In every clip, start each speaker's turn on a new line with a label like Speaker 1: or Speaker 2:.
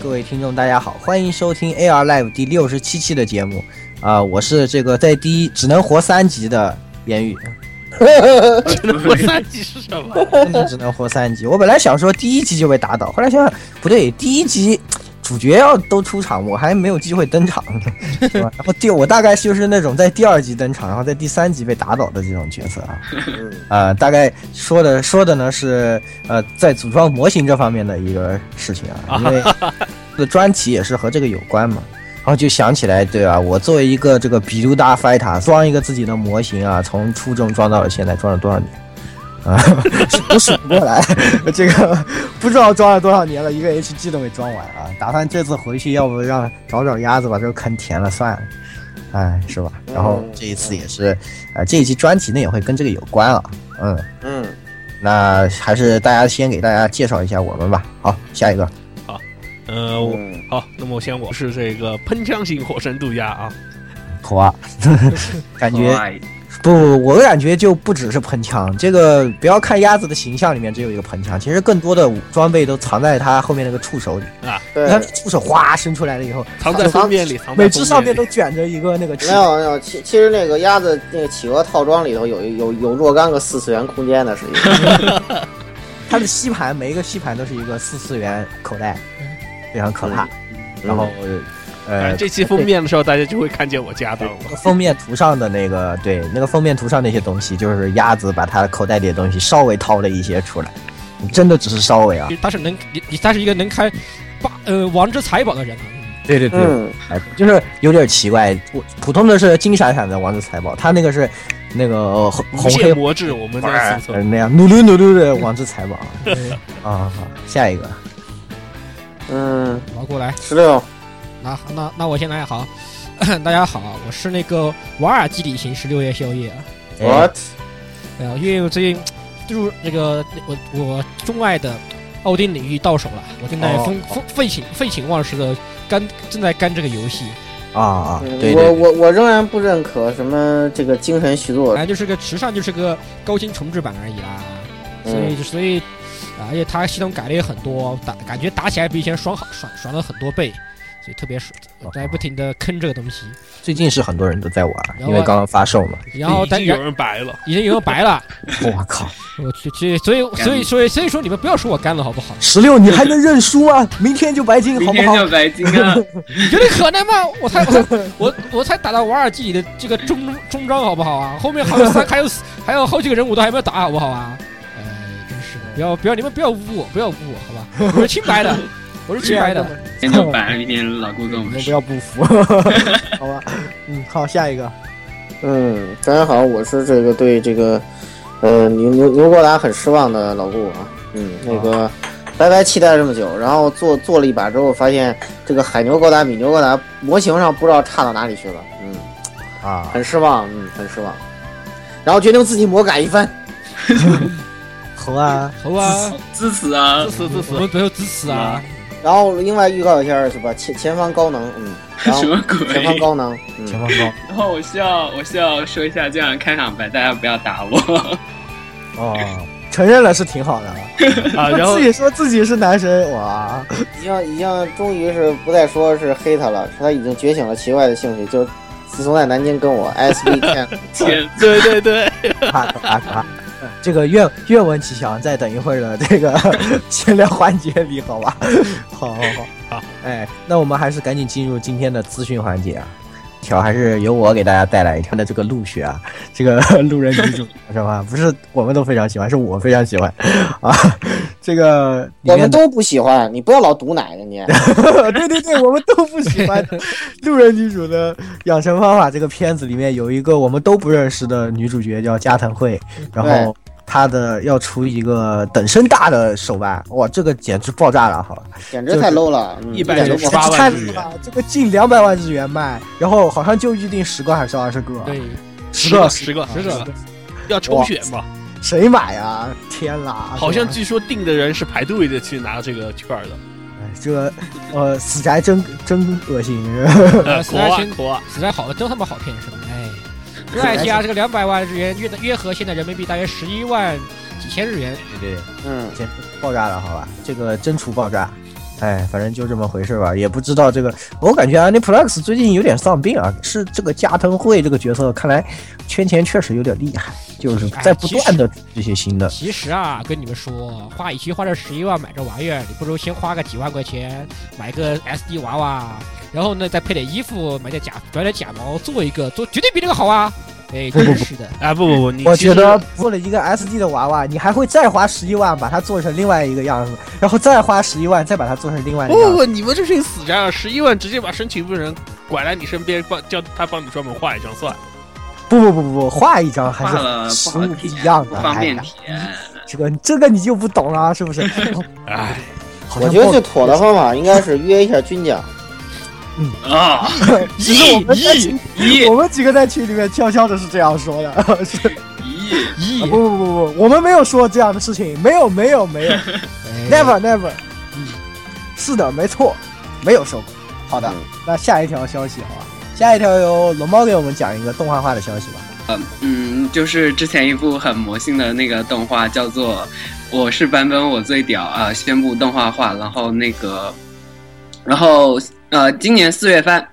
Speaker 1: 各位听众，大家好，欢迎收听 AR Live 第六十七期的节目啊、我是这个在第一只能活三集的言语，
Speaker 2: 我三级是什么？
Speaker 1: 真的只能活三 集。我本来想说第一集就被打倒，后来想想不对，第一集主角要都出场，我还没有机会登场， 是吧？然后第我大概就是那种在第二集登场，然后在第三集被打倒的这种角色啊。呃，大概说的说的呢是呃，在组装模型这方面的一个事情啊，因为这个专题也是和这个有关嘛。然后就想起来，对吧、啊我作为一个这个比如达 fighter，装一个自己的模型啊，从初中装到了现在，装了多少年？啊， 都数不过来， 这个不知道装了多少年了，一个 HG 都没装完啊！打算这次回去，要不让找找鸭子把这个坑填了算了，哎，是吧？然后这一次也是，呃，这一期专题呢也会跟这个有关啊，嗯，
Speaker 3: 嗯，
Speaker 1: 那还是大家先给大家介绍一下我们吧。好，下一个，
Speaker 2: 呃，
Speaker 1: 哦
Speaker 2: 我好，那么我先我是这个喷枪型火神渡鸦啊，
Speaker 1: 头 啊，感觉
Speaker 3: 哎
Speaker 1: 不不，我感觉就不只是喷枪，这个不要看鸭子的形象里面只有一个喷枪，其实更多的装备都藏在它后面那个触手里。
Speaker 3: 对，
Speaker 1: 它触手哗伸出来了以后，
Speaker 2: 藏在封面里，藏在
Speaker 1: 每只上
Speaker 2: 封
Speaker 1: 面
Speaker 2: 面里。
Speaker 1: 都卷着一个那个
Speaker 3: 没有没有，其其实那个鸭子那个企鹅套装里头有有有若干个四次元空间的实际上，
Speaker 1: 它的吸盘，每一个吸盘都是一个四次元口袋，非常可怕。然后，
Speaker 2: 嗯哎
Speaker 1: 呃，
Speaker 2: 这期封面的时候，大家就会看见我家当了。
Speaker 1: 封面图上的那个，对，那个封面图上那些东西，就是鸭子把它口袋里的东西稍微掏了一些出来，真的只是稍微啊。
Speaker 4: 他是能，你你他是一个能开霸呃王之财宝的人啊。
Speaker 1: 对对
Speaker 3: 嗯，
Speaker 1: 哎就是有点奇怪。我普通的是金闪闪的王子财宝，他那个是那个呃红
Speaker 2: 无
Speaker 1: 红黑
Speaker 2: 限魔制，我们在
Speaker 1: 呃
Speaker 2: 四层。
Speaker 1: 那样努噜努噜的王子 财宝。啊，好，下一个，
Speaker 3: 嗯，
Speaker 4: 我要过来，
Speaker 3: 十六，
Speaker 4: 那那那我先来好， 大家好，我是那个瓦尔基里行十六夜宵夜啊。
Speaker 1: 哎
Speaker 3: what？
Speaker 4: 哎呀，因为我最近入这个我我钟爱的奥丁领域到手了，我正在
Speaker 1: 哦
Speaker 4: 风风废寝废寝忘食的干正在干这个游戏，
Speaker 1: 啊啊，
Speaker 3: 嗯
Speaker 1: 对对
Speaker 3: 我
Speaker 1: 对，
Speaker 3: 我我仍然不认可什么这个精神续作
Speaker 2: 哎
Speaker 4: 反，正就是个时尚就是个高清重置版而已啦。所以
Speaker 3: 嗯，
Speaker 4: 就所以啊，而且它系统改了也很多，打感觉打起来比以前爽好爽爽了很多倍，所以特别爽，
Speaker 1: 哦
Speaker 4: 在不停的坑这个东西。
Speaker 1: 最近是很多人都在玩，
Speaker 4: 然
Speaker 1: 因
Speaker 4: 后
Speaker 1: 为刚刚发售嘛。
Speaker 4: 然后
Speaker 2: 已
Speaker 4: 但
Speaker 2: 经有人白了，
Speaker 4: 已经有人白了，
Speaker 1: 我靠，
Speaker 4: 我去去，所以所以所以所以说你们不要说我干了好不好？
Speaker 1: 十六你还能认输吗？明天就白金
Speaker 5: 明
Speaker 1: 好不
Speaker 5: 天
Speaker 1: 好？
Speaker 5: 就白金 啊！
Speaker 4: 你觉得可能吗？我才我才我我才打到瓦尔基里的这个中中章好不好啊？后面还有三还有四还有好几个人我都还没有打好不好啊？哎，真是的，不要不要你们不要污我，不要污我好吧？我是清白的，我是清白的。
Speaker 5: 明天就白，明天老顾跟我
Speaker 1: 你
Speaker 5: 们
Speaker 1: 们不
Speaker 5: 说。
Speaker 1: 要不 服，好吧？嗯，好，下一个。
Speaker 3: 嗯，大家好，我是这个对这个呃牛牛牛国达很失望的老顾啊，嗯，那个白白期待了这么久，然后做做了一把之后，发现这个海牛高达比牛高达模型上不知道差到哪里去了，嗯，
Speaker 1: 啊，
Speaker 3: 很失望，嗯，很失望，然后决定自己魔改一番，
Speaker 1: 猴啊，
Speaker 4: 好啊，
Speaker 5: 支 持啊
Speaker 2: 支！持支
Speaker 4: 我
Speaker 2: 持，
Speaker 4: 们没有支持啊。
Speaker 3: 然后另外预告一下是吧？前前方高能，嗯，然后
Speaker 5: 什么
Speaker 3: 前方
Speaker 5: 鬼？
Speaker 3: 高能，
Speaker 1: 前方
Speaker 3: 嗯，
Speaker 1: 高
Speaker 5: 然后我需要我需要说一下，这样开场白大家不要打我。
Speaker 1: 哦，承认了是挺好的啊。
Speaker 2: 啊，然后
Speaker 1: 自己说自己是男神，哇，
Speaker 3: 已经已经终于是不再说是黑他了，他已经觉醒了奇怪的兴趣，就自从在南京跟我 S B 见。
Speaker 5: 天，
Speaker 2: 对对对，
Speaker 1: 咔咔咔咔。这个愿愿闻其详，在等一会儿的这个 闲聊环节里，好吧？好好好，
Speaker 2: 好，
Speaker 1: 哎，那我们还是赶紧进入今天的资讯环节啊。条还是由我给大家带来一条的这个陆雪啊，这个路人女主是吧？不是我们都非常喜欢，是我非常喜欢啊。这个里
Speaker 3: 我
Speaker 1: 面
Speaker 3: 们
Speaker 1: 的
Speaker 3: 都不喜欢，你不要老毒奶人家。
Speaker 1: 对对对，我们都不喜欢的路人女主的养成方法。这个片子里面有一个我们都不认识的女主角叫加藤惠，
Speaker 2: 嗯
Speaker 1: 然后她的要出一个等身大的手办，哇，这个简直爆炸了哈！
Speaker 3: 简直太 low 了，嗯
Speaker 2: 一百
Speaker 3: 点都
Speaker 2: 九
Speaker 3: 不
Speaker 2: 十八
Speaker 3: 好。
Speaker 1: 太
Speaker 2: 万日
Speaker 1: 厉
Speaker 2: 元
Speaker 1: 害，了，这个近两百万日元卖，然后好像就预定十个还是二十个，
Speaker 4: 对，
Speaker 1: 十个
Speaker 2: 十个
Speaker 4: 十个，
Speaker 2: 要抽选嘛，
Speaker 1: 谁买啊？天啦！
Speaker 2: 好像
Speaker 1: 是吧
Speaker 2: 据说订的人是排队的去拿这个券的。
Speaker 1: 哎这个呃死宅真真恶心，
Speaker 2: 呃，
Speaker 4: 实
Speaker 2: 口
Speaker 4: 在
Speaker 2: 啊
Speaker 4: 是
Speaker 2: 口啊，
Speaker 4: 实在好，真他妈好骗是吧？哎，热爱家这个两百万日元约约合现在人民币大约十一万几千日元，
Speaker 1: 对对，
Speaker 3: 嗯，
Speaker 1: 简直爆炸了，好吧？这个真出爆炸。哎，反正就这么回事吧，也不知道这个。我感觉 Aniplex 最近有点丧病啊，是这个加藤惠这个角色，看来圈钱确实有点厉害，就是在不断的这些新的。
Speaker 4: 其实啊，跟你们说，花与其花这十一万买这玩意儿，你不如先花个几万块钱买个 SD 娃娃，然后呢再配点衣服，买点假买点假毛，做一个，做绝对比这个好啊！哎，真是的，
Speaker 2: 哎，不不不，你
Speaker 1: 我
Speaker 2: 其
Speaker 1: 觉得
Speaker 2: 实
Speaker 1: 做了一个 SD 的娃娃，你还会再花十一万把它做成另外一个样子，然后再花十一万再把它做成另外一
Speaker 2: 不
Speaker 1: 个样
Speaker 2: 不
Speaker 1: 子。
Speaker 2: 不，你们这群死宅啊，十一万直接把申请部人拐来你身边，帮叫他帮你专门画一张算了。
Speaker 1: 不不不不不，画一张还
Speaker 5: 画了
Speaker 1: 是
Speaker 5: 不
Speaker 1: 实
Speaker 5: 好
Speaker 1: 物不
Speaker 5: 填
Speaker 1: 一样
Speaker 5: 不
Speaker 1: 的。
Speaker 5: 方
Speaker 1: 哎
Speaker 5: 便
Speaker 1: 呀，
Speaker 5: 填。
Speaker 1: 这个这个你就不懂了，是不是？
Speaker 2: 哎，
Speaker 1: 好像
Speaker 3: 我觉得
Speaker 1: 报
Speaker 3: 最妥的方法应该是约一下军奖。
Speaker 5: 啊，
Speaker 1: 其实我们在群
Speaker 5: 咦
Speaker 1: 我们几个在群里面悄悄的是这样说的， 是啊
Speaker 5: 咦，
Speaker 1: 不
Speaker 4: 咦，
Speaker 1: 不不不，我们没有说这样的事情，没有没有没有
Speaker 4: 哎嗯
Speaker 1: ，never never，是的，没错，没有说过。好的
Speaker 3: 嗯，
Speaker 1: 那下一条消息好吧，下一条由龙猫给我们讲一个动画化的消息吧。
Speaker 5: 嗯，就是之前一部很魔性的那个动画叫做《我是版本我最屌》啊、呃宣布动画化，然后那个，然后呃，今年四月份，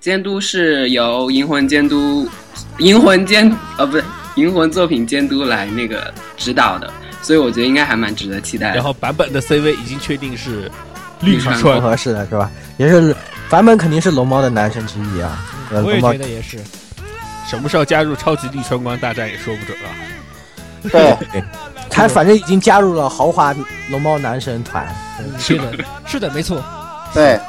Speaker 5: 监督是由银魂监督，银魂监呃不对，银魂作品监督来那个指导的，所以我觉得应该还蛮值得期待
Speaker 2: 然
Speaker 5: 的。
Speaker 2: 后版本的 CV 已经确定是
Speaker 5: 哎绿川
Speaker 2: 川
Speaker 1: 不合适的是吧？也是版本肯定是龙猫的男神之一啊。呃
Speaker 4: 我
Speaker 1: 龙
Speaker 4: 也
Speaker 1: 猫
Speaker 4: 觉得也是，
Speaker 2: 什么时候加入超级绿川光大战也说不准啊。
Speaker 3: 对，
Speaker 1: 他反正已经加入了豪华龙猫男神团。
Speaker 4: 嗯是的，是的，没错，
Speaker 3: 对，
Speaker 1: 哇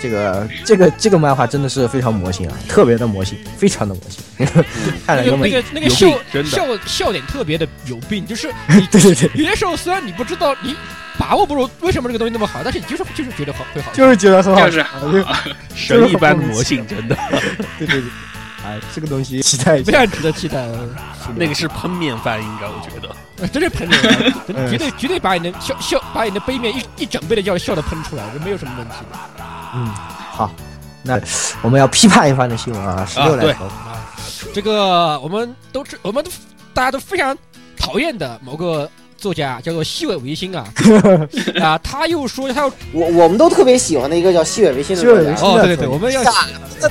Speaker 1: 这个这个这个漫画真的是非常魔性啊，特别的魔性，非常的魔性， 看了
Speaker 4: 嗯
Speaker 1: 根
Speaker 4: 那个
Speaker 1: 本
Speaker 4: 那个那个
Speaker 2: 有
Speaker 4: 笑
Speaker 2: 病真的
Speaker 4: 笑笑点特别的有病，就是 你
Speaker 1: 对对对，
Speaker 4: 有些时候虽然你不知道你把握不住为什么这个东西那么好，但是你就是就是觉得好会好，
Speaker 1: 就是觉得很好
Speaker 5: 就是
Speaker 2: 神一般的魔性，真的，
Speaker 1: 对 对对，哎，这个东西期待一
Speaker 4: 非
Speaker 1: 下。
Speaker 4: 常值得期待。
Speaker 2: 那个是喷面翻，应该我觉得。
Speaker 4: 呃真是喷人啊，
Speaker 1: 嗯
Speaker 4: 真绝对绝对把你的笑笑把你的杯面一一整杯的笑笑的喷出来，这没有什么问题的。
Speaker 1: 嗯，好，那我们要批判一番的新闻啊，十六
Speaker 2: 啊
Speaker 1: 来
Speaker 2: 对
Speaker 1: 条。
Speaker 4: 这个我们都知，我们都大家都非常讨厌的某个作家叫做西尾维新啊啊，他又说他要
Speaker 3: 我我们都特别喜欢的一个叫西尾维新的作
Speaker 1: 西尾维
Speaker 3: 家，
Speaker 1: 新
Speaker 4: 哦，对对对，我们要
Speaker 3: 他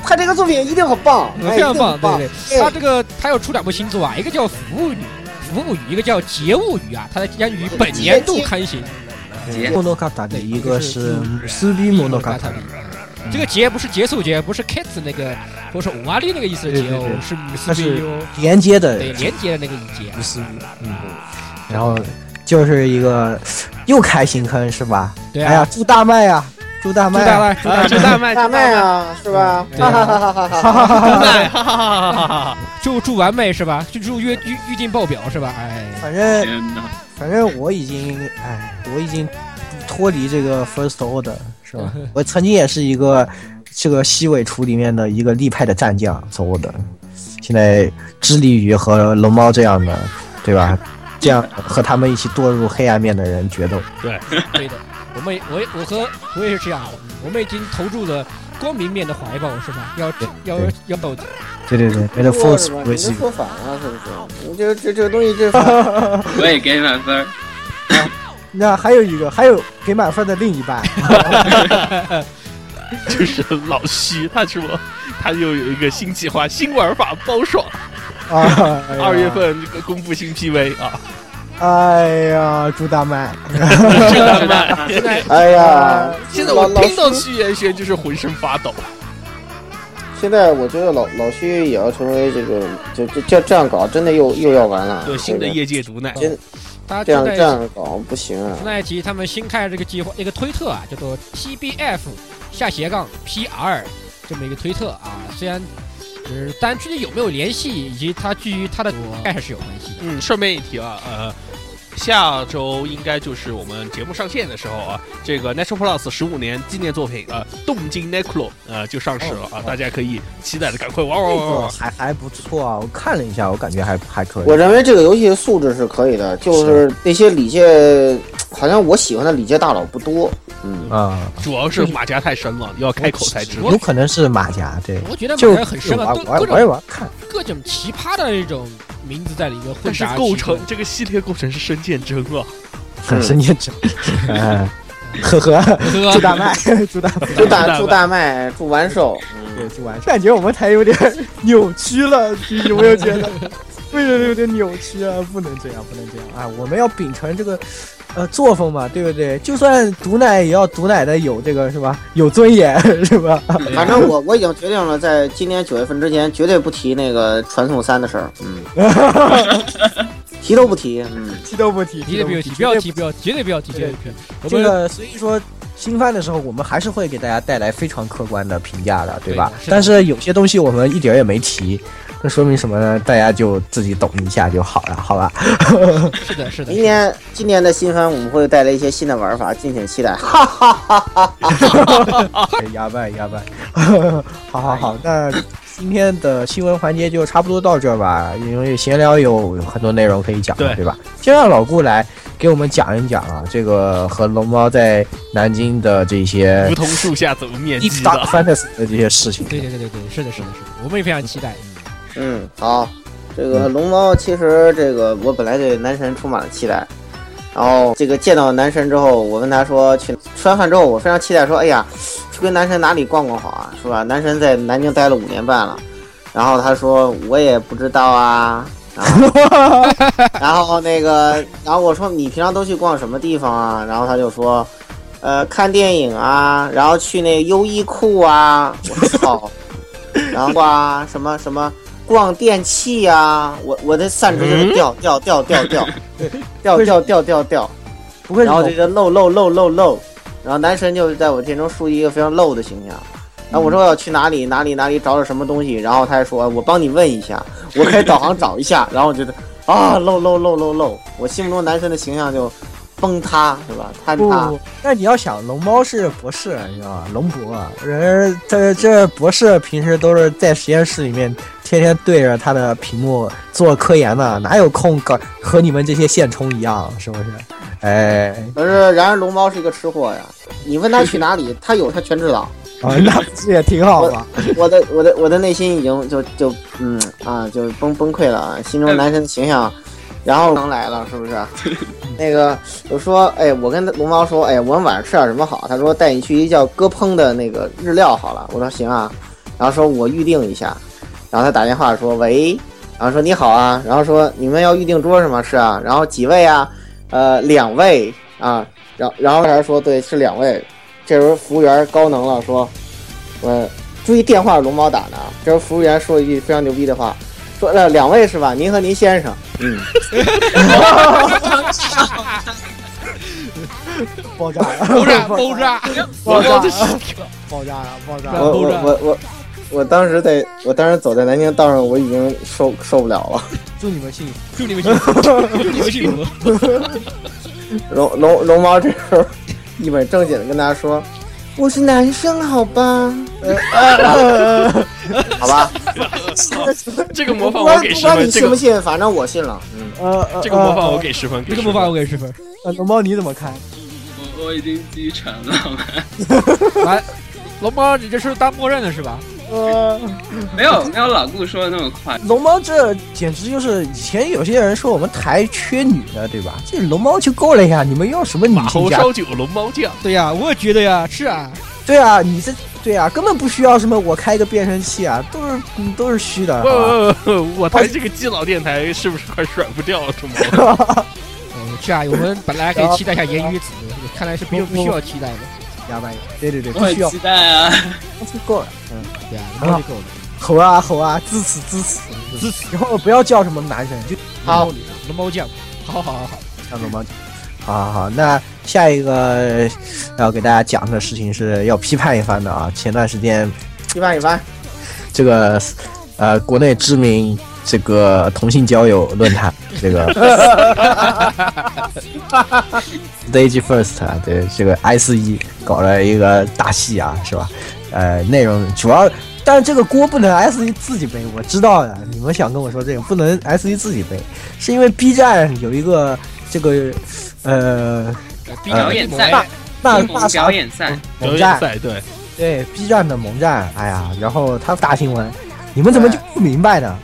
Speaker 3: 他这个作品一定很棒，哎
Speaker 4: 非常棒，
Speaker 3: 一定很
Speaker 4: 对
Speaker 3: 棒
Speaker 4: 对对，他这个他要出两部新作啊，一个叫《服务语》，服务语，一个叫《节物语》啊，他将于本年度刊行。
Speaker 5: 结
Speaker 1: 莫诺卡塔的呃一个是斯比莫诺卡塔，
Speaker 4: 这个节不是结束节，不是 kids 那个，不是五阿力那个意思的节
Speaker 1: 对
Speaker 4: 哦
Speaker 1: 对对，
Speaker 4: 是姆斯
Speaker 1: 它是
Speaker 4: 比哦，
Speaker 1: 连接的
Speaker 4: 对，连接的那个一节啊。
Speaker 1: 斯比，嗯，然后就是一个又开新坑是吧？
Speaker 4: 对
Speaker 1: 哎呀，
Speaker 4: 啊，
Speaker 1: 祝大卖呀，祝大啊
Speaker 4: 朱
Speaker 1: 卖
Speaker 4: 大
Speaker 1: 呀！
Speaker 4: 麦，朱大麦
Speaker 2: 就大麦
Speaker 3: 大麦，啊，是吧？
Speaker 4: 对
Speaker 3: 哈
Speaker 4: 啊
Speaker 3: 哈哈哈哈哈！
Speaker 2: 大麦，哈哈哈哈哈哈！
Speaker 4: 就祝完美是吧？就祝约预预定爆表是吧？哎，
Speaker 1: 反正
Speaker 5: 天呐，
Speaker 1: 反正我已经，哎，我已经脱离这个 first order 是 吧？我曾经也是一个这个西尾厨里面的一个立派的战将走的，现在致力于和龙猫这样的，对吧？这样和他们一起堕入黑暗面的人决斗。
Speaker 4: 对的，我们也我也我和我也是这样的，我们已经投入了光明面的怀抱是吧？要要
Speaker 1: 对
Speaker 4: 要斗争，
Speaker 1: 对对对，为了
Speaker 3: 说什
Speaker 1: force
Speaker 3: 么？你
Speaker 1: 维持
Speaker 3: 这。说反了是不是？你这这这个东西这反了
Speaker 5: 我也给 满分儿。
Speaker 1: 那还有一个，还有给满分的另一 半，
Speaker 2: 就是老徐，他说他又有一个新计划，新玩法包爽，
Speaker 1: 啊，哎呀
Speaker 2: 二月，份这个公布新 PV 啊，
Speaker 1: 哎呀，朱大麦，
Speaker 2: 这 大麦。
Speaker 4: 现在
Speaker 3: 哎呀，
Speaker 2: 现在我
Speaker 3: 老
Speaker 2: 听到徐元轩就是浑身发抖，
Speaker 3: 现在我觉得老老虚也要成为这个，就就这这样搞，真的又又要完了。
Speaker 2: 对新的
Speaker 3: 这个
Speaker 2: 业界毒奶，
Speaker 3: 真
Speaker 4: 大
Speaker 3: 这
Speaker 4: 家
Speaker 3: 样
Speaker 4: 正
Speaker 3: 这
Speaker 4: 在
Speaker 3: 样搞不行啊！
Speaker 4: 奈吉他们新开的这个计划，一个推特啊，叫做 TBF 下斜杠 PR 这么一个推特啊，虽然就是，但具体有没有联系，以及它基于它的概念是有关系的。
Speaker 2: 嗯，顺便一提啊，呃，下周应该就是我们节目上线的时候啊，这个 Natural Plus 十五年纪念作品啊，呃《动静 Necro》呃就上市了啊，大家可以期待的赶快玩玩玩玩玩。
Speaker 1: 还还不错啊，我看了一下，我感觉还还可以。
Speaker 3: 我认为这个游戏的素质是可以的，就是那些礼界，好像我喜欢的礼界大佬 不多。嗯，
Speaker 1: 啊、
Speaker 2: 主要是马甲太深了，要开口才 知道。
Speaker 1: 有可能是马甲，对，
Speaker 4: 我觉得
Speaker 1: 就
Speaker 4: 每人很深啊，
Speaker 1: 玩
Speaker 4: 都
Speaker 1: 玩
Speaker 4: 各
Speaker 1: 玩一
Speaker 4: 种
Speaker 1: 玩看，
Speaker 4: 各种奇葩的那种名字在里面混
Speaker 2: 但是
Speaker 4: 杂其
Speaker 2: 构
Speaker 4: 中。
Speaker 2: 成这个系列构成是深见真啊，
Speaker 1: 很神经质。哎，呵呵，
Speaker 4: 呵
Speaker 1: 祝大卖，祝大嗯卖，
Speaker 3: 祝大祝大卖，祝完售。
Speaker 1: 对，祝完。感觉我们台有点扭曲了，你有没有觉得？为什么有点扭曲啊？不能这样，不能这样啊！我们要秉承这个呃作风嘛，对不对？就算毒奶也要毒奶的有这个是吧？有尊严是吧？
Speaker 3: 反正我我已经决定了，在今年九月份之前，绝对不提那个传送三的事儿。嗯， 提都不提。嗯，
Speaker 1: 提都不提，
Speaker 4: 提都不要提，不要提，不要，绝对不要提，绝对不要提。我
Speaker 1: 这
Speaker 4: 们
Speaker 1: 个所以说新番的时候，我们还是会给大家带来非常客观的评价的，对吧？
Speaker 4: 对是的
Speaker 1: 但是有些东西我们一点儿也没提，那说明什么呢？大家就自己懂一下就好了，好 吧？
Speaker 4: 是的，是的，
Speaker 3: 明年今年的新番我们会带来一些新的玩法，敬请期待。哈哈哈哈哈！
Speaker 1: 压败压败， 好好好，那今天的新闻环节就差不多到这儿吧，因为闲聊有很多内容可以讲，
Speaker 2: 对
Speaker 1: 对吧？先让老顾来给我们讲一讲啊，这个和龙猫在南京的这些
Speaker 2: 梧桐树下怎么面
Speaker 1: 一
Speaker 2: 基
Speaker 1: 打
Speaker 2: 的？
Speaker 1: fantasy 的这些事情。
Speaker 4: 对对对对对，是的，是的，是的，我们也非常期待。
Speaker 3: 嗯，好。这个龙猫，其实这个我本来对男神充满了期待，然后这个见到男神之后，我问他说去吃完饭之后，我非常期待说，哎呀，去跟男神哪里逛逛好啊，是吧？男神在南京待了五年半了，然后他说我也不知道啊，然后然后那个，然后我说你平常都去逛什么地方啊？然后他就说，呃，看电影啊，然后去那优衣库啊，我操，然后啊什么什么。逛电器呀、我我的散值就是掉掉掉掉掉掉掉掉掉掉，
Speaker 1: 不愧是
Speaker 3: 然后
Speaker 1: 龙
Speaker 3: 这个漏漏漏漏漏，然后男神就是在我心中树立一个非常漏的形象。然后我说我要去哪里哪里哪里找点什么东西，然后他还说我帮你问一下，我可以导航找一下。 然后我觉得啊漏漏漏漏漏，我心目中男神的形象就崩塌是吧？坍
Speaker 1: 不
Speaker 3: 塌
Speaker 1: 不，不，但你要想，龙猫是博士，你知道吧？龙博人这这博士平时都是在实验室里面天天对着他的屏幕做科研呢，哪有空搞和你们这些线虫一样？是不是？哎，
Speaker 3: 可是然而龙猫是一个吃货呀，你问他去哪里，他有他全知道。
Speaker 1: 啊，那不是也挺好 吗？
Speaker 3: 我的我的我的内心已经就就嗯啊就崩崩溃了，啊，心中男神的形象，然后能来了是不是？那个我说哎，我跟龙猫说哎，我们晚上吃点什么好？他说带你去一叫割烹的那个日料好了。我说行啊，然后说我预定一下，然后他打电话说喂，然后说你好啊，然后说你们要预定桌是吗？是啊，然后几位啊？呃，两位啊，然后然后他说对是两位，这时候服务员高能了说，我注意电话是龙猫打的啊。这时候服务员说一句非常牛逼的话，说呃两位是吧？您和您先生，
Speaker 1: 爆炸了，
Speaker 4: 爆炸，爆炸，
Speaker 1: 爆炸
Speaker 4: 我这是
Speaker 1: 爆炸了，爆炸
Speaker 4: 啊
Speaker 1: 了！
Speaker 3: 我我
Speaker 4: 不是
Speaker 3: 我我我当时在我当时走在南京道上，我已经受受不了了。
Speaker 1: 祝你们幸福。
Speaker 4: 祝你们幸福，祝你们幸福。
Speaker 3: 龙龙龙猫这时候一本正经的跟大家说：“我是男生，好吧？呃啊啊 好吧，
Speaker 2: 这个模仿
Speaker 3: 不
Speaker 2: 我
Speaker 3: 管
Speaker 2: 给
Speaker 3: 不
Speaker 2: 十
Speaker 3: 管
Speaker 2: 分，
Speaker 3: 你
Speaker 2: 这
Speaker 3: 信不
Speaker 2: 个
Speaker 3: 信，反正我信了。嗯，
Speaker 1: 呃，呃
Speaker 2: 这个模仿我
Speaker 1: 呃
Speaker 2: 给十分，给
Speaker 4: 这个
Speaker 2: 10
Speaker 4: 魔
Speaker 2: 分
Speaker 4: 法我给十分。
Speaker 1: 呃龙猫你怎么看？
Speaker 5: 我我已经击沉了，
Speaker 4: 来，龙猫，你这是当默认了是吧？
Speaker 1: 呃，
Speaker 5: 没有没有老顾说的那么快。
Speaker 1: 龙猫这简直就是以前有些人说我们台缺女的，对吧？这龙猫就够了呀，你们要什么女
Speaker 2: 马
Speaker 1: 性
Speaker 2: 猴
Speaker 1: 加
Speaker 2: 烧酒龙猫酱，
Speaker 4: 对呀，我也觉得呀，是啊，
Speaker 1: 对啊，你这对啊，根本不需要什么我开个变声器啊，都是嗯都是虚的。
Speaker 2: 喂
Speaker 1: 好吧
Speaker 2: 喂喂喂， 我
Speaker 1: 哎
Speaker 2: 台这个基佬电台是不是快甩不掉了？这么
Speaker 4: 嗯是啊，我们本来可以期待一下言 语子，看来是并不需要期待的。
Speaker 1: 哑巴，对对对，
Speaker 5: 我
Speaker 1: 不
Speaker 5: 很
Speaker 1: 需要，
Speaker 5: 期待啊！
Speaker 1: 就够了。嗯，
Speaker 4: 对啊，龙猫就够了。
Speaker 1: 吼啊吼啊，支持支持支持，以后不要叫什么男神，就
Speaker 3: 好，
Speaker 4: 龙猫酱，好好好好，
Speaker 1: 叫什么。好好好，那下一个要给大家讲的事情是要批判一番的啊。前段时间
Speaker 3: 一般一般。
Speaker 1: 这个呃，国内知名这个同性交友论坛，这个 Stage First 啊，对，这个 I 四一搞了一个大戏啊，是吧？呃，内容主要，但这个锅不能 S 一自己背，我知道的。你们想跟我说这个不能 S 一自己背，是因为 B 站有一个这个呃
Speaker 5: 嗯
Speaker 4: 毕
Speaker 1: 表
Speaker 5: 演赛
Speaker 1: 大大
Speaker 5: 英
Speaker 1: 大
Speaker 5: 雄
Speaker 1: 傻
Speaker 5: 表演赛，
Speaker 2: 表
Speaker 1: 网
Speaker 2: 演
Speaker 1: 站，
Speaker 2: 赛对，
Speaker 1: 对 B 站的萌站，哎呀，然后他大新闻，你们怎么就不明白呢？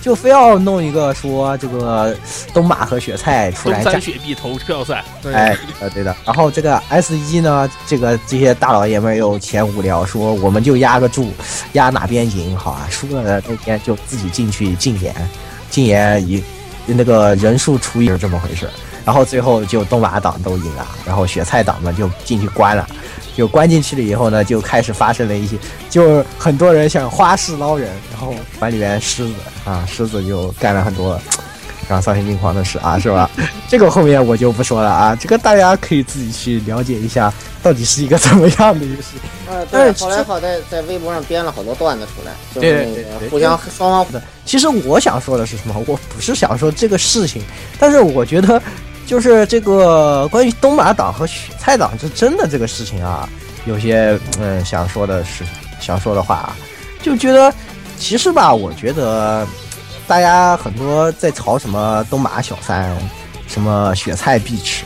Speaker 1: 就非要弄一个说这个东马和雪菜出
Speaker 2: 东
Speaker 1: 来
Speaker 2: 山
Speaker 1: 战。
Speaker 2: 雪碧投票赛，
Speaker 4: 对，
Speaker 1: 哎，呃，对的。然后这个 S 一呢，这个这些大老爷们儿又嫌无聊，说我们就压个注，压哪边赢好啊？输了那天就自己进去禁言，禁言一那个人数除以是这么回事儿。然后最后就东马党都赢了，然后雪菜党们就进去关了。就关进去了以后呢，就开始发生了一些， 就很多人想花式捞人，然后把里面狮子啊，狮子就干了很多让丧心病狂的事啊，是吧？这个后面我就不说了啊，这个大家可以自己去了解一下，到底是一个怎么样的游戏。
Speaker 3: 啊，
Speaker 1: 但
Speaker 3: 对，
Speaker 1: 是其
Speaker 3: 后来
Speaker 1: 实
Speaker 3: 好在在微博上编了好多段子出来，就
Speaker 1: 对
Speaker 3: 是
Speaker 1: 对
Speaker 3: 那
Speaker 1: 对
Speaker 3: 个互相双方
Speaker 1: 其实我想说的是什么？我不是想说这个事情，但是我觉得，就是这个关于东马党和雪菜党，这真的这个事情啊，有些嗯想说的是想说的话啊，就觉得其实吧，我觉得大家很多在吵什么东马小三，什么雪菜必吃，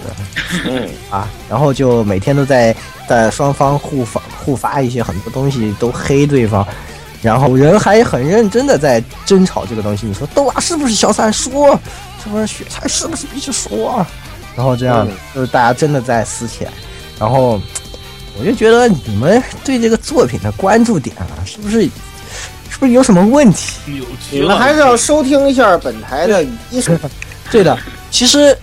Speaker 3: 嗯
Speaker 1: 啊，然后就每天都在在双方互发互发一些很多东西，都黑对方，然后人还很认真的在争吵这个东西。你说豆娃是不是小三说？是不是雪菜是不是必须说？然后这样
Speaker 3: 嗯
Speaker 1: 就是大家真的在撕起来，然后我就觉得你们对这个作品的关注点啊，是不是是不是有什么问题？
Speaker 2: 扭曲
Speaker 3: 你
Speaker 2: 了。
Speaker 3: 们还是要收听一下本台的一手
Speaker 1: 对的，其实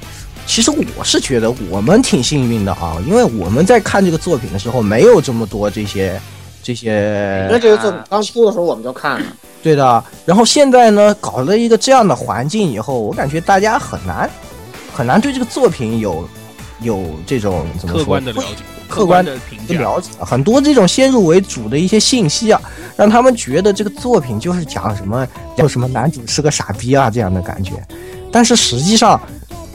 Speaker 1: 其实我是觉得我们挺幸运的啊，因为我们在看这个作品的时候，没有这么多这些这
Speaker 3: 因为
Speaker 1: 些
Speaker 3: 这个作品刚出的时候我们就看了，
Speaker 1: 对的。然后现在呢，搞了一个这样的环境以后，我感觉大家很难很难对这个作品有有这种怎么说
Speaker 2: 客观的了解，
Speaker 1: 客
Speaker 2: 观
Speaker 1: 观
Speaker 2: 的评
Speaker 1: 不
Speaker 2: 价，
Speaker 1: 了解很多这种先入为主的一些信息啊，让他们觉得这个作品就是讲什么，讲什么男主是个傻逼啊这样的感觉。但是实际上，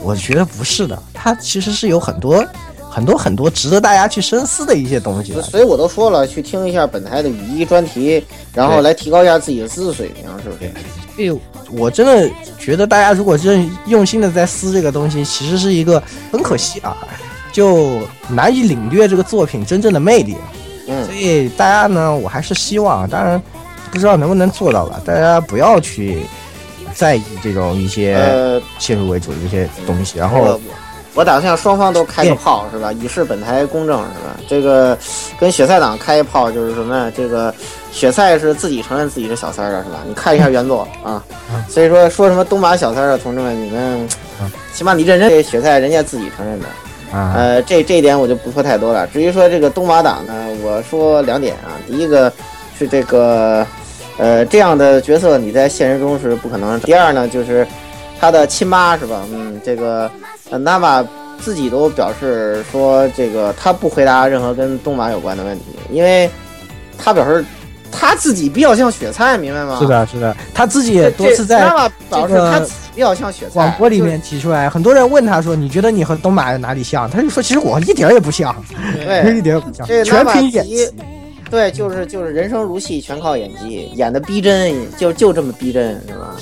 Speaker 1: 我觉得不是的，它其实是有很多、很多、很多值得大家去深思的一些东西啊的。
Speaker 3: 所以我都说了，去听一下本台的语义专题，然后
Speaker 1: 对
Speaker 3: 来提高一下自己的知识水平，是不是？
Speaker 1: 这个我真的觉得大家如果真用心的在撕这个东西，其实是一个很可惜啊，就难以领略这个作品真正的魅力。
Speaker 3: 嗯
Speaker 1: 所，以大家呢，我还是希望，当然不知道能不能做到吧，大家不要去在意这种一些
Speaker 3: 呃，
Speaker 1: 先入为主的一些东西，然
Speaker 3: 我
Speaker 1: 后
Speaker 3: 我打算双方都开个炮是吧？以示本台公正是吧？这个跟雪菜党开一炮就是什么呀？这个雪菜是自己承认自己是小三儿的是吧？你看一下原作啊，所以说说什么东马小三儿的同志们，你们
Speaker 1: 嗯
Speaker 3: 起码你认真，这雪菜人家自己承认的。
Speaker 1: 啊，
Speaker 3: 呃，这这一点我就不说太多了。至于说这个东马党呢，我说两点啊。第一个是这个，呃，这样的角色你在现实中是不可能。第二呢，就是他的亲妈是吧？嗯，这个呃娜玛自己都表示说，这个他不回答任何跟东马有关的问题，因为他表示他自己比较像雪菜，明白吗？
Speaker 1: 是。的，是的，他自己也
Speaker 3: 呃这
Speaker 1: 多次在
Speaker 3: 娜玛表示
Speaker 1: 这个
Speaker 3: 他自己比较像雪菜。
Speaker 1: 广播里
Speaker 3: 就是
Speaker 1: 面提出来，很多人问他说：“你觉得你和东马有哪里像？”他就说：“其实我一点儿也不像，
Speaker 3: 对
Speaker 1: 一点儿也不像，
Speaker 3: 这
Speaker 1: 全
Speaker 3: 纳瓦
Speaker 1: 凭演
Speaker 3: 提
Speaker 1: 技。
Speaker 3: 对，就是就是人生如戏，全靠演技，演的逼真，就就这么逼真，是吧？”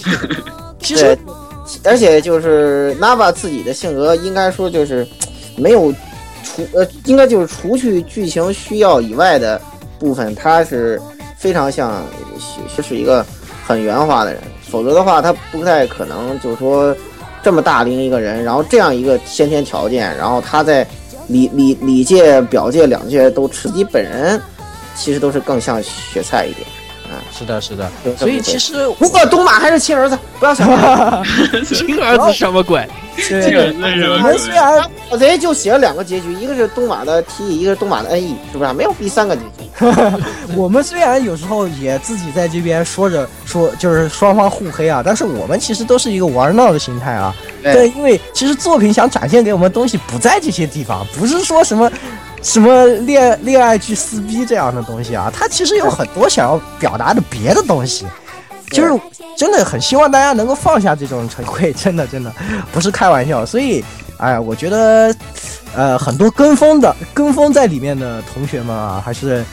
Speaker 1: 其实
Speaker 3: 对，而且就是 Nava 自己的性格，应该说就是没有除呃，应该就是除去剧情需要以外的部分，他是非常像是是一个很圆滑的人，否则的话他不太可能就是说这么大龄一个人，然后这样一个先天条件，然后他在理 理理界、表界两界都吃，自己本人其实都是更像雪菜一点。
Speaker 1: 是的，是的，
Speaker 3: 就这
Speaker 1: 所以
Speaker 3: 么
Speaker 1: 其
Speaker 3: 说
Speaker 1: 实
Speaker 3: 不过东马还是亲儿子，不要想太多。
Speaker 2: 亲儿子什么鬼？
Speaker 5: 这
Speaker 1: 对
Speaker 5: 个那是
Speaker 1: 我
Speaker 5: 什
Speaker 1: 们
Speaker 5: 么
Speaker 1: 虽然
Speaker 3: 老贼啊就写了两个结局，一个是东马的 T，E，一个是东马的 N E，是不是？还没有第三个结局。
Speaker 1: 我们虽然有时候也自己在这边说着说，就是双方互黑啊，但是我们其实都是一个玩闹的心态啊。
Speaker 3: 对
Speaker 1: 因为其实作品想展现给我们的东西不在这些地方，不是说什么什么恋恋爱剧撕逼这样的东西啊，它其实有很多想要表达的别的东西。就是真的很希望大家能够放下这种成规，真的真的不是开玩笑。所以，哎，我觉得，呃，很多跟风的跟风在里面的同学们啊，还是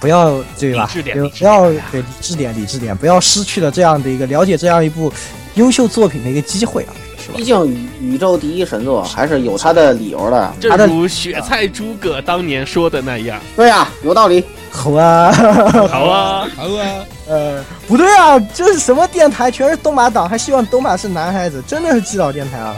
Speaker 1: 不要对吧
Speaker 2: 理智？点
Speaker 1: 不要
Speaker 2: 理智
Speaker 1: 不要对理智点，理智点，不要失去了这样的一个了解这样一部优秀作品的一个机会啊，是吧
Speaker 3: 毕？竟宇宇宙第一神作还是有它的理由的。
Speaker 2: 正如雪菜诸葛当年说的那样，
Speaker 3: 啊对呀、有道理。
Speaker 1: 好啊，
Speaker 2: 好 啊，
Speaker 4: 好啊，
Speaker 1: 呃，不对啊，这是什么电台？全是东马党，还希望东马是男孩子，真的是击倒电 台啊！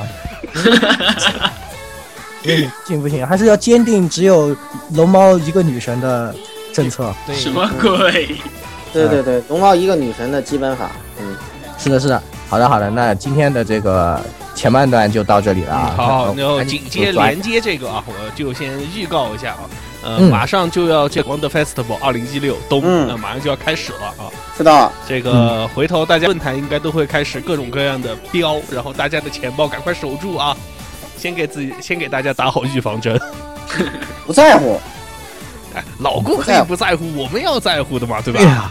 Speaker 1: 嗯行不行？还是要坚定只有龙猫一个女神的政策。
Speaker 4: 对，
Speaker 5: 什么鬼？
Speaker 3: 对对对，龙猫一个女神的基本法，嗯，
Speaker 1: 是的，是的。好的，好的，那今天的这个前半段就到这里了啊。
Speaker 2: 嗯好，然后
Speaker 1: 赶紧
Speaker 2: 紧接
Speaker 1: 抓
Speaker 2: 连接这个啊，我就先预告一下啊，呃，
Speaker 1: 嗯
Speaker 2: 马上就要这 Wonder Festival 二零一六东，
Speaker 3: 嗯
Speaker 2: 呃，马上就要开始了啊。
Speaker 3: 知道了，
Speaker 2: 这个回头大家论坛应该都会开始各种各样的标，然后大家的钱包赶快守住啊，先给自己先给大家打好预防针。
Speaker 3: 不在乎，
Speaker 2: 哎，老顾可以不在乎，我们要在乎的嘛，对
Speaker 1: 哎
Speaker 2: 吧？
Speaker 1: 呀，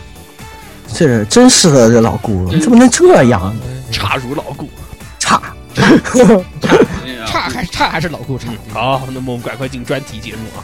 Speaker 1: 这真是的，这老顾
Speaker 2: 嗯
Speaker 1: 怎么能这样？
Speaker 2: 差如老顾。
Speaker 1: 差。
Speaker 5: 对啊
Speaker 4: 差还差还是老顾差。
Speaker 2: 好，那么我们赶快进专题节目 啊。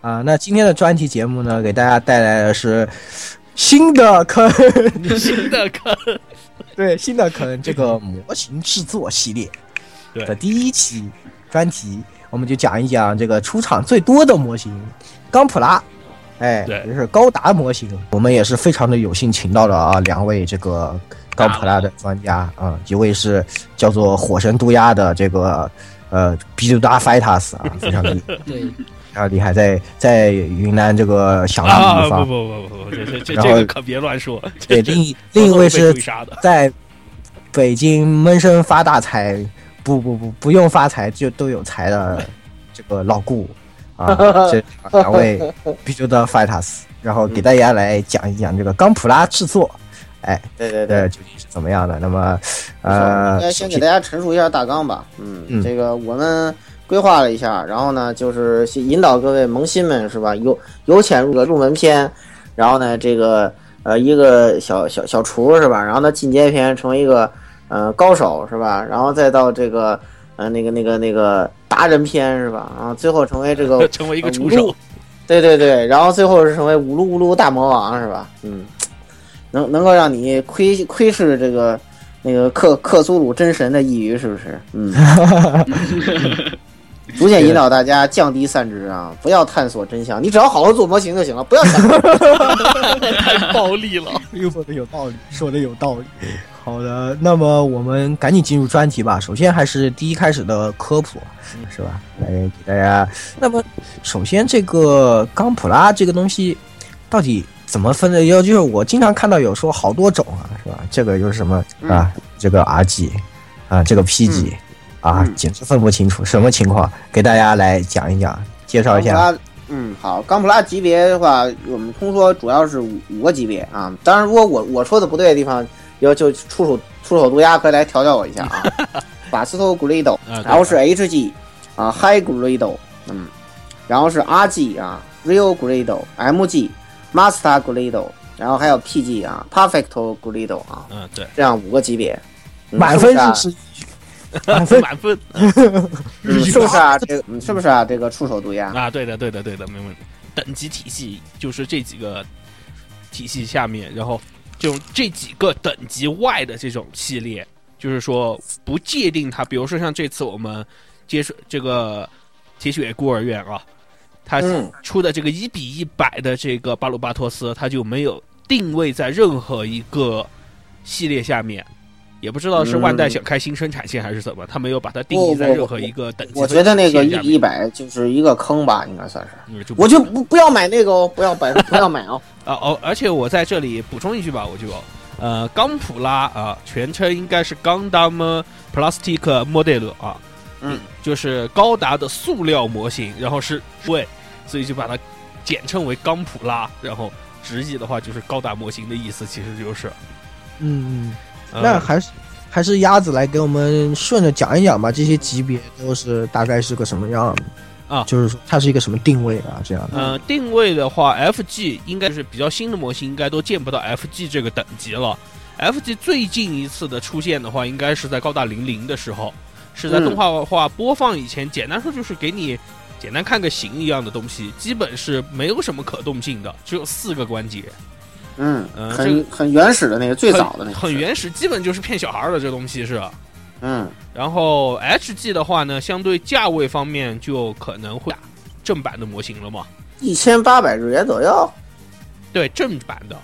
Speaker 1: 啊，那今天的专题节目呢，给大家带来的是新的坑，
Speaker 2: 新的坑，
Speaker 1: 对，新的坑这个模型制作系列
Speaker 2: 对
Speaker 1: 的第一期专题，我们就讲一讲这个出场最多的模型钢普拉。哎，
Speaker 2: 对
Speaker 1: 也就是高达模型，我们也是非常的有幸请到了啊两位这个钢普拉的专家啊、一位是叫做火神渡鸦的这个呃比鲁达 Fightas 啊，非常的厉害
Speaker 4: 对，
Speaker 1: 非常厉害，在在云南这个响亮的
Speaker 2: 啊！
Speaker 1: 地方
Speaker 2: 不，不不不不，这这这
Speaker 1: 然
Speaker 2: 这
Speaker 1: 后
Speaker 2: 个可别乱说。
Speaker 1: 对，
Speaker 2: 这
Speaker 1: 另一
Speaker 2: 这
Speaker 1: 另一位
Speaker 2: 偷偷哦被
Speaker 1: 是
Speaker 2: 追杀的，
Speaker 1: 在北京闷声发大财，不不不，不用发财就都有财的这个老顾 啊，这两位必须的 fighters，然后给大家来讲一讲这个钢普拉制作，哎，
Speaker 3: 对对对
Speaker 1: 呃，。究竟是怎么样的？那么，
Speaker 3: 应
Speaker 1: 呃，
Speaker 3: 该先给大家陈述一下大纲吧。
Speaker 1: 嗯
Speaker 3: 嗯，这个我们规划了一下，然后呢，就是引导各位萌新们是吧？由由浅入个入门篇，然后呢，这个呃一个小小小厨是吧？然后呢进阶篇成为一个呃高手是吧？然后再到这个呃那个那个那个达人篇是吧？然后最后成为这 个
Speaker 2: 成为一个
Speaker 3: 呃
Speaker 2: 助手，，
Speaker 3: 对对对，然后最后是成为五路五路大魔王是吧？嗯，能能够让你窥窥视这个那个克克苏鲁真神的一隅是不是？嗯，逐渐引导大家降低散值啊，不要探索真相，你只要好好做模型就行了，不要想。
Speaker 2: 太暴力了。
Speaker 1: 又 说的有道理，说的有道理。好的，那么我们赶紧进入专题吧。首先还是第一开始的科普，
Speaker 3: 嗯
Speaker 1: 是吧？来给大家。那么，首先这个钢普拉这个东西到底怎么分的？要就是我经常看到有说好多种啊，是吧？这个又是什么啊？这个 R G 啊，这个 P G 啊
Speaker 3: 嗯，
Speaker 1: 简直分不清楚什么情况。给大家来讲一讲，介绍
Speaker 3: 钢
Speaker 1: 一
Speaker 3: 普
Speaker 1: 下。
Speaker 3: 拉，嗯，好，钢普拉级别的话，我们通说主要是五五个级别啊。当然，如果我我说的不对的地方，要就出手出手毒鸦可以来调教我一下啊。法斯托古雷斗，
Speaker 2: 啊对
Speaker 3: 然后是 HG 啊，High Grade，嗯，然后是 RG 啊，Real Grade，MG、Master Grade，然后还有 PG 啊，Perfect Grade 啊，
Speaker 2: 嗯，对，
Speaker 3: 这样五个级别。嗯
Speaker 1: 满分是
Speaker 3: 是
Speaker 1: 十一，满分
Speaker 2: 满分
Speaker 3: 不是啊？嗯是不是啊？这个嗯是不是啊？这个触手毒鸦，
Speaker 2: 啊！对的，对的，对的，没问题。等级体系就是这几个体系下面，然后这种这几个等级外的这种系列，就是说不界定它。比如说像这次我们接触这个铁血孤儿院啊，它
Speaker 3: 嗯
Speaker 2: 出的这个一比一百的这个巴鲁巴托斯，它就没有定位在任何一个系列下面。也不知道是万代
Speaker 3: 嗯
Speaker 2: 想开新生产线还是怎么，它没有把它定
Speaker 3: 不
Speaker 2: 义在
Speaker 3: 不
Speaker 2: 任
Speaker 3: 不
Speaker 2: 何一个等级
Speaker 3: 我
Speaker 2: 和
Speaker 3: 觉得那个
Speaker 2: 线
Speaker 3: 一
Speaker 2: 下
Speaker 3: 比
Speaker 2: 面
Speaker 3: 一百就是一个坑吧，应该算是。
Speaker 2: 嗯就不
Speaker 3: 我就不不要买那个哦，不要买，不要买 哦。
Speaker 2: 啊哦，而且我在这里补充一句吧，我就呃，冈普拉啊，全称应该是 Gundam Plastic Model 啊，
Speaker 3: 嗯，
Speaker 2: 就是高达的塑料模型，然后是对，所以就把它简称为冈普拉，然后直译的话就是高达模型的意思，其实就是
Speaker 1: 嗯。
Speaker 2: 呃
Speaker 1: 那还是还是鸭子来给我们顺着讲一讲吧，这些级别都是大概是个什么样的
Speaker 2: 啊
Speaker 1: 就是说它是一个什么定位啊？这样的。
Speaker 2: 呃，定位的话，FG 应该就是比较新的模型，应该都见不到 FG 这个等级了。FG 最近一次的出现的话，应该是在高达零零的时候，是在
Speaker 3: 嗯
Speaker 2: 动画化播放以前，简单说就是给你简单看个形一样的东西，基本是没有什么可动性的，只有四个关节，
Speaker 3: 嗯
Speaker 2: 嗯，这
Speaker 3: 很很原始的那个，最早的那个，
Speaker 2: 很，原始，基本就是骗小孩儿的这东西是。啊
Speaker 3: 嗯
Speaker 2: 然后 HG 的话呢，相对价位方面就可能会打正版的模型了嘛，
Speaker 3: 一千八百日元左右，
Speaker 2: 对正版的，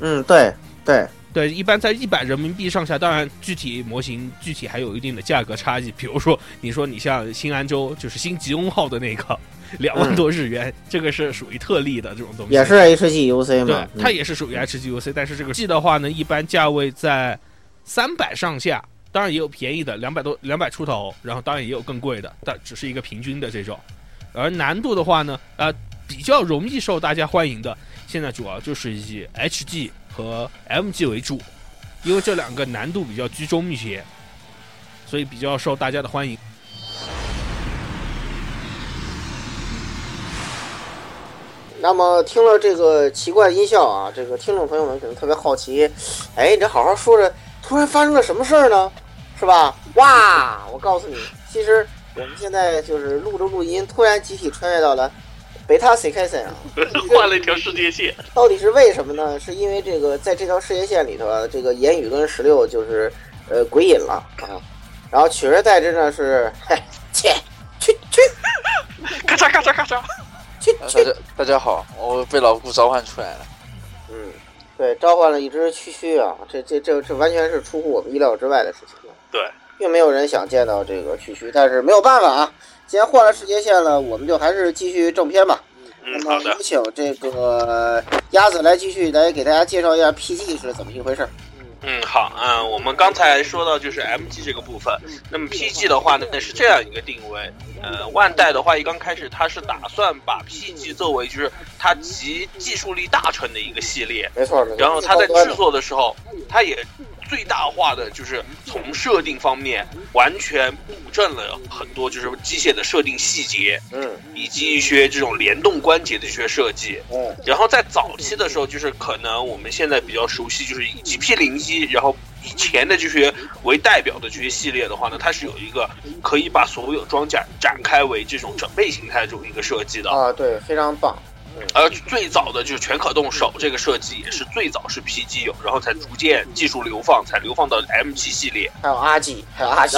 Speaker 3: 嗯，对对，
Speaker 2: 对，一般在一百人民币上下，当然具体模型具体还有一定的价格差异。比如说，你说你像新安州，就是新吉翁号的那个两万多日元，这个是属于特例的这种东西，
Speaker 3: 嗯也是 HG UC
Speaker 2: 对
Speaker 3: 嘛，，
Speaker 2: 它
Speaker 3: 嗯
Speaker 2: 也是属于 HGUC，但是这个 G 的话呢，一般价位在三百上下，当然也有便宜的，两百多两百出头，然后当然也有更贵的，但只是一个平均的这种。而难度的话呢，呃，比较容易受大家欢迎的，现在主要就是以 HG 和 MG 为主，因为这两个难度比较居中一些，所以比较受大家的欢迎。
Speaker 3: 那么听了这个奇怪音效啊，这个听众朋友们可能特别好奇，哎，你这好好说着，突然发生了什么事儿呢？是吧？哇！我告诉你，其实我们现在就是录着录音，突然集体穿越到了北塔 C K 森啊，
Speaker 6: 换了一条世界线，
Speaker 3: 到底是为什么呢？是因为这个在这条世界线里头，啊，这个言语跟石榴就是呃鬼隐了啊，然后取而代之呢是，嘿，切，去去
Speaker 6: 咔嚓咔嚓咔嚓。
Speaker 3: 去
Speaker 7: 呃大
Speaker 3: 去
Speaker 7: 家大家好，我被老顾召唤出来了。
Speaker 3: 嗯，对，召唤了一只区区啊，这这这这完全是出乎我们意料之外的事情。啊
Speaker 6: 对，
Speaker 3: 并没有人想见到这个区区，但是没有办法啊，既然换了世界线了，我们就还是继续正片吧。
Speaker 6: 嗯，
Speaker 3: 那
Speaker 6: 好
Speaker 3: 么
Speaker 6: 的
Speaker 3: 有。请这个鸭子来继续来给大家介绍一下 PG 是怎么一回事儿。
Speaker 2: 嗯，好，嗯，我们刚才说到就是 MG 这个部分，那么 PG 的话呢，是这样一个定位，呃，万代的话一刚开始它是打算把 PG 作为就是它集技术力大成的一个系列，
Speaker 3: 没错，没错
Speaker 2: 然后它在制作的时候，它也最大化的就是从设定方面 完全布阵了很多就是机械的设定细节，
Speaker 3: 嗯
Speaker 2: 以及一些这种联动关节的一些设计，
Speaker 3: 嗯
Speaker 2: 然后在早期的时候，就是可能我们现在比较熟悉，就是以 GP 零一，然后以前的这些为代表的这些系列的话呢，它是有一个可以把所有装甲展开为这种整备形态的这么一个设计的。
Speaker 3: 啊，对，非常棒。
Speaker 2: 而呃最早的就是全可动手这个设计也是最早是 PG 有，然后才逐渐技术流放，才流放到 MG 系列。
Speaker 3: 还有阿 G，还有阿 G，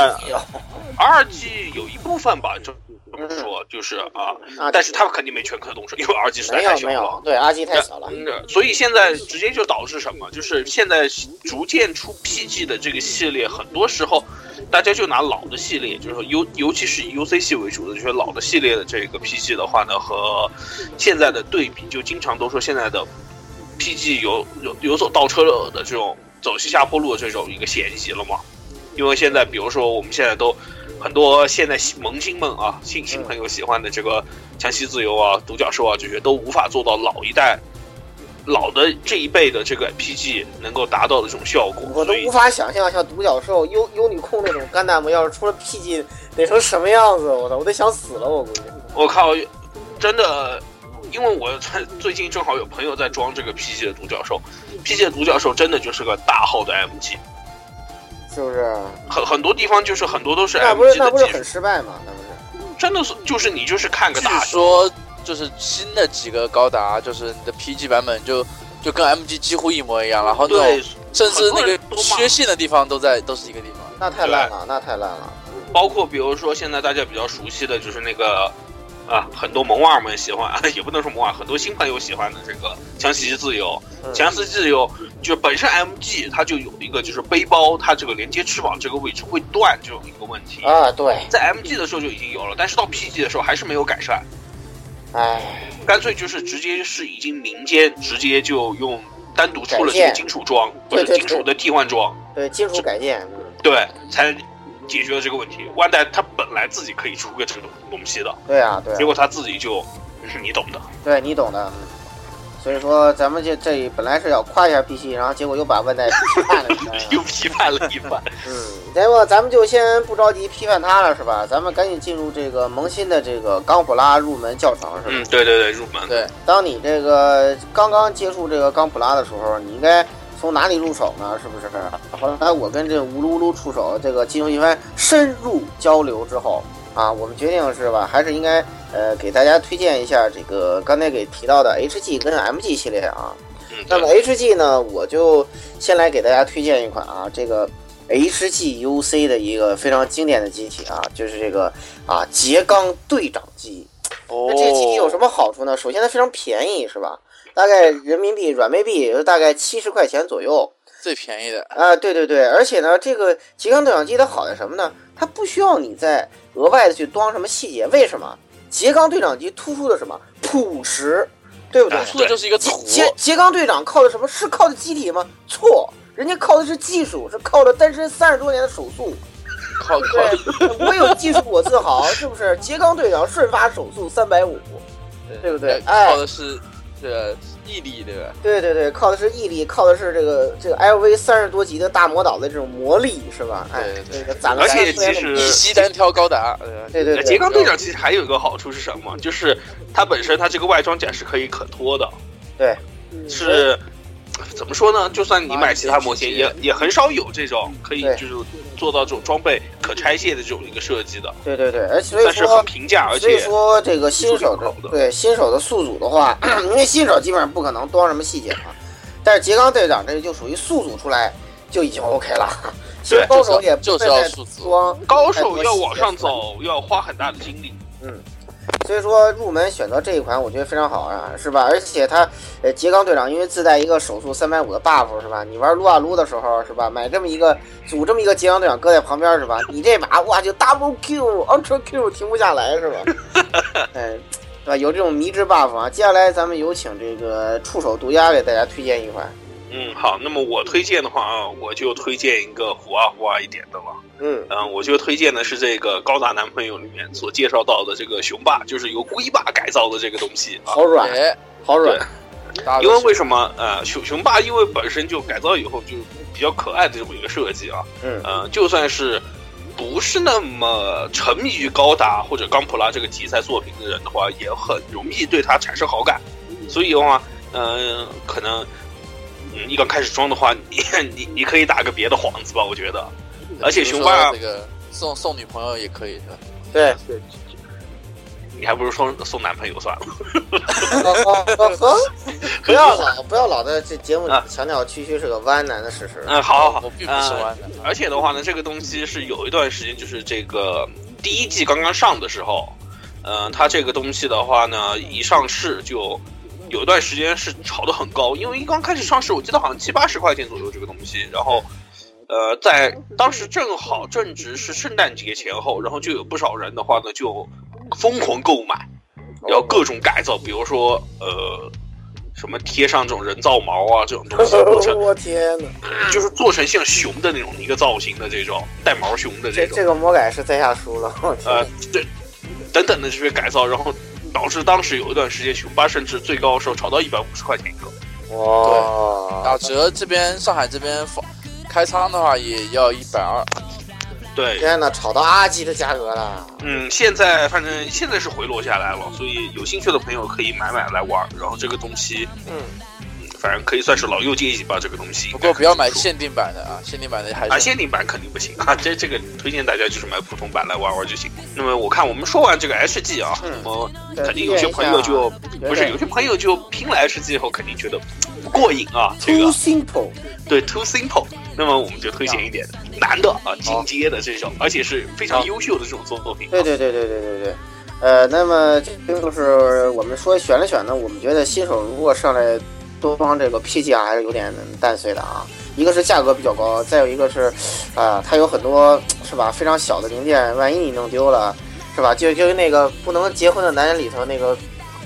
Speaker 2: RG 有一部分吧，就这么说，就是啊，
Speaker 3: 啊，
Speaker 2: 但是他们肯定没全可动手，因为 RG 实在
Speaker 3: 没
Speaker 2: 太
Speaker 3: 有
Speaker 2: 小
Speaker 3: 没
Speaker 2: 了
Speaker 3: 有。，对，阿 G 太小了。
Speaker 2: 嗯，所以现在直接就导致什么？就是现在逐渐出 PG 的这个系列，很多时候大家就拿老的系列，就是说尤尤其是以 UC 系为主的这些老的系列的这个 PG 的话呢，和现在的对比，就经常都说现在的 PG 有有有走倒车了的这种走下坡路的这种一个嫌疑了嘛？因为现在比如说我们现在都很多现在新萌新们啊，新新朋友喜欢的这个强袭自由啊、独角兽啊这些，都无法做到老一代。老的这一辈的这个 PG 能够达到的这种效果，
Speaker 3: 我都
Speaker 2: 所以
Speaker 3: 无法想象，像独角兽、幽幽女控那种干弹幕，要是出了 PG 得成什么样子？我操，我得想死了，我估计。
Speaker 2: 我靠，真的，因为我最最近正好有朋友在装这个 PG 的独角兽，PG 的独角兽真的就是个大号的 MG，
Speaker 3: 是不是？
Speaker 2: 很很多地方就是很多都是
Speaker 3: 那不是
Speaker 2: MG
Speaker 3: 那
Speaker 2: 的
Speaker 3: 不是
Speaker 2: 技术
Speaker 3: 很，失败吗？那不是。
Speaker 2: 真的是就是你就是看个
Speaker 7: 据
Speaker 2: 大小，
Speaker 7: 说就是新的几个高达，就是你的 PG 版本就就跟 MG 几乎一模一样，然后那
Speaker 2: 对
Speaker 7: 种，甚至那
Speaker 2: 很多人
Speaker 7: 个
Speaker 2: 都骂
Speaker 7: 缺陷的地方都在都是一个地方。
Speaker 3: 那太烂了，那太烂了。
Speaker 2: 包括比如说现在大家比较熟悉的就是那个。啊，很多萌娃们喜欢， 也不能说萌娃，很多新朋友喜欢的这个强袭自由，
Speaker 3: 嗯
Speaker 2: 强袭自由就本身 MG 它就有一个就是背包，它这个连接翅膀这个位置会断这种一个问题
Speaker 3: 啊，对，
Speaker 2: 在 MG 的时候就已经有了，但是到 PG 的时候还是没有改善，
Speaker 3: 哎，
Speaker 2: 干脆就是直接是已经民间直接就用单独出了这个金属装或
Speaker 3: 对
Speaker 2: 者
Speaker 3: 对
Speaker 2: 金属的替换装，
Speaker 3: 对，金属改建，嗯
Speaker 2: 对，才解决了这个问题。万代它本来自己可以出个这种东西的，
Speaker 3: 对啊，对
Speaker 2: 结
Speaker 3: 啊，
Speaker 2: 果它自己就，嗯你懂的。
Speaker 3: 对你懂的。嗯所以说，咱们这这本来是要夸一下 PC，然后结果又把 万代批判了一番啊。
Speaker 2: 又批判了一番，
Speaker 3: 嗯，要不咱们就先不着急批判他了，是吧？咱们赶紧进入这个萌新的这个刚普拉入门教程，是吧？
Speaker 2: 嗯，对对对，入门，
Speaker 7: 对，
Speaker 3: 当你这个刚刚接触这个钢普拉的时候，你应该从哪里入手呢？是不是？后来我跟这乌噜乌噜触手，这个进行一番深入交流之后啊，我们决定是吧，还是应该呃给大家推荐一下这个刚才给提到的 HG 跟 MG 系列啊。
Speaker 7: 嗯，
Speaker 3: 那
Speaker 6: 哎
Speaker 3: 么
Speaker 7: 对
Speaker 3: HG 呢，我就先来给大家推荐一款啊，这个 HG UC 的一个非常经典的机体啊，就是这个啊杰钢队长机。
Speaker 7: 哦
Speaker 3: 那，这个机体有什么好处呢？首先它非常便宜，是吧？大概人民币软妹币也就大概七十块钱左右
Speaker 7: 哦最便宜的，
Speaker 3: 啊、对对对，而且呢，这个极钢对讲机它好在什么呢？它不需要你再额外的去装什么细节，为什么？杰钢对讲机突出的什么朴实，对不对
Speaker 7: 突？出的就是一个
Speaker 3: 杰
Speaker 7: 哎土，
Speaker 3: 杰杰刚队长靠的什么是靠的机体吗？错，人家靠的是技术，是靠着单身三十多年的手速。
Speaker 7: 靠靠，
Speaker 3: 对，我有技术我自豪，是不是？杰刚队长瞬发手速三百五，对不对哎
Speaker 7: 靠的是这毅力，对吧？
Speaker 3: 对对对，靠的是毅力，靠的是这个这个 LV 三十多级的大魔导的这种魔力，是吧？哎，
Speaker 7: 对对
Speaker 3: 这个攒了
Speaker 6: 而
Speaker 3: 三
Speaker 6: 且
Speaker 3: 十多年的
Speaker 6: 其
Speaker 3: 魔
Speaker 7: 一
Speaker 3: 力
Speaker 6: 实
Speaker 7: 息单挑高达，对吧
Speaker 3: 对对对，
Speaker 6: 杰刚队长其实还有一个好处是什么？就是它本身它这个外装甲是可以可脱的，
Speaker 3: 嗯
Speaker 6: 是怎么说呢？就算你买其他模
Speaker 3: 啊
Speaker 6: 型，也也很少有这种可以
Speaker 3: 对
Speaker 6: 就是做到这种装备可拆卸的这种一个设计的，
Speaker 3: 对对对，而所以
Speaker 6: 但是
Speaker 3: 说
Speaker 6: 很平价，而
Speaker 3: 所以
Speaker 6: 且
Speaker 3: 说这个新手
Speaker 6: 技术是
Speaker 3: 的
Speaker 6: 有的
Speaker 3: 对新手的宿主的话， 因为新手基本上不可能装什么细节嘛，但是杰刚队长这个就属于宿主出来就已经 OK 了，其实
Speaker 6: 对
Speaker 3: 高手也不
Speaker 7: 就是
Speaker 3: 会
Speaker 7: 要
Speaker 3: 再
Speaker 7: 宿主
Speaker 3: 装
Speaker 6: 高
Speaker 3: 太多
Speaker 6: 手要
Speaker 3: 细
Speaker 6: 往
Speaker 3: 节
Speaker 6: 上
Speaker 3: 出来，
Speaker 6: 走，要花很大的精力。
Speaker 3: 所以说入门选择这一款我觉得非常好啊，是吧？而且它呃杰刚队长因为自带一个手速三百五的 buff 是吧？你玩撸啊撸的时候是吧？买这么一个组这么一个杰刚队长搁在旁边是吧？你这把哇就 double Q ultra Q 停不下来是吧？哎，对吧？有这种迷之 buff 啊。接下来咱们有请这个触手独家给大家推荐一款，
Speaker 6: 嗯，好，那么我推荐的话啊，我就推荐一个糊啊糊啊一点的了。
Speaker 3: 嗯，
Speaker 6: 嗯，我就推荐的是这个《高达男朋友》里面所介绍到的这个雄霸，就是由龟霸改造的这个东西啊。
Speaker 3: 好软，
Speaker 7: 哎，
Speaker 3: 好软，
Speaker 7: 大
Speaker 6: 因为为
Speaker 7: 什
Speaker 6: 什么？呃，雄雄霸因为本身就改造以后就比较可爱的这么一个设计啊，
Speaker 3: 嗯
Speaker 6: 呃，就算是不是那么沉迷于高达或者钢普拉这个题材作品的人的话，也很容易对它产生好感。所以的话，嗯、可能，嗯，你刚开始装的话，你 你你可以打个别的幌子吧，我觉得。
Speaker 7: 么
Speaker 6: 而且
Speaker 7: 比如
Speaker 6: 雄
Speaker 7: 说
Speaker 6: 霸
Speaker 7: 这个送送女朋友也可以是吧？
Speaker 3: 对，
Speaker 6: 你还不如送送男朋友算了。
Speaker 3: 不要老不要老在这节目里强调区区是个弯男的事实，
Speaker 6: 嗯，好好好，
Speaker 7: 我并不喜欢的。
Speaker 6: 而且的话呢，这个东西是有一段时间，就是这个第一季刚刚上的时候，嗯、它这个东西的话呢，一上市就有一段时间是炒得很高，因为一刚开始上市，我记得好像七八十块钱左右这个东西，然后。呃，在当时正好正值是圣诞节前后，然后就有不少人的话呢，就疯狂购买，要各种改造，比如说呃，什么贴上这种人造毛啊这种东西，做 成
Speaker 3: 我天哪！
Speaker 6: 就是做成像熊的那种一个造型的这种带毛熊的
Speaker 3: 这
Speaker 6: 这种
Speaker 3: 这，个魔改是在下输了，我天！
Speaker 6: 呃，这等等的这些改造，然后导致当时有一段时间熊八甚至最高的时候炒到一百五十块钱一个。
Speaker 3: 哇，
Speaker 7: 打折这边上海这边放开仓的话也要一百二，
Speaker 6: 对，
Speaker 3: 天哪，炒到阿基的价格了！
Speaker 6: 嗯，现在反正现在是回落下来了，所以有兴趣的朋友可以买买来玩儿。然后这个东西，
Speaker 3: 嗯
Speaker 6: 嗯，反正可以算是老幼皆宜吧，这个东西。
Speaker 7: 不过不要买限定版的啊，限定版的还
Speaker 6: 啊，
Speaker 7: 是
Speaker 6: 限定版肯定不行啊，这这个推荐大家就是买普通版来玩玩就行。那么我看我们说完这个 HG 啊，
Speaker 3: 嗯
Speaker 6: 那么肯定有些朋友就不是有些朋友就拼了 HG 以后肯定觉得不过瘾啊，这
Speaker 3: too
Speaker 6: 个
Speaker 3: simple，
Speaker 6: 对 too simple。那么我们就推荐一点难的啊，进阶的这种，而且是非常优秀的这种作品。
Speaker 3: 啊
Speaker 6: 啊
Speaker 3: 对对对对对对对。呃，那么这就是我们说选了选呢，我们觉得新手如果上来多方这个 PG 啊，还是有点淡碎的啊。一个是价格比较高，再有一个是，啊、它有很多是吧非常小的零件，万一你弄丢了，是吧？就就跟那个不能结婚的男人里头那个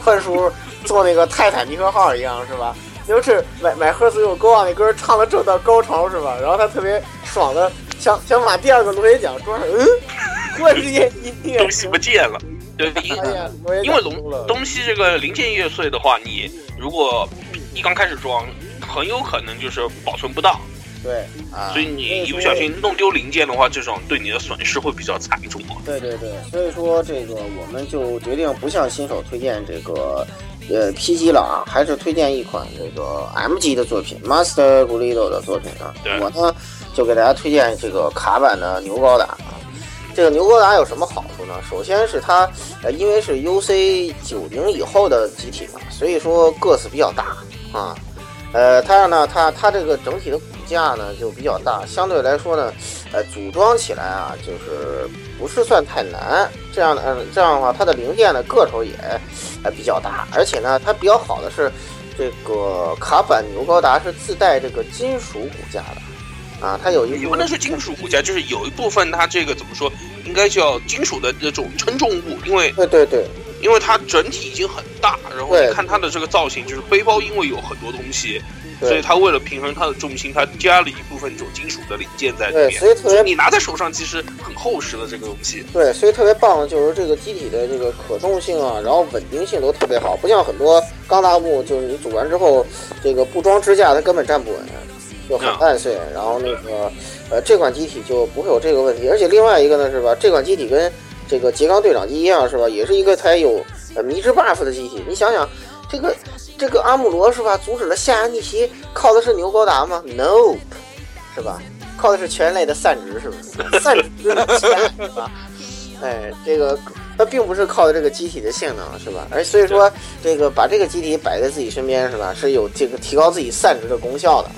Speaker 3: 宽叔做那个泰坦尼克号一样，是吧？就是买买赫斯有勾啊，那歌唱的正到高潮是吧？然后他特别爽的想想把第二个螺旋桨装上，嗯， 突然之间一灭
Speaker 6: 东西不见了，对， 因
Speaker 3: 哎呀，我也
Speaker 6: 因为
Speaker 3: 想哭了
Speaker 6: 龙东西这个零件越碎的话，你如果你刚开始装，很有可能就是保存不当，
Speaker 3: 对
Speaker 7: 啊
Speaker 6: 所，以你一不小心弄丢零件的话，这种对你的损失会比较惨重啊。
Speaker 3: 对对对，所以说这个我们就决定不向新手推荐这个呃 P 级了啊，还是推荐一款这个 M 级的作品，Master Guido 的作品啊
Speaker 6: 对。
Speaker 3: 我呢就给大家推荐这个卡版的牛高达啊。这个牛高达有什么好处呢？首先是它，呃，因为是 UC 九零以后的机体嘛，所以说个子比较大啊。呃，它呢，它它这个整体的骨架呢就比较大，相对来说呢，呃，组装起来啊，就是不是算太难。这样的，呃，这样的话，它的零件的个头也呃比较大，而且呢，它比较好的是，这个卡板牛高达是自带这个金属骨架的，啊，它有一
Speaker 6: 也
Speaker 3: 部
Speaker 6: 不
Speaker 3: 分
Speaker 6: 能说金属骨架，就是有一部分它这个怎么说，应该叫金属的这种称重物，因为
Speaker 3: 对对对，
Speaker 6: 因为它整体已经很大，然后
Speaker 3: 对
Speaker 6: 你看它的这个造型，就是背包因为有很多东西，
Speaker 3: 对
Speaker 6: 所以它为了平衡它的重心，它加了一部分这种金属的零件在里
Speaker 3: 对，
Speaker 6: 面。
Speaker 3: 所以特别
Speaker 6: 你拿在手上其实很厚实的这个东西，
Speaker 3: 对，所以特别棒的就是这个机体的这个可动性啊，然后稳定性都特别好，不像很多钢大木，就是你组完之后，这个不装支架它根本站不稳，就很烂碎。然后那个呃，这款机体就不会有这个问题。而且另外一个呢是吧，这款机体跟这个杰钢队长机一样是吧，也是一个才有呃迷之 buff 的机体。你想想，这个这个阿姆罗是吧，阻止了夏安逆袭，靠的是牛高达吗？No，是吧？靠的是全人类的散值，是不是？散值是吧？哎，这个它并不是靠的这个机体的性能是吧？而所以说，这个把这个机体摆在自己身边是吧，是有这个提高自己散值的功效的。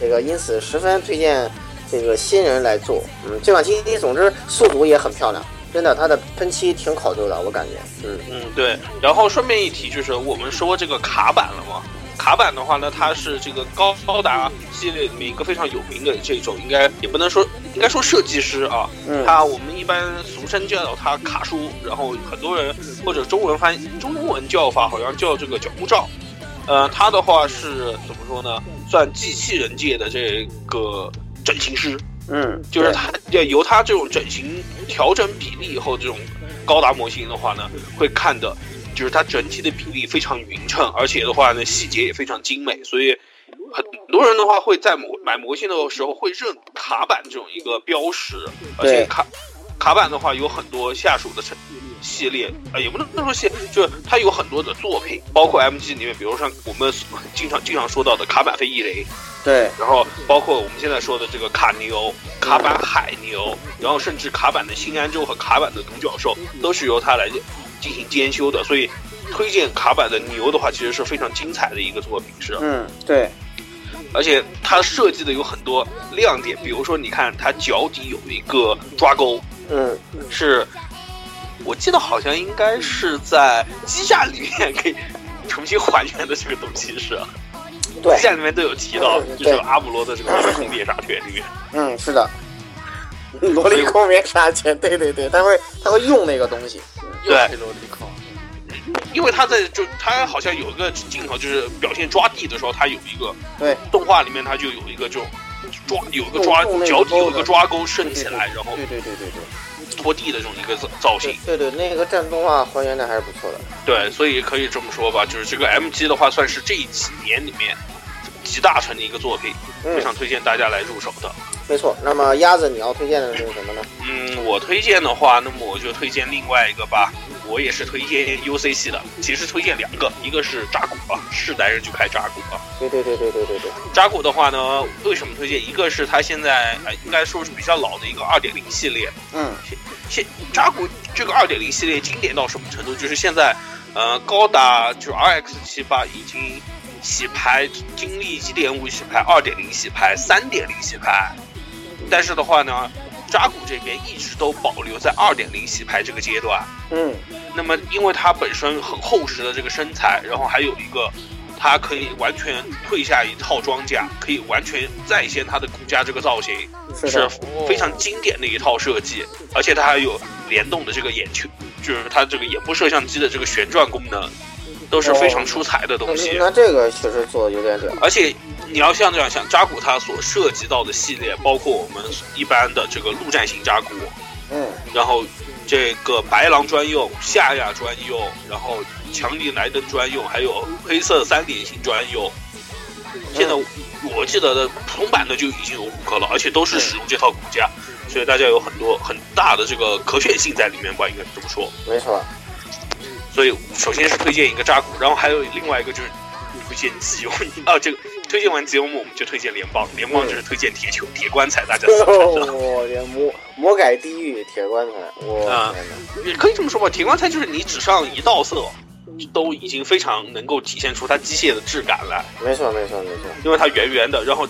Speaker 3: 这个因此十分推荐这个新人来做。嗯，这款机体总之速度也很漂亮，真的，它的喷漆挺考究的，我感觉。嗯，
Speaker 6: 嗯，对。然后顺便一提，就是我们说这个卡板了嘛，卡板的话呢，它是这个高高达系列里面一个非常有名的这种，应该也不能说，应该说设计师啊，
Speaker 3: 嗯
Speaker 6: 它我们一般俗称叫它卡叔，然后很多人或者中文翻译中文叫法好像叫这个脚护罩。呃，它的话是怎么说呢？算机器人界的这个整形师，
Speaker 3: 嗯，
Speaker 6: 就是它要由它这种整形调整比例以后，这种高达模型的话呢，会看的，就是它整体的比例非常匀称，而且的话呢，细节也非常精美，所以很多人的话会在模买模型的时候会认卡板这种一个标识，而且
Speaker 3: 对
Speaker 6: 卡卡板的话有很多下属的成系列，呃，也不能说系，就是它有很多的作品，包括 MG 里面，比如像我们经常经常说到的卡板飞翼雷，
Speaker 3: 对
Speaker 6: 然后包括我们现在说的这个卡牛、卡板海牛，然后甚至卡板的新安州和卡板的独角兽，都是由它来进行监修的。所以，推荐卡板的牛的话，其实是非常精彩的一个作品，是。
Speaker 3: 嗯，对，
Speaker 6: 而且它设计的有很多亮点，比如说你看它脚底有一个抓钩，
Speaker 3: 嗯，
Speaker 6: 是我记得好像应该是在机架里面 可以重新还原的这个东西是啊，
Speaker 3: 对
Speaker 6: 机，架里面都有提到，就是
Speaker 3: 对
Speaker 6: 阿姆罗的这个空猎杀犬里面。
Speaker 3: 嗯，是的。萝莉控没啥钱，对对对，他会他会用那个东西，
Speaker 7: 又是萝莉控，
Speaker 6: 因为他在就他好像有一个镜头，就是表现抓地的时候，他有一个
Speaker 3: 对
Speaker 6: 动画里面他就有一个这种抓有一个抓
Speaker 3: 动动那个
Speaker 6: 脚底有
Speaker 3: 钩
Speaker 6: 一个
Speaker 3: 子
Speaker 6: 抓钩伸起来，然后
Speaker 3: 对对对对对。
Speaker 6: 拖地的这种一个造造型
Speaker 3: 对。对对，那个战动画还原的还是不错的。
Speaker 6: 对，所以可以这么说吧，就是这个 MG 的话，算是这几年里面集大成的一个作品，非
Speaker 3: 嗯，
Speaker 6: 常推荐大家来入手的。
Speaker 3: 没错。那么鸭子，你要推荐的是什么呢？
Speaker 6: 嗯，我推荐的话，那么我就推荐另外一个吧。我也是推荐 UC 系的，其实推荐两个，一个是扎古啊，是男人就开扎古啊。
Speaker 3: 对对对对对对对，
Speaker 6: 扎古的话呢，为什么推荐？一个是它现在呃，应该说是比较老的一个二点零系列。
Speaker 3: 嗯，
Speaker 6: 现扎古这个二点零系列经典到什么程度？就是现在，呃，高达就是 RX 七八已经洗牌，经历一点五洗牌、二点零洗牌、三点零洗牌，但是的话呢，扎古这边一直都保留在二点零洗牌这个阶段。
Speaker 3: 嗯，
Speaker 6: 那么，因为它本身很厚实的这个身材，然后还有一个，它可以完全退下一套装甲，可以完全再现它的骨架这个造型，
Speaker 3: 是
Speaker 6: 是
Speaker 3: 的，
Speaker 6: 非常经典的一套设计。而且它还有联动的这个眼球，就是它这个眼部摄像机的这个旋转功能，都是非常出彩的东西。
Speaker 3: 那这个确实做的有点屌。
Speaker 6: 而且你要像这样想，扎古它所涉及到的系列，包括我们一般的这个陆战型扎古，
Speaker 3: 嗯，
Speaker 6: 然后这个白狼专用、夏亚专用，然后强力莱登专用，还有黑色三点型专用，现在我记得的普通版的就已经有五颗了，而且都是使用这套骨架，所以大家有很多很大的这个可选性在里面吧，应该是这么说。
Speaker 3: 没 错，
Speaker 6: 所以首先是推荐一个扎古，然后还有另外一个就是推荐吉欧啊，这个推荐完吉欧姆，我们就推荐联邦，联邦就是推荐铁球、铁棺材，大家死缠着。
Speaker 3: 我天，魔魔改地狱铁棺材，我
Speaker 6: 啊
Speaker 3: 天哪！
Speaker 6: 也可以这么说吧，铁棺材就是你只上一道色，都已经非常能够体现出它机械的质感来，
Speaker 3: 没错没错没错，
Speaker 6: 因为它圆圆的，然后。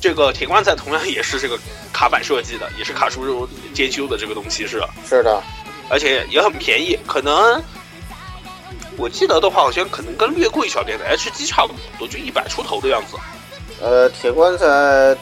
Speaker 6: 这个铁棺材同样也是这个卡板设计的，也是卡叔监修的这个东西是，
Speaker 3: 是的，
Speaker 6: 而且也很便宜，可能我记得的话，好像可能跟略贵一小点的 HG 差不多，就一百出头的样子。
Speaker 3: 呃，铁棺材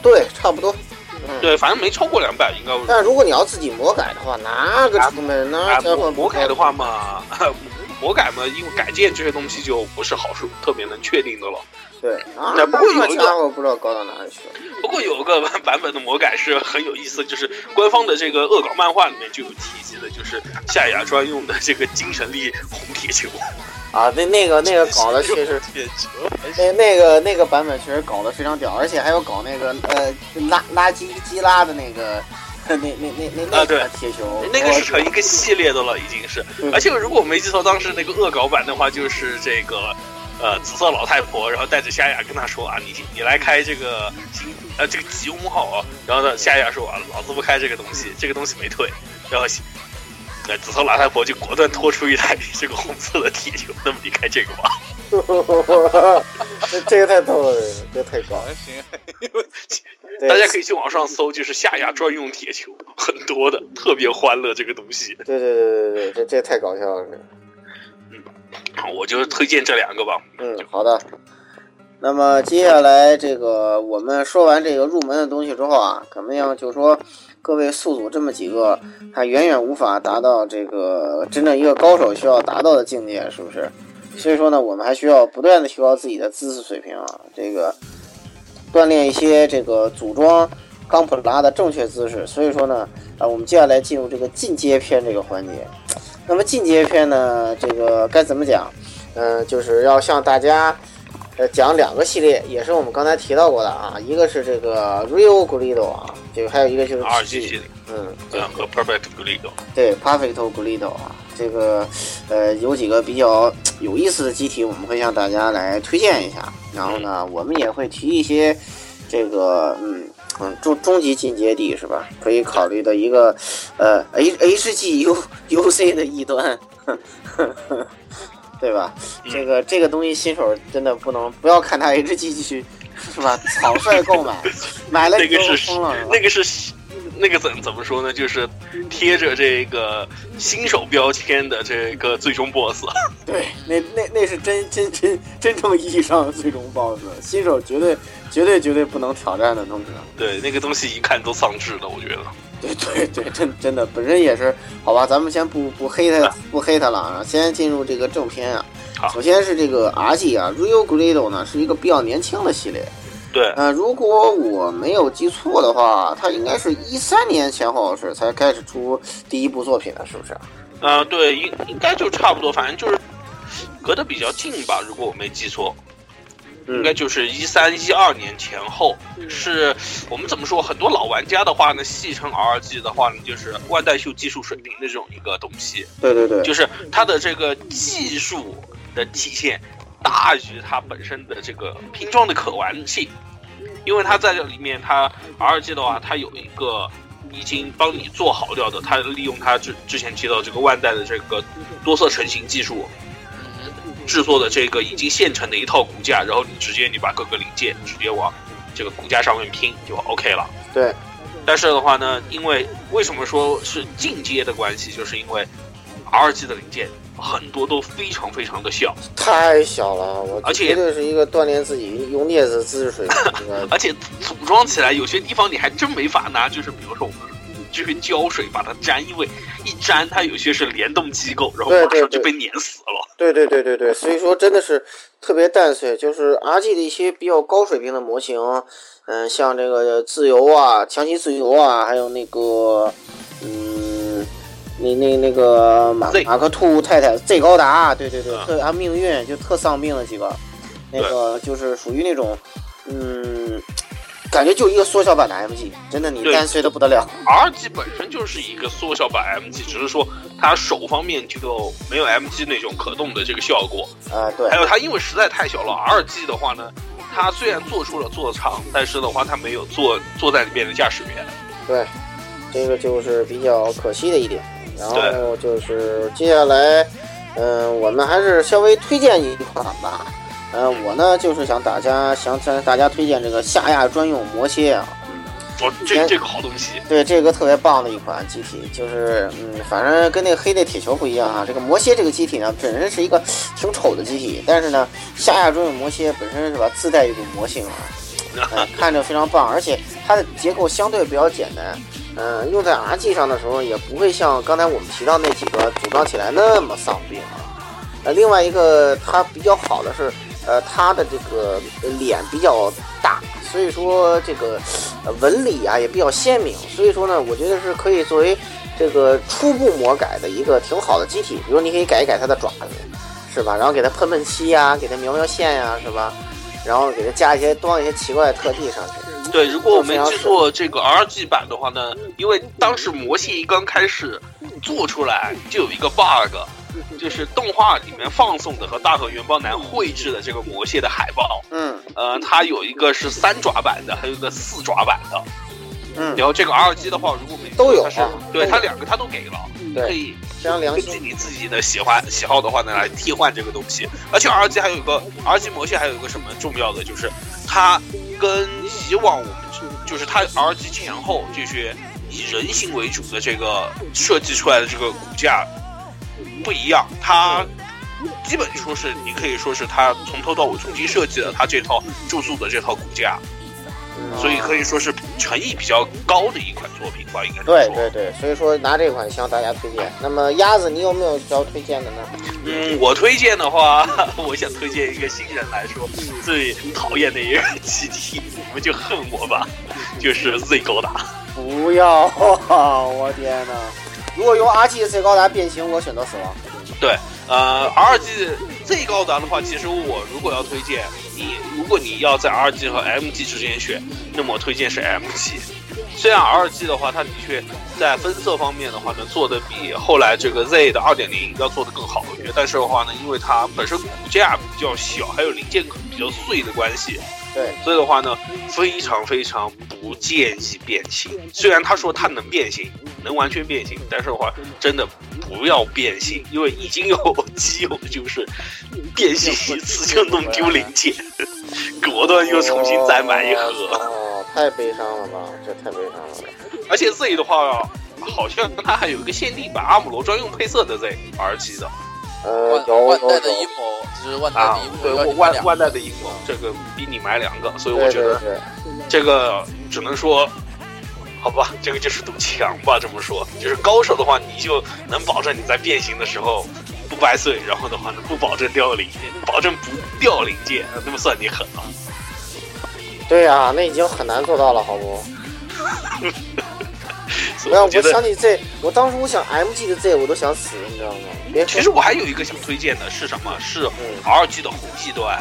Speaker 3: 对，差不多。嗯
Speaker 6: 对，反正没超过两百，应该会。
Speaker 3: 但如果你要自己魔改的话，那个出门那
Speaker 6: 啊，
Speaker 3: 家伙
Speaker 6: 魔魔改的话嘛， 魔改嘛，因为改建这些东西就不是好是特别能确定的了。
Speaker 3: 对啊，
Speaker 6: 那不过有一
Speaker 3: 那
Speaker 6: 个
Speaker 3: 家伙不知道高到哪里去了。
Speaker 6: 不过有个版版本的魔改是很有意思，就是官方的这个恶搞漫画里面就有提及的，就是夏亚专用的这个精神力红铁球。
Speaker 3: 啊，那那个那个搞的确实，那那个那个版本确实搞得非常屌，而且还有搞那个呃拉垃圾基拉的那个 那那那那那
Speaker 6: 啊对
Speaker 3: 个铁球，
Speaker 6: 那个
Speaker 3: 我
Speaker 6: 是成一个系列的了，已经是
Speaker 3: 嗯。
Speaker 6: 而且如果我没记错，当时那个恶搞版的话，就是这个呃紫色老太婆，然后带着夏雅跟她说啊，你你来开这个新呃这个吉翁号啊。然后呢，夏雅说啊，老子不开这个东西，这个东西没退。然后。呃，紫色老太婆就果断拖出一台哎这个红色的铁球，那么你开这个吧，
Speaker 3: 这个太逗了，这个太搞 了。
Speaker 7: 行，
Speaker 3: 对
Speaker 6: 大家可以去网上搜，就是夏雅专用铁球，很多的，特别欢乐这个东西。
Speaker 3: 对对对对对，这这太搞笑了。这个
Speaker 6: 我就推荐这两个吧，
Speaker 3: 嗯，好的。那么接下来这个我们说完这个入门的东西之后啊，可能要就说各位宿主这么几个，还远远无法达到这个真正一个高手需要达到的境界，是不是？所以说呢，我们还需要不断的提高自己的姿势水平啊，这个锻炼一些这个组装钢普拉的正确姿势。所以说呢，啊，我们接下来进入这个进阶篇这个环节。那么进阶篇呢，这个该怎么讲？嗯，就是要向大家呃讲两个系列，也是我们刚才提到过的啊，一个是这个 Real Grido 啊，这个还有一个就是
Speaker 6: 二
Speaker 3: G
Speaker 6: G 系列，
Speaker 3: 嗯，对
Speaker 6: 嗯，和 Perfect g l e g a
Speaker 3: 对，Perfecto Grido 啊，这个呃有几个比较嘖有意思的机体，我们会向大家来推荐一下。然后呢，我们也会提一些这个嗯嗯终终极进阶地是吧？可以考虑的一个呃 H H G U U C 的异端， 对吧？这个这个东西新手真的不能不要看它 H G 去是吧？草率购 买，买了
Speaker 6: 那
Speaker 3: 之
Speaker 6: 个
Speaker 3: 后
Speaker 6: 是
Speaker 3: 疯了是吧？
Speaker 6: 那个是那个怎怎么说呢？就是贴着这个新手标签的这个最终 BOSS，
Speaker 3: 对，那那那是真真真真正意义上的最终 BOSS，新手绝对绝对绝对不能挑战的东西。
Speaker 6: 对，那个东西一看都丧志了，我觉得。
Speaker 3: 对对对，真真的本身也是，好吧，咱们先不不黑他不黑他了啊，先进入这个正片啊。
Speaker 6: 好
Speaker 3: 首先是这个 RG 啊，Rio Grado 呢是一个比较年轻的系列，
Speaker 6: 对，
Speaker 3: 呃，如果我没有记错的话，它应该是一三年前后是才开始出第一部作品的，是不是？
Speaker 6: 啊、对，应应该就差不多，反正就是隔得比较近吧，如果我没记错，
Speaker 3: 嗯
Speaker 6: 应该就是一三一二年前后。是我们怎么说？很多老玩家的话呢，戏称 RG 的话呢，就是万代秀技术水平的这种一个东西。
Speaker 3: 对对对，
Speaker 6: 就是它的这个技术的体现大于它本身的这个拼装的可玩性，因为它在这里面，它 RG 的话，它有一个已经帮你做好掉的，它利用它之之前提到这个万代的这个多色成型技术。制作的这个已经现成的一套骨架，然后你直接你把各个零件直接往这个骨架上面拼就 OK 了。
Speaker 3: 对，
Speaker 6: 但是的话呢，因为为什么说是进阶的关系，就是因为 RG 的零件很多都非常非常的小，
Speaker 3: 太小了，我
Speaker 6: 而且
Speaker 3: 绝对是一个锻炼自己用镊子姿势水平的
Speaker 6: 而且组装起来有些地方你还真没法拿，就是比如说我们呃这个胶水把它粘，因为一粘它有些是联动机构，然后
Speaker 3: 对
Speaker 6: 马上
Speaker 3: 对
Speaker 6: 就
Speaker 3: 对
Speaker 6: 被碾死了。
Speaker 3: 对对对对对，所以说真的是特别淡碎，就是 RG 的一些比较高水平的模型，嗯，像这个自由啊、强袭自由啊，还有那个，嗯，那那那个马
Speaker 6: Z
Speaker 3: 马克吐太太 Z 高达，对对对，
Speaker 6: 啊
Speaker 3: 特还有命运就特丧命的几个，那个就是属于那种，嗯，感觉就一个缩小版的 MG，真的你
Speaker 6: 对
Speaker 3: 干脆的不得了。
Speaker 6: RG 本身就是一个缩小版 MG，只是说它手方面就没有 MG 那种可动的这个效果。
Speaker 3: 啊、对
Speaker 6: 还，有它因为实在太小了，RG 的话呢，它虽然做出了座舱，但是的话它没有坐坐在里面的驾驶员。
Speaker 3: 对，这个就是比较可惜的一点。然后就是接下来，嗯、我们还是稍微推荐一款吧。嗯、我呢就是想大家想向大家推荐这个夏亚专用魔蝎啊，
Speaker 6: 我这这个好东西，
Speaker 3: 对，这个特别棒的一款机体，就是嗯，反正跟那个黑的铁球不一样啊。这个魔蝎这个机体呢，本身是一个挺丑的机体，但是呢，夏亚专用魔蝎本身是吧，自带一股魔性啊，嗯，看着非常棒，而且它的结构相对比较简单，嗯、用在 RG 上的时候也不会像刚才我们提到那几个组装起来那么丧病啊。呃，另外一个它比较好的是，呃，它的这个脸比较大，所以说这个呃纹理啊也比较鲜明，所以说呢，我觉得是可以作为这个初步魔改的一个挺好的机体，比如你可以改一改它的爪子，是吧？然后给它喷喷漆呀、给它描描线呀、是吧？然后给它加一些装一些奇怪的特技上去。
Speaker 6: 对，如果我没记错这个 RG 版的话呢，因为当时魔蟹一刚开始做出来就有一个 bug，就是动画里面放送的和大和元邦男绘制的这个魔蟹的海报，
Speaker 3: 嗯
Speaker 6: 呃，它有一个是三爪版的，还有一个四爪版的。
Speaker 3: 嗯，
Speaker 6: 然后这个 RG 的话，如果没记错
Speaker 3: 都有
Speaker 6: 它是
Speaker 3: 啊
Speaker 6: 对
Speaker 3: 都
Speaker 6: 它
Speaker 3: 有嗯
Speaker 6: 两个它都给了，可
Speaker 3: 对，
Speaker 6: 以
Speaker 3: 非常良
Speaker 6: 根
Speaker 3: 心
Speaker 6: 据。你自己的喜欢喜好的话呢，来替换这个东西。而且 RG 还有一个 RG 魔蟹还有一个什么重要的，就是它跟以往我们就是它 RG 前后这些以人形为主的这个设计出来的这个骨架不一样，它。基本说是，你可以说是它从头到尾重新设计了它这套住宿的这套骨架，所以
Speaker 3: 嗯
Speaker 6: 可以说是诚意比较高的一款作品吧，应该这么
Speaker 3: 对
Speaker 6: 说。
Speaker 3: 对对，所以说拿这款向大家推荐。那么鸭子，你有没有要推荐的呢？
Speaker 6: 嗯，我推荐的话， 我想推荐一个新人来说最讨厌的一个集体，你们就恨我吧，就是 Z 高达。
Speaker 3: 不要， 我天哪！如果用 RG 最高达变形，我选择死亡。
Speaker 6: 呃，RG Z 高达的话，其实我如果要推荐你，如果你要在 RG 和 MG 之间选，那么我推荐是 MG。虽然 RG 的话，它的确在分色方面的话呢，做的比后来这个 Z 的2.0要做的更好，我觉得。但是的话呢，因为它本身骨架比较小，还有零件比较碎的关系，
Speaker 3: 对，
Speaker 6: 所以的话呢，非常非常不建议变形。虽然他说他能变形，能完全变形，但是的话，真的不要变形，因为已经有基友就是变形一次就弄丢零件， 果断又重新再买一盒。
Speaker 3: 哦，太悲伤了吧，这太悲伤了。
Speaker 6: 而且 Z 的话，好像它还有一个限定版阿姆罗专用配色的 Z R 七的
Speaker 3: 呃
Speaker 7: 万，
Speaker 3: 有
Speaker 7: 万
Speaker 3: 有
Speaker 7: 代的
Speaker 3: 有
Speaker 7: 阴。谋，就是万代
Speaker 6: 啊
Speaker 7: 的阴，谋
Speaker 6: 对，
Speaker 7: 要你买
Speaker 6: 万
Speaker 7: 两个
Speaker 6: 万代的荧幕，这个逼你买两个，所以我
Speaker 3: 对
Speaker 6: 觉得
Speaker 3: 对对，
Speaker 6: 这个只能说，好吧，这个就是赌强吧。这么说，就是高手的话，你就能保证你在变形的时候不掰碎，然后的话呢，不保证掉零，保证不掉零件，那么算你狠了。
Speaker 3: 对呀、那已经很难做到了，好不？
Speaker 6: 所以
Speaker 3: 没有，
Speaker 6: 我
Speaker 3: 我
Speaker 6: 觉
Speaker 3: 想
Speaker 6: 得，
Speaker 3: 起 Z，我当时我想 MG 的 Z，我都想死，你知道吗？别说
Speaker 6: 其实我还有一个想推荐的是什么？是
Speaker 3: 嗯
Speaker 6: RG 的红极端。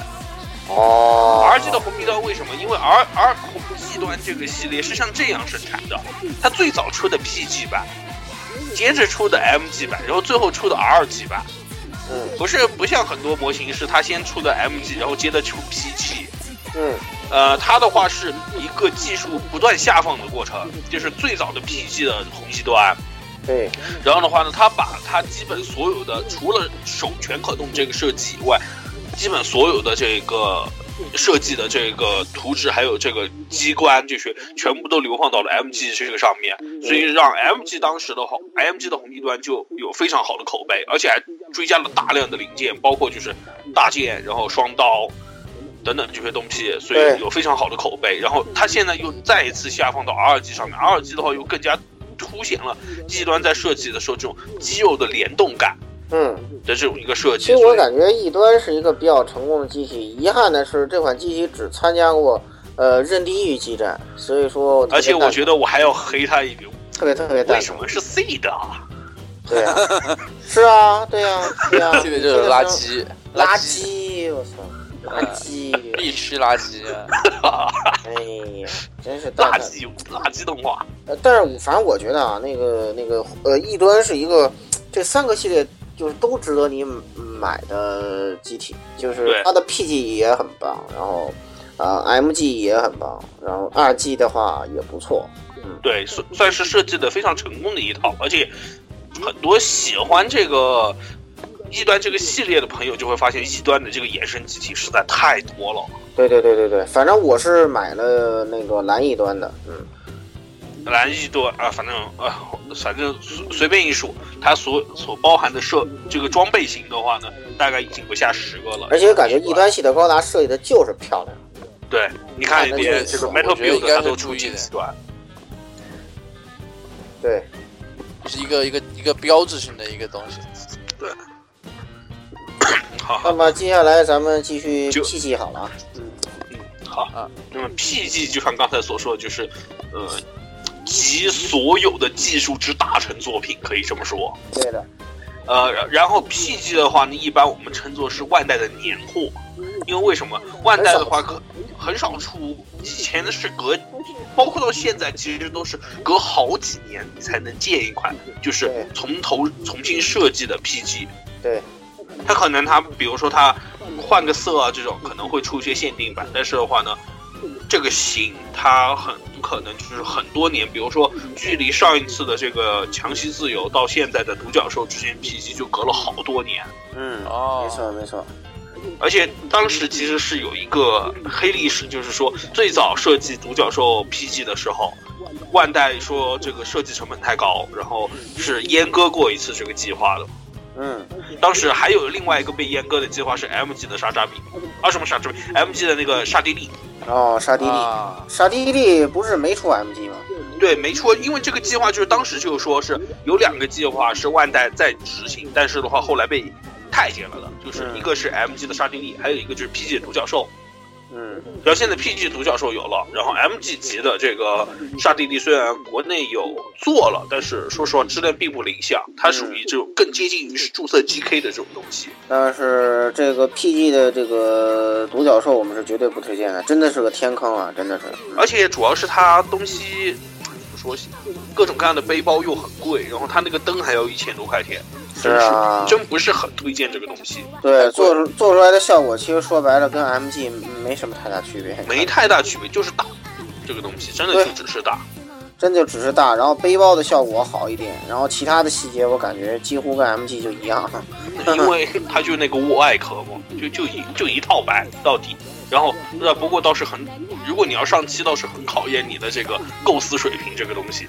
Speaker 3: 哦
Speaker 6: RG 的红极端为什么？因为 R R 红极端这个系列是像这样生产的，它最早出的 PG 版，接着出的 MG 版，然后最后出的 RG 版。
Speaker 3: 嗯
Speaker 6: 不是不像很多模型是它先出的 MG，然后接着出 PG。
Speaker 3: 嗯
Speaker 6: 呃，它的话是一个技术不断下放的过程，就是最早的 PG 的红极端，
Speaker 3: 对
Speaker 6: 然后的话呢，它把它基本所有的除了手全可动这个设计以外，基本所有的这个设计的这个图纸还有这个机关这些，全部都流放到了 MG 这个上面，所以让 MG 当时的话，MG 的红极端就有非常好的口碑，而且还追加了大量的零件，包括就是大剑，然后双刀。等等这些东西，所
Speaker 3: 对
Speaker 6: 以有非常好的口碑。然后它现在又再一次下放到 R 级上面，R 级的话又更加凸显了极端在设计的时候这种肌肉的联动感
Speaker 3: 嗯。
Speaker 6: 的这种一个设计。
Speaker 3: 其实
Speaker 6: 所
Speaker 3: 我
Speaker 6: 以
Speaker 3: 感觉异端是一个比较成功的机体，遗憾的是这款机体只参加过呃任地狱激战，所以说我特别
Speaker 6: 而且我
Speaker 3: 蛋
Speaker 6: 觉得我还要黑他一遍，
Speaker 3: 特别特别
Speaker 6: 为
Speaker 3: 蛋
Speaker 6: 什
Speaker 3: 疼。
Speaker 6: 么是 C 的啊？
Speaker 3: 对啊，是啊，对啊，对啊，
Speaker 7: 这个就是垃圾，
Speaker 3: 垃
Speaker 7: 圾。
Speaker 3: 圾，我操！垃圾，
Speaker 7: 必须垃圾。啊
Speaker 3: 哎呀，真是蛋
Speaker 2: 垃
Speaker 3: 疼
Speaker 2: 圾垃圾动画，
Speaker 3: 呃，但是我反正我觉得啊，那个那个呃，异端是一个这三个系列就是都值得你买的机体，就是
Speaker 2: 对
Speaker 3: 它的 PG 也很棒，然后啊、呃 MG 也很棒，然后 RG 的话也不错，
Speaker 2: 对，算算是设计的非常成功的一套，而且很多喜欢这个异端这个系列的朋友就会发现，异端的这个衍生机体实在太多了。
Speaker 3: 对对对对对，反正我是买了那个蓝异端的，嗯，
Speaker 2: 蓝异端啊，反正啊，反正随随便一数，它所所包含的设这个装备型的话呢，大概已经不下十个了。
Speaker 3: 而且感觉异端系的高达设计的就是漂亮，
Speaker 2: 对，你看
Speaker 3: 那
Speaker 2: 连
Speaker 3: 这
Speaker 2: 这
Speaker 3: 个
Speaker 2: 个 Metal
Speaker 7: 我觉得应
Speaker 2: Build
Speaker 7: 该
Speaker 2: 它
Speaker 7: 会
Speaker 2: 都
Speaker 7: 注
Speaker 2: 出
Speaker 7: 意
Speaker 2: 近
Speaker 7: 的
Speaker 2: 极端，
Speaker 3: 对，
Speaker 7: 是一个一个一个标志性的一个东西。嗯
Speaker 2: 好，
Speaker 3: 那么接下来咱们继续
Speaker 2: 就
Speaker 3: PG 好了啊，
Speaker 2: 好
Speaker 7: 啊。
Speaker 2: 那么 PG 就像刚才所说，的，就是呃，集所有的技术之大成作品，可以这么说。
Speaker 3: 对的，
Speaker 2: 呃，然然后 PG 的话呢，一般我们称作是万代的年货，因为为什么万代的话可很少出，以前的是隔，包括到现在其实都是隔好几年才能见一款，就是
Speaker 3: 对
Speaker 2: 从头重新设计的 PG。
Speaker 3: 对，
Speaker 2: 它可能它比如说它换个色啊这种可能会出一些限定版，但是的话呢，这个型它很可能就是很多年，比如说距离上一次的这个强袭自由到现在的独角兽之间 PG 就隔了好多年，
Speaker 3: 嗯，
Speaker 7: 哦
Speaker 3: 没，错没错，
Speaker 2: 而且当时其实是有一个黑历史，就是说最早设计独角兽 PG 的时候。万代说这个设计成本太高，然后是阉割过一次这个计划的。
Speaker 3: 嗯，
Speaker 2: 当时还有另外一个被阉割的计划是 MG 的沙扎比，啊什么沙扎比，MG 的那个沙地利，
Speaker 3: 然后哦沙迪利。
Speaker 7: 啊，
Speaker 3: 沙迪利不是没出 MG 吗？
Speaker 2: 对，没错，因为这个计划就是当时就说是有两个计划是万代在执行，但是的话后来被太监了的，就是一个是 MG 的沙地利，还有一个就是 PG 独角兽。
Speaker 3: 嗯，
Speaker 2: 然后现在 PG 独角兽有了，然后 MG 级的这个沙地利虽然国内有做了，但是说实话质量并不理想，它属于这种更接近于是注册 GK 的这种东西。
Speaker 3: 但是这个 PG 的这个独角兽我们是绝对不推荐的，真的是个天坑啊，真的是。
Speaker 2: 而且主要是它东西怎么说，各种各样的背包又很贵，然后它那个灯还要一千多块钱，
Speaker 3: 是啊，
Speaker 2: 真不是很推荐这个东西，
Speaker 3: 对，做出做出来的效果其实说白了跟 MG 没什么太大区别，
Speaker 2: 没太大区别，就是大。这个东西真的
Speaker 3: 对
Speaker 2: 就只是 大，
Speaker 3: 真就只是大，然后背包的效果好一点，然后其他的细节我感觉几乎跟 MG 就一样。
Speaker 2: 因为它就那个雾爱壳嘛，就就一就一套白到底。然后那不过倒是很，如果你要上漆，倒是很考验你的这个构思水平这个东西。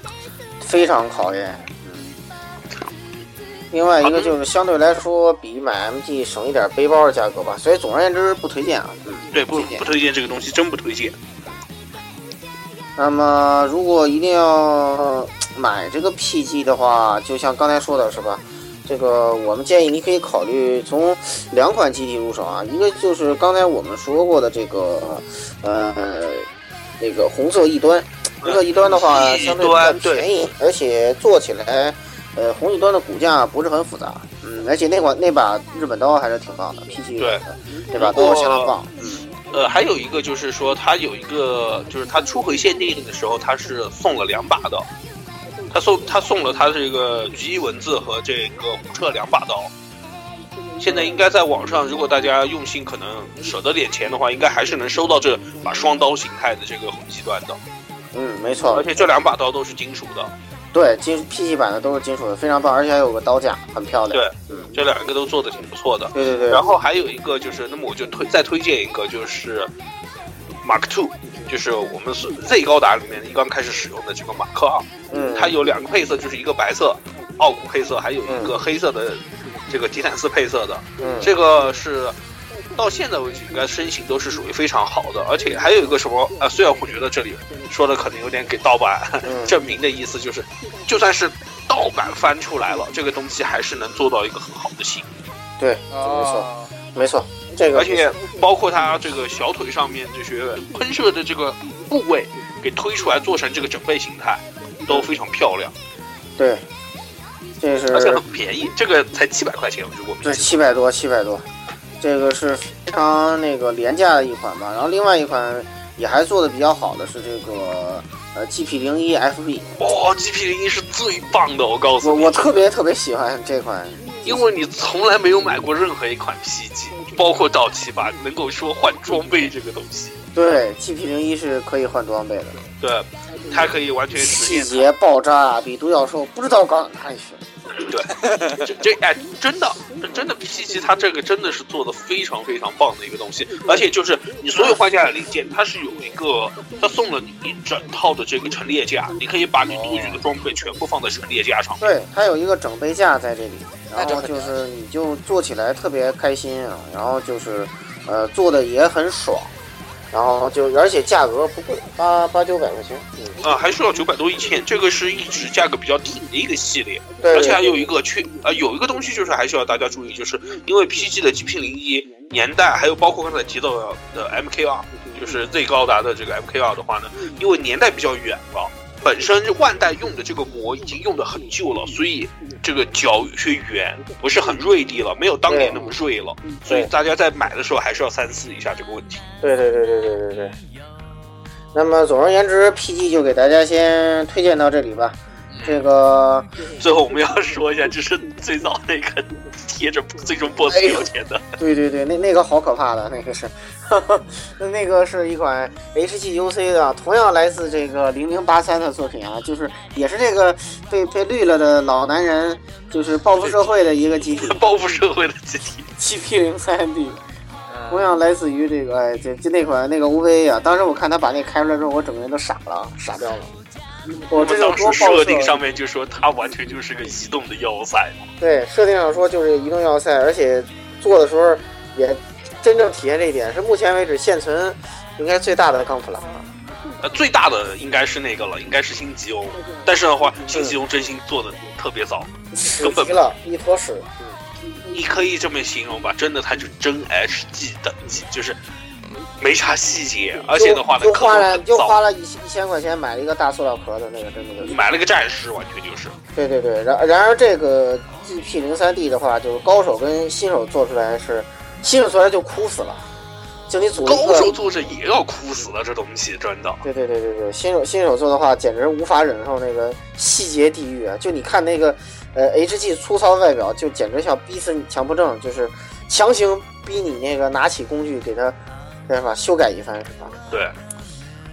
Speaker 3: 非常考验。嗯，另外一个就是相对来说比买 MG 省一点背包的价格吧，所以总而言之不推荐啊。嗯，
Speaker 2: 对，不
Speaker 3: 推荐
Speaker 2: 不推荐这个东西，真不推荐。
Speaker 3: 那么如果一定要买这个 PG 的话，就像刚才说的是吧？这个我们建议你可以考虑从两款机体入手啊，一个就是刚才我们说过的这个呃那个红色异端，红色异嗯端的话
Speaker 2: 异
Speaker 3: 相对比较
Speaker 2: 端对
Speaker 3: 便宜，而且做起来。呃，红异端的骨架不是很复杂，嗯，而且那款那把日本刀还是挺棒的，PG
Speaker 2: 对
Speaker 3: 的那把
Speaker 2: 不过
Speaker 3: 刀相当棒，嗯，
Speaker 2: 呃，还有一个就是说，它有一个就是它初回限定的时候，它是送了两把刀，他送他送了他这个菊一文字和这个胡彻两把刀。现在应该在网上，如果大家用心，可能舍得点钱的话，应该还是能收到这把双刀形态的这个红极端的，
Speaker 3: 嗯，没错，
Speaker 2: 而且这两把刀都是金属的，
Speaker 3: 对，金 PC 版的都是金属的，非常棒，而且还有个刀架，很漂亮。
Speaker 2: 对，
Speaker 3: 嗯，
Speaker 2: 这两个都做的挺不错的。
Speaker 3: 对对对。啊
Speaker 2: 然后还有一个就是，那么我就推再推荐一个，就是 Mark Two，就是我们是 Z 高达里面一刚开始使用的这个马克二，啊
Speaker 3: 嗯，
Speaker 2: 它有两个配色，就是一个白色奥古配色，还有一个黑色的这个迪坦斯配色的，
Speaker 3: 嗯
Speaker 2: 这个是。到现在为止，应该身形都是属于非常好的，而且还有一个什么啊？虽然我觉得这里说的可能有点给盗版
Speaker 3: 嗯
Speaker 2: 证明的意思，就是就算是盗版翻出来了，这个东西还是能做到一个很好的形。
Speaker 3: 对，没错
Speaker 7: 哦，
Speaker 3: 没错，这个
Speaker 2: 而且包括它这个小腿上面这些喷射的这个部位给推出来，做成这个整备形态，都非常漂亮，
Speaker 3: 对，这
Speaker 2: 而且
Speaker 3: 是呃
Speaker 2: 很便宜，这个才七百块钱，如果没
Speaker 3: 对
Speaker 2: 记错
Speaker 3: 七百多，七百多，这个是非常那个廉价的一款吧。然后另外一款也还做的比较好的是这个呃 GP 零一 FB，
Speaker 2: 哇，GP 零一是最棒的，我告
Speaker 3: 我
Speaker 2: 诉你
Speaker 3: 我，特别特别喜欢这款，
Speaker 2: 因为你从来没有买过任何一款 PG，包括到期吧，能够说换装备这个东西，
Speaker 3: 对 GP 零一是可以换装备的。
Speaker 2: 对，它可以完全实
Speaker 3: 细
Speaker 2: 现
Speaker 3: 节爆炸，啊比独角兽不知道高到哪里去。
Speaker 2: 这这哎，真的，这真的 PCG 它这个真的是做的非常非常棒的一个东西，而且就是你所有换下来的零件，它是有一个，它送了你一整套的这个陈列架，你可以把你多余的装备全部放在陈列架上。
Speaker 3: 对，它有一个整杯架在这里，然
Speaker 7: 那就
Speaker 3: 后
Speaker 7: 很
Speaker 3: 就是你就做起来特别开心啊，然后就是，呃，做的也很爽，然后就而且价格不贵，八八九百块钱。嗯，
Speaker 2: 啊，还需要九百多一千，这个是一直价格比较低的一个系列，
Speaker 3: 对，
Speaker 2: 而且还有一个缺呃有一个东西就是还需要大家注意，就是因为 PG 的 GP 零一年代，还有包括刚才提到的呃的 MKR，就是最高达的这个 MKR 的话呢，因为年代比较远了。本身万代用的这个膜已经用的很旧了，所以这个角去圆不是很锐利了，没有当年那么锐了，所以大家在买的时候还是要三思一下这个问题。
Speaker 3: 对对对对对对对。那么总而言之，PG 就给大家先推荐到这里吧。这个，
Speaker 2: 最后我们要说一下，就是最早那个贴着最
Speaker 3: 哎
Speaker 2: 终 BOSS 标签的，
Speaker 3: 对对对，那那个好可怕的，那个是， 那那个是一款 HGUC 的，同样来自这个零零八三的作品啊，就是也是这个被被绿了的老男人，就是报复社会的一个集体
Speaker 2: 报复社会的集体。嗯
Speaker 3: GP 零三 D，同样来自于这个哎，这这那款那个 UV 啊，当时我看他把那开出来之后，我整个人都傻了，傻掉了。我
Speaker 2: 我
Speaker 3: 这
Speaker 2: 们
Speaker 3: 有
Speaker 2: 当
Speaker 3: 多报
Speaker 2: 时
Speaker 3: 复
Speaker 2: 设定上面就说它完全就是个移动的要塞，
Speaker 3: 对，设定上说就是移动要塞，而且做的时候也真正体现这一点，是目前为止现存应该最大的钢普拉。
Speaker 2: 呃，最大的应该是那个了，应该是新吉翁。但是的话，新吉翁真心做的特别早，
Speaker 3: 屎急了，一坨屎。
Speaker 2: 你可以这么形容吧，真的它就真 HG 等级，就是没啥细节，而且的话呢
Speaker 3: 就，就
Speaker 2: 刻画
Speaker 3: 花
Speaker 2: 得
Speaker 3: 了
Speaker 2: 很
Speaker 3: 就花
Speaker 2: 早，
Speaker 3: 了一一千块钱买了一个大塑料壳的那个，真的就是。
Speaker 2: 买了个战士，完全就是。
Speaker 3: 对对对，然然而这个 GP 零三 D 的话，就是高手跟新手做出来是，新手做出来就哭死了，就你组了一
Speaker 2: 高手
Speaker 3: 个。
Speaker 2: 做着也要哭死了，这东西真的。
Speaker 3: 对对对对对，新手新手做的话，简直无法忍受那个细节地狱啊！就你看那个，呃，HG 粗糙的外表，就简直想逼死你强迫症，就是强行逼你那个拿起工具给它，叫什么修改一番是吧？
Speaker 2: 对，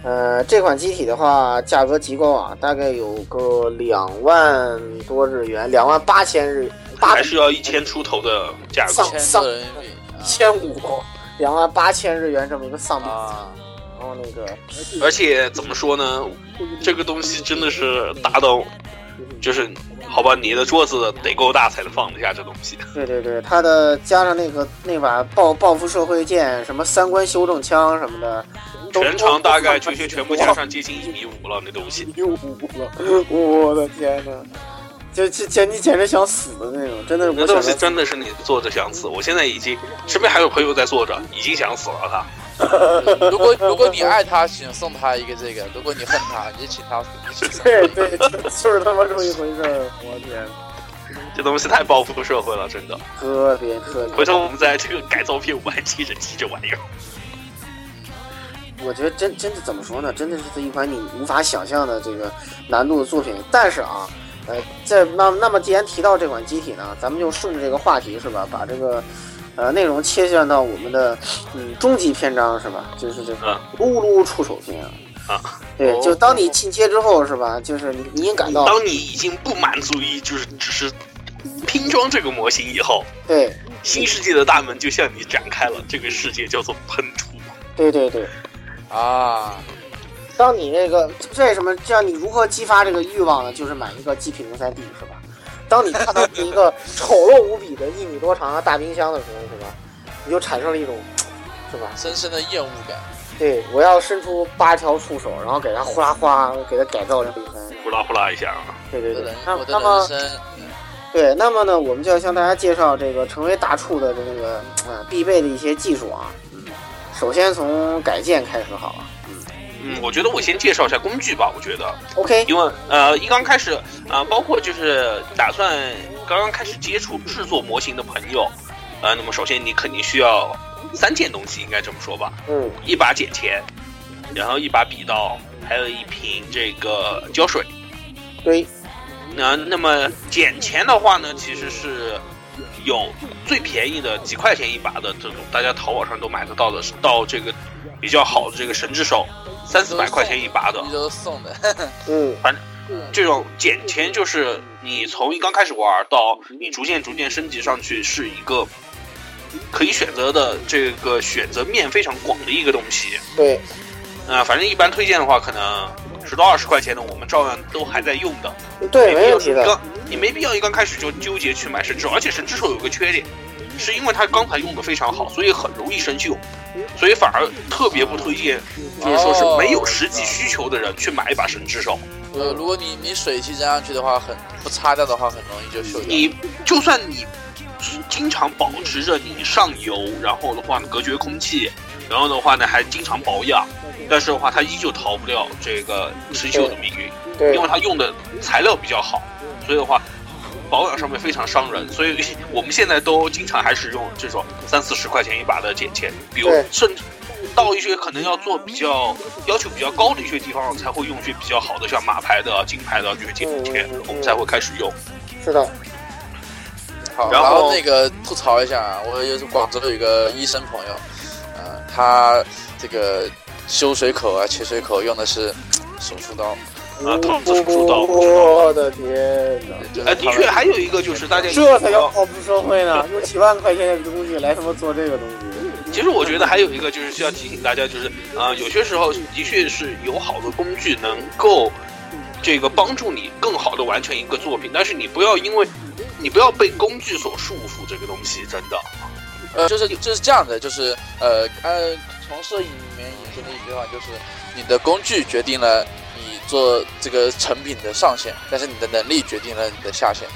Speaker 3: 呃，这款机体的话，价格极高啊，大概有个两万多日元，两万八千日，八
Speaker 2: 还是要一千出头的价格
Speaker 3: 丧。
Speaker 7: 千
Speaker 3: 丧
Speaker 7: 多人民币啊
Speaker 3: 千五，两万八千日元这么一个丧逼。
Speaker 7: 啊，
Speaker 3: 然后那个，
Speaker 2: 而且怎么说呢，这个东西真的是大到，就是好吧，你的桌子得够大才能放得下这东西。
Speaker 3: 对对对，它的加上那个那把报报复社会剑，什么三观修正枪什么的，都
Speaker 2: 全长大概就些全部加上接近一米五了，那东西。
Speaker 3: 一 五了，我的天哪！就就简你简直想死的那种，真的是
Speaker 2: 那
Speaker 3: 我
Speaker 2: 东
Speaker 3: 想
Speaker 2: 西
Speaker 3: 到
Speaker 2: 真的是你坐着想死，我现在已经身边还有朋友在坐着，已经想死了他。
Speaker 7: 如果如果你爱他，请送他一个这个；如果你恨他，你就请他一起 送。
Speaker 3: 对对，就就是他妈这么一回事儿，我天，
Speaker 2: 这东西太报复社会了，真 的。
Speaker 3: 特别特别。
Speaker 2: 回头我们在这个改造片，我还记着记这玩意儿。
Speaker 3: 我觉得真真的怎么说呢？真的是一款你无法想象的这个难度的作品。但是啊，呃，这那那么既然提到这款机体呢，咱们就顺着这个话题是吧，把这个呃内容切换到我们的嗯终极篇章是吧？就是这个
Speaker 2: 啊
Speaker 3: 撸撸触手篇
Speaker 2: 啊。
Speaker 3: 对
Speaker 7: 哦，
Speaker 3: 就当你进阶之后是吧？就是你你已经感到
Speaker 2: 当你已经不满足于就是只是拼装这个模型以后，
Speaker 3: 对
Speaker 2: 新世界的大门就向你展开了。这个世界叫做喷涂。
Speaker 3: 对对对。
Speaker 7: 啊，
Speaker 3: 当你那个为什么这样？你如何激发这个欲望呢？就是买一个极品零三 D 是吧？当你看到一个丑陋无比的一米多长的大冰箱的时候，是吧？你就产生了一种，是吧？
Speaker 7: 深深的厌恶感。
Speaker 3: 对我要伸出八条触手，然后给它呼啦呼啦给它改造成一番。
Speaker 2: 呼啦呼啦一下啊！
Speaker 3: 对
Speaker 7: 我
Speaker 3: 对
Speaker 7: 的
Speaker 3: 对
Speaker 7: 人，，
Speaker 3: 那
Speaker 7: 我的
Speaker 3: 那么
Speaker 7: 人生，嗯
Speaker 3: 对，那么呢，我们就要向大家介绍这个成为大触的这个呃必备的一些技术啊。嗯，首先从改建开始好啊。
Speaker 2: 嗯，我觉得我先介绍一下工具吧。我觉得
Speaker 3: OK，
Speaker 2: 因为呃，一刚开始啊、呃包括就是打算刚刚开始接触制作模型的朋友，呃，那么首先你肯定需要三件东西，应该这么说吧，
Speaker 3: 嗯，
Speaker 2: 一把剪钳，然后一把笔刀，还有一瓶这个胶水。
Speaker 3: 对，
Speaker 2: 那那么捡钱的话呢，其实是有最便宜的几块钱一把的这种，大家淘宝上都买得到的，到这个比较好的这个神之手，三四百块钱一把的
Speaker 7: 你都是送的，
Speaker 3: 嗯，
Speaker 2: 这种捡钱，就是你从一刚开始玩到你逐渐逐渐升级上去，是一个可以选择的这个选择面非常广的一个东西。
Speaker 3: 对，
Speaker 2: 呃，反正一般推荐的话，可能十到二十块钱的，我们照样都还在用的。
Speaker 3: 对，
Speaker 2: 没
Speaker 3: 没
Speaker 2: 必要
Speaker 3: 问题的。
Speaker 2: 刚你没必要一刚开始就纠结去买神之手，而且神之手有个缺点，是因为它刚才用的非常好，所以很容易生锈，所以反而特别不推荐，就是说是没有实际需求的人去买一把神之手。
Speaker 7: 呃，如果你你水汽沾上去的话，很不擦掉的话，很容易就锈掉。
Speaker 2: 你就算你经常保持着你上游，然后的话呢隔绝空气，然后的话呢还经常保养，但是的话它依旧逃不掉这个生锈的命运。
Speaker 3: 对
Speaker 2: 因为它用的材料比较好，所以的话保养上面非常伤人，所以我们现在都经常还是用这种三四十块钱一把的剪钳，比如
Speaker 3: 对
Speaker 2: 甚至到一些可能要做比较要求比较高的一些地方才会用一些比较好的，像马牌的、啊金牌的这些剪钳
Speaker 3: 嗯嗯嗯，
Speaker 2: 我们才会开始用。
Speaker 3: 是
Speaker 2: 啊
Speaker 3: 的，
Speaker 7: 好，
Speaker 2: 然
Speaker 7: 然
Speaker 2: 后
Speaker 7: 后那个吐槽一下啊，我有广州有一个医生朋友，呃，他这个修水口啊、切水口用的是手术刀，
Speaker 3: 嗯
Speaker 2: 啊他们自己出道
Speaker 3: 我的天哪！
Speaker 7: 就是
Speaker 2: 哎，的
Speaker 7: 他们
Speaker 2: 确还有一个就是大家一定
Speaker 3: 这才叫
Speaker 2: 要，
Speaker 3: 跑步社会呢！用几万块钱的工具来他妈做这个东西，
Speaker 2: 其实我觉得还有一个就是需要提醒大家，就是啊、有些时候的确是有好的工具能够这个帮助你更好的完成一个作品，但是你不要因为你不要被工具所束缚，这个东西真的。
Speaker 7: 呃，就是就是这样的，就是呃呃，从摄影里面引申的一句话就是，你的工具决定了你做这个成品的上限，但是你的能力决定了你的下限。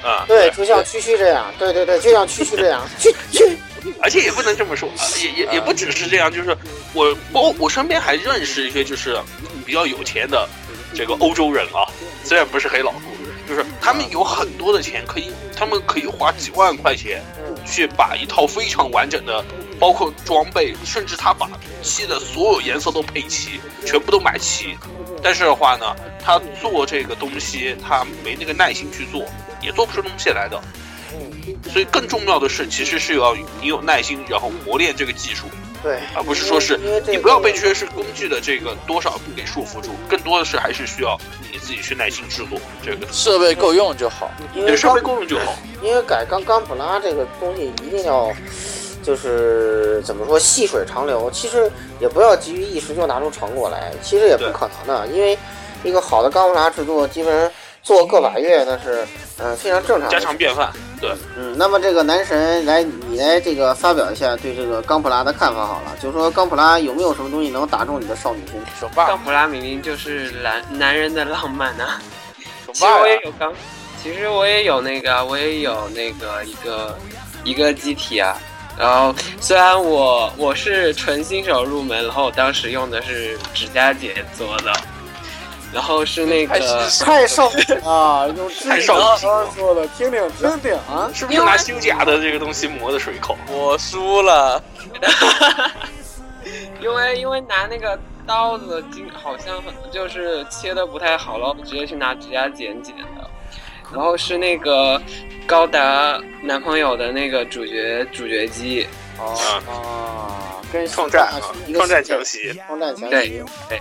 Speaker 2: 啊、
Speaker 3: 对，就像区区这样，对对对，就像区区这 样，区区，
Speaker 2: 而且也不能这么说，啊也也也不只是这样，就是我我我身边还认识一些就是比较有钱的这个欧洲人啊，虽然不是黑老夫，就是他们有很多的钱，可以他们可以花几万块钱去把一套非常完整的，包括装备，甚至他把漆的所有颜色都配齐，全部都买齐。但是的话呢，他做这个东西，他没那个耐心去做，也做不出东西来的。所以更重要的是，其实是要你有耐心，然后磨练这个技术，
Speaker 3: 对，
Speaker 2: 而啊不是说是
Speaker 3: 因为这
Speaker 2: 你
Speaker 3: 个
Speaker 2: 不要被缺失工具的这个多少给束缚住，更多的是还是需要你自己去耐心制作这个东西，
Speaker 7: 设备够用就好，
Speaker 3: 因为
Speaker 2: 对稍
Speaker 3: 刚
Speaker 2: 微够用就 好。
Speaker 3: 因为改钢钢普拉这个东西一定要，就是怎么说细水长流。其实也不要急于一时就拿出成果来，其实也不
Speaker 2: 对
Speaker 3: 可能的，因为一个好的钢普拉制作，基本上做个把月那是嗯、呃非常正常
Speaker 2: 家
Speaker 3: 的。
Speaker 2: 常便饭，对，
Speaker 3: 嗯，那么这个男神来，你来这个发表一下对这个钢普拉的看法好了，就说钢普拉有没有什么东西能打中你的少女心？
Speaker 7: 熊
Speaker 5: 钢
Speaker 7: 爸，
Speaker 5: 普拉明明就是男男人的浪漫啊！
Speaker 7: 熊
Speaker 5: 其实
Speaker 7: 爸
Speaker 5: 我也
Speaker 7: 呀，
Speaker 5: 有钢，其实我也有那个，我也有那个一个一个机体啊。然后虽然我我是纯新手入门，然后我当时用的是指甲姐做的，然后是那
Speaker 7: 太新
Speaker 5: 个
Speaker 7: 手
Speaker 3: 太少女啊，用智
Speaker 2: 太少女心了
Speaker 3: 说的，听听听听啊，
Speaker 2: 是不是拿修甲的这个东西磨的水口？
Speaker 7: 我输了，
Speaker 5: 因为因为拿那个刀子，经好像很就是切的不太好，然后直接去拿指甲剪剪的。然后是那个高达男朋友的那个主角主角机，哦
Speaker 3: 啊，跟
Speaker 2: 创战啊
Speaker 3: 一，个
Speaker 2: 创战
Speaker 3: 世界
Speaker 2: 强袭，
Speaker 3: 空战强
Speaker 5: 对对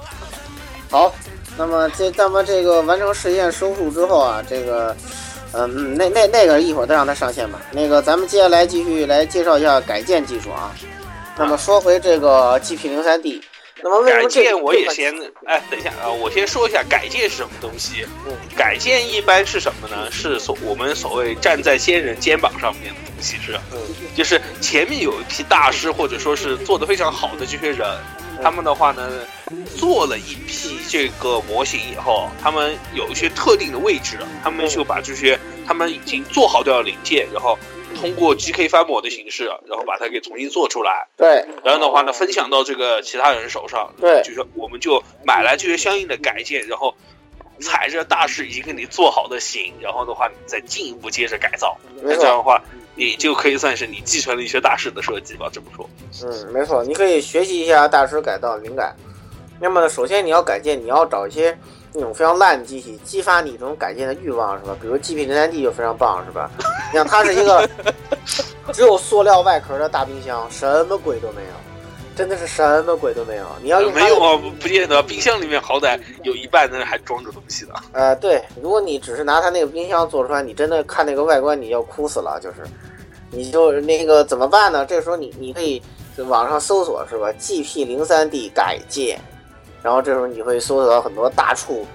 Speaker 3: 好，那么这那么这个完成实验收束之后啊，这个，嗯嗯，那那那个一会儿再让它上线吧。那个咱们接下来继续来介绍一下改建技术啊。那么说回这个 GP 零三 D，那么为什
Speaker 2: 改
Speaker 3: 么这
Speaker 2: 建我也
Speaker 3: 这款
Speaker 2: 先，哎，等一下啊，我先说一下改建是什么东西
Speaker 3: 嗯。
Speaker 2: 改建一般是什么呢？是所我们所谓站在先人肩膀上面的东西是，
Speaker 3: 嗯
Speaker 2: 就是前面有一批大师或者说是做的非常好的这些人，
Speaker 3: 嗯
Speaker 2: 他们的话呢，做了一批这个模型以后，他们有一些特定的位置，他
Speaker 3: 嗯
Speaker 2: 们就把这些他们已经做好掉的零件，然后通过 GK 翻模的形式，啊然后把它给重新做出来。
Speaker 3: 对
Speaker 2: 然后的话呢，分享到这个其他人手上，
Speaker 3: 对
Speaker 2: 就是我们就买来这些相应的改件，然后
Speaker 6: 踩着大师已经给你做好的型，然后的话你再进一步接着改造，
Speaker 3: 没
Speaker 6: 那
Speaker 3: 错
Speaker 6: 这样的话，你就可以算是你继承了一些大师的设计吧，这么说。
Speaker 3: 嗯，没错，你可以学习一下大师改造灵感。那么呢，首先你要改建，你要找一些那种非常烂的机器，激发你这种改建的欲望，是吧？比如 GP 零三 D 就非常棒，是吧？你像它是一个 只有塑料外壳的大冰箱，什么鬼都没有，真的是什么鬼都没有。你要用它
Speaker 6: 没有啊，不不见得，冰箱里面好歹有一半呢还装着东西呢。
Speaker 3: 呃，对，如果你只是拿它那个冰箱做出来，你真的看那个外观，你要哭死了，就是，你就那个怎么办呢？这时候你你可以就网上搜索是吧？GP 零三 D 改建，然后这时候你会搜索到很多大处，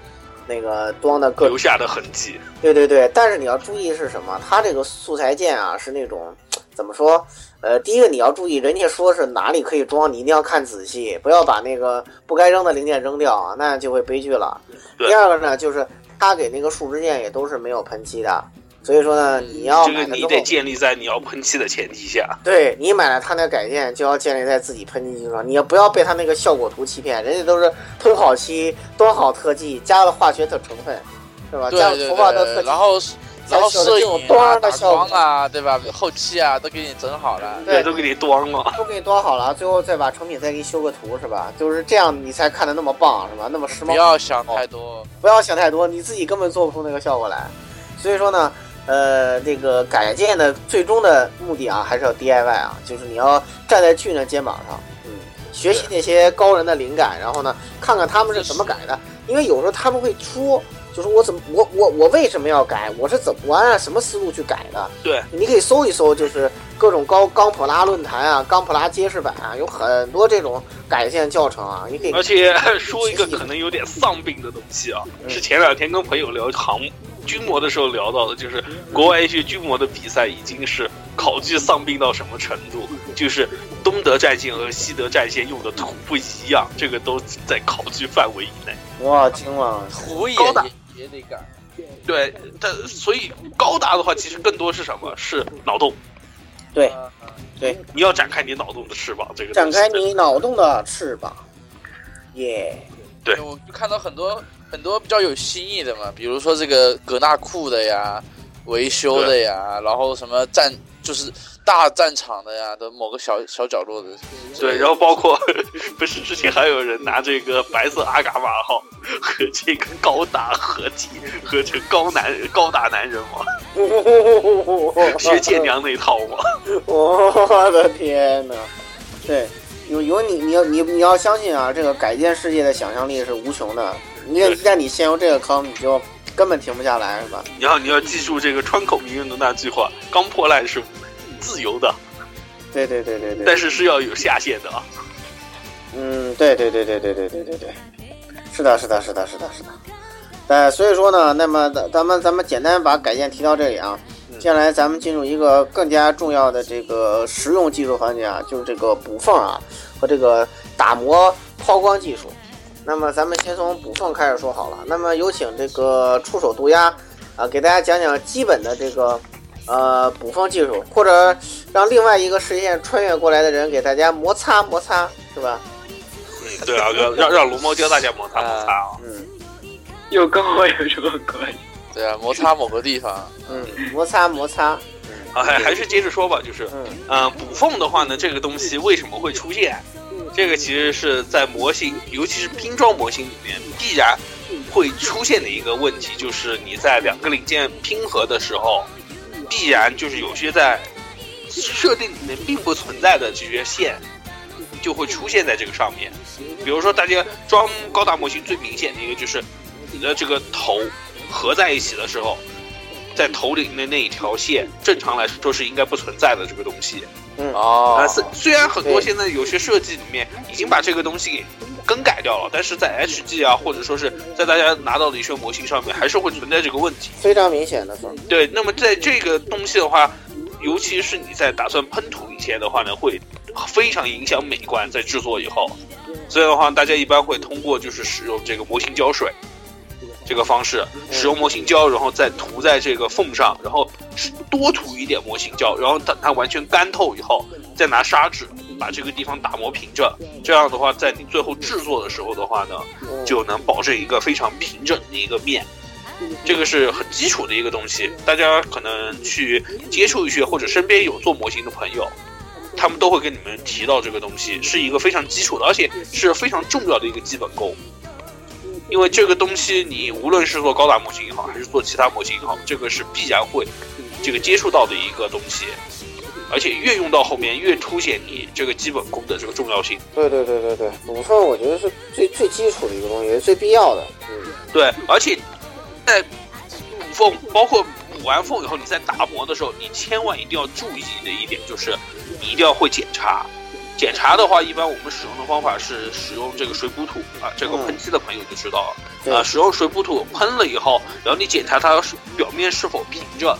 Speaker 3: 那个装的各种
Speaker 6: 留下的痕迹，
Speaker 3: 对对对，但是你要注意是什么？它这个素材件啊是那种怎么说？呃，第一个你要注意，人家说是哪里可以装，你一定要看仔细，不要把那个不该扔的零件扔掉啊，那就会悲剧了。
Speaker 6: 对
Speaker 3: 第二个呢，就是它给那个树枝件也都是没有喷漆的，所以说呢，你要
Speaker 6: 嗯这个
Speaker 3: 买了之
Speaker 6: 你
Speaker 3: 后，
Speaker 6: 得建立在你要喷漆的前提下。
Speaker 3: 对你买了它那改件，就要建立在自己喷漆基础上，你也不要被它那个效果图欺骗，人家都是喷好漆，多好特技，加了化学的成分，是吧？
Speaker 7: 对
Speaker 3: 加了
Speaker 7: 对
Speaker 3: 氟化的特
Speaker 7: 对，
Speaker 3: 技，
Speaker 7: 然后然后摄
Speaker 3: 这种
Speaker 7: 影
Speaker 3: 端
Speaker 7: 啊、
Speaker 3: 儿的嗯
Speaker 7: 打
Speaker 3: 效果
Speaker 7: 光啊，对吧？后期啊都给你整好了。
Speaker 3: 对
Speaker 6: 都给你端了，
Speaker 3: 都给你多好了，最后再把成品再给你修个图是吧？就是这样，你才看的那么棒是吧？那么时髦。
Speaker 7: 不要想太多，
Speaker 3: 不要想太多，你自己根本做不出那个效果来。所以说呢，呃，这个改建的最终的目的啊，还是要 DIY 啊，就是你要站在巨人的肩膀上，嗯，学习那些高人的灵感，然后呢，看看他们是怎么改的，因为有时候他们会说。就是我怎么我我我为什么要改？我是怎么我按照什么思路去改的？
Speaker 6: 对，
Speaker 3: 你可以搜一搜，就是各种高冈普拉论坛啊、冈普拉揭示版啊，有很多这种改建教程啊，你可以
Speaker 6: 而且 说一个可能有点丧病的东西啊，是前两天跟朋友聊航军模的时候聊到的，就是国外一些军模的比赛已经是考据丧病到什么程度，就是东德战线和西德战线用的图不一样，这个都在考据范围以内。
Speaker 3: 哇惊了，
Speaker 7: 图也
Speaker 6: 高大
Speaker 7: 也也得改。
Speaker 6: 对，但所以高达的话，其实更多是什么？是脑洞。
Speaker 3: 对
Speaker 7: 嗯嗯
Speaker 6: 呃你要展开你脑洞的翅膀，这个
Speaker 3: 展
Speaker 6: 东西
Speaker 3: 开
Speaker 6: 真的
Speaker 3: 你脑洞的翅膀，耶、
Speaker 6: 对
Speaker 7: 我就看到很多很多比较有新意的嘛，比如说这个格纳库的呀、维修的呀，然后什么战就是大战场的呀的某个小小角落的。
Speaker 6: 对，然后包括不是之前还有人拿这个白色阿伽马号和这个高达合体，合成高男高达男人吗？学舰娘那一套吗？
Speaker 3: 我的天哪！对，有有你，你要你你要相信啊，这个改建世界的想象力是无穷的。你一旦你陷入这个坑，你就根本停不下来，是吧？
Speaker 6: 然后你要记住这个川口名人的那句话：刚破烂是自由的，
Speaker 3: 对对对对对。
Speaker 6: 但是是要有下限的啊。
Speaker 3: 嗯，对对对对对对对对对，是的，是的，是的，是的，是的。呃，所以说呢，那么咱咱们咱们简单把改建提到这里啊，接下来咱们进入一个更加重要的这个实用技术环节啊，就是这个补缝啊和这个打磨抛光技术。那么咱们先从补缝开始说好了。那么有请这个触手毒鸭啊、给大家讲讲基本的这个呃补缝技术，或者让另外一个视线穿越过来的人给大家摩擦摩擦，是吧？
Speaker 6: 嗯，对啊，让让让龙猫教大家摩擦摩擦啊。
Speaker 3: 嗯
Speaker 5: 又跟我有什么关系？
Speaker 7: 对啊，摩擦某个地方，
Speaker 3: 嗯，摩擦摩擦，
Speaker 6: 啊，还还是接着说吧，就是
Speaker 3: 嗯，
Speaker 6: 嗯，补缝的话呢，这个东西为什么会出现？这个其实是在模型，尤其是拼装模型里面必然会出现的一个问题，就是你在两个零件拼合的时候，必然就是有些在设定里面并不存在的这些线，就会出现在这个上面。比如说，大家装高达模型最明显的一个就是你的这个头合在一起的时候，在头顶的那一条线，正常来说是应该不存在的这个东西。
Speaker 7: 哦
Speaker 6: 啊，虽虽然很多
Speaker 3: 对
Speaker 6: 现在有些设计里面已经把这个东西给更改掉了，但是在 HG 啊，或者说是在大家拿到的一些模型上面，还是会存在这个问题。
Speaker 3: 非常明显的缝。
Speaker 6: 对，那么在这个东西的话，尤其是你在打算喷涂以前的话呢，会非常影响美观，在制作以后。所以的话，大家一般会通过就是使用这个模型胶水这个方
Speaker 2: 嗯
Speaker 6: 式，使用模型胶，然后再涂在这个缝上，然后多涂一点模型胶，然后等它完全干透以后，再拿砂纸
Speaker 2: 把这个地方打磨平整。这样的话，在你最后制作的时候的话呢，
Speaker 3: 嗯
Speaker 2: 就能保证一个非常平整的一个面。这个是很基础的一个东西，大家可能去接触一些或者身边有做模型的朋友，他们都会跟你们提到这个东西是一个非常基础的，而且是非常重要的一个基本功。因为这个东西，你无论是做高达模型也好，还是做其他模型也好，这个是必然会这个接触到的一个东西，而且越用到后面，越凸显你这个基本功的这个重要性。
Speaker 3: 对对对对对，五份我觉得是最最基础的一个东西，也是最必要的。嗯，
Speaker 2: 对，而且在补缝，包括补完缝以后，你在打磨的时候，你千万一定要注意的一点就是，你一定要会检查。检查的话，一般我们使用的方法是使用这个水补土啊，这个喷漆的朋友就知道了。
Speaker 3: 对
Speaker 2: 啊，使用水补土喷了以后，然后你检查它是表面是否平整。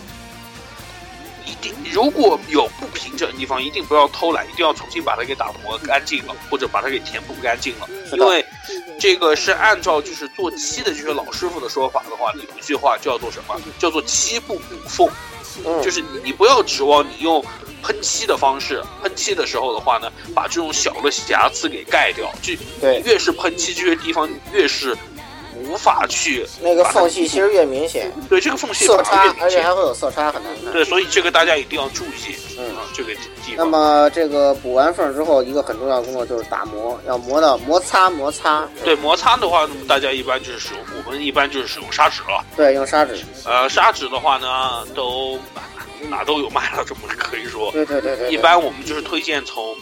Speaker 2: 一定如果有不平整的地方，一定不要偷懒，一定要重新把它给打磨干净了，或者把它给填补干净了。
Speaker 3: 嗯是
Speaker 2: 因
Speaker 3: 的，
Speaker 2: 为这个是按照就是做漆的这些老师傅的说法的话，有一句话叫做什么？叫做漆不补缝，
Speaker 3: 嗯，
Speaker 2: 就是你你不要指望你用喷漆的方式，喷漆的时候的话呢，把这种小的瑕疵给盖掉。就
Speaker 3: 对
Speaker 2: 越是喷漆这些地方，越是无法去
Speaker 3: 那个缝隙其实越明显，
Speaker 2: 对这个缝隙
Speaker 3: 色
Speaker 2: 反而越
Speaker 3: 差，
Speaker 2: 明
Speaker 3: 而且
Speaker 2: 显。
Speaker 3: 还会有色差，很难看。
Speaker 2: 对，所以这个大家一定要注意
Speaker 3: 嗯
Speaker 2: 啊，这个地
Speaker 3: 那
Speaker 2: 方。
Speaker 3: 么这个补完缝之后，一个很重要的工作就是打磨，要磨到摩擦摩擦。
Speaker 2: 对摩擦的话，那么大家一般就是使用，我们一般就是使用砂纸了。
Speaker 3: 对，用砂纸。
Speaker 2: 呃，砂纸的话呢，都哪哪都有卖了，这么可以说。
Speaker 3: 对对对对。对
Speaker 2: 一。般我们就是推荐从，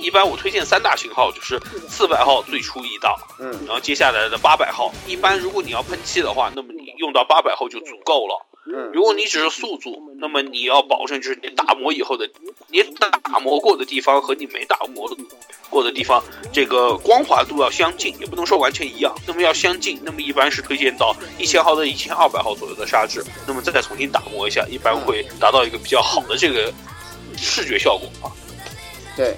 Speaker 2: 一般我推荐三大型号，就是四百号最初一档，
Speaker 3: 嗯
Speaker 2: 然后接下来的八百号。一般如果你要喷漆的话，那么你用到八百号就足够了。
Speaker 3: 嗯
Speaker 2: 如果你只是速组，那么你要保证就是你打磨以后的，你打磨过的地方和你没打磨过的地方，这个光滑度要相近，也不能说完全一样，那么要相近，那么一般是推荐到一千毫到一千二百毫左右的砂纸，那么再重新打磨一下，一般会达到一个比较好的这个视觉效果啊。
Speaker 3: 对。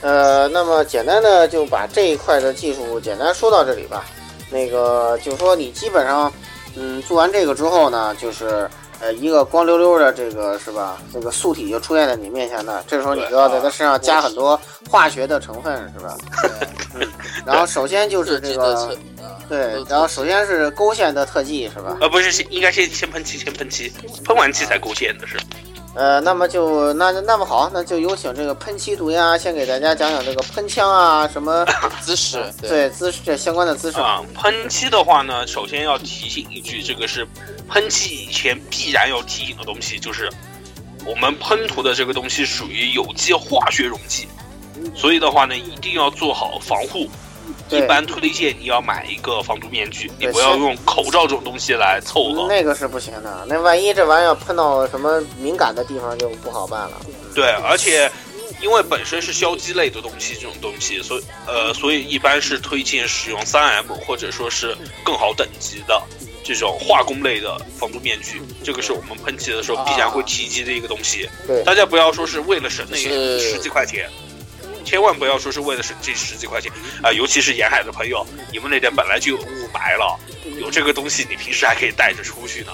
Speaker 3: 呃，那么简单的就把这一块的技术简单说到这里吧。那个就说你基本上，嗯，做完这个之后呢，就是呃一个光溜溜的这个是吧？这个素体就出现在你面前了。这时候你就要在它身上加很多化学的成分是吧？嗯。然后首先就是
Speaker 7: 日
Speaker 3: 这
Speaker 7: 记
Speaker 3: 个
Speaker 7: 的成啊，
Speaker 3: 对，然后首先是勾线的特技是吧？
Speaker 2: 呃，不是，先应该先先喷漆，先喷漆，喷完漆才勾线的是。
Speaker 3: 呃，那么就那那么好，那就有请这个喷漆涂鸦先给大家讲讲这个喷枪啊什么
Speaker 7: 姿势
Speaker 3: 啊
Speaker 7: 对，
Speaker 3: 对姿势这相关的姿势。
Speaker 2: 啊，喷漆的话呢，首先要提醒一句，这个是喷漆以前必然要提醒的东西，就是我们喷涂的这个东西属于有机化学溶剂，所以的话呢，一定要做好防护。一
Speaker 3: 对
Speaker 2: 般推荐你要买一个防毒面具，你
Speaker 3: 对
Speaker 2: 不要
Speaker 3: 是
Speaker 2: 用口罩这种东西来凑合。
Speaker 3: 那个是不行的，那万一这玩意儿喷到什么敏感的地方就不好办了。
Speaker 2: 对，而且因为本身是硝基类的东西，这种东西，所以呃，所以一般是推荐使用三 M 或者说是更好等级的这种化工类的防毒面具，这个是我们喷漆的时候必然会提及的一个东西。
Speaker 3: 对
Speaker 2: 大家不要说是为了省那
Speaker 7: 是
Speaker 2: 十几块钱。千万不要说是为了省这十几块钱啊、尤其是沿海的朋友，你们那边本来就有雾霾了，有这个东西，你平时还可以带着出去呢。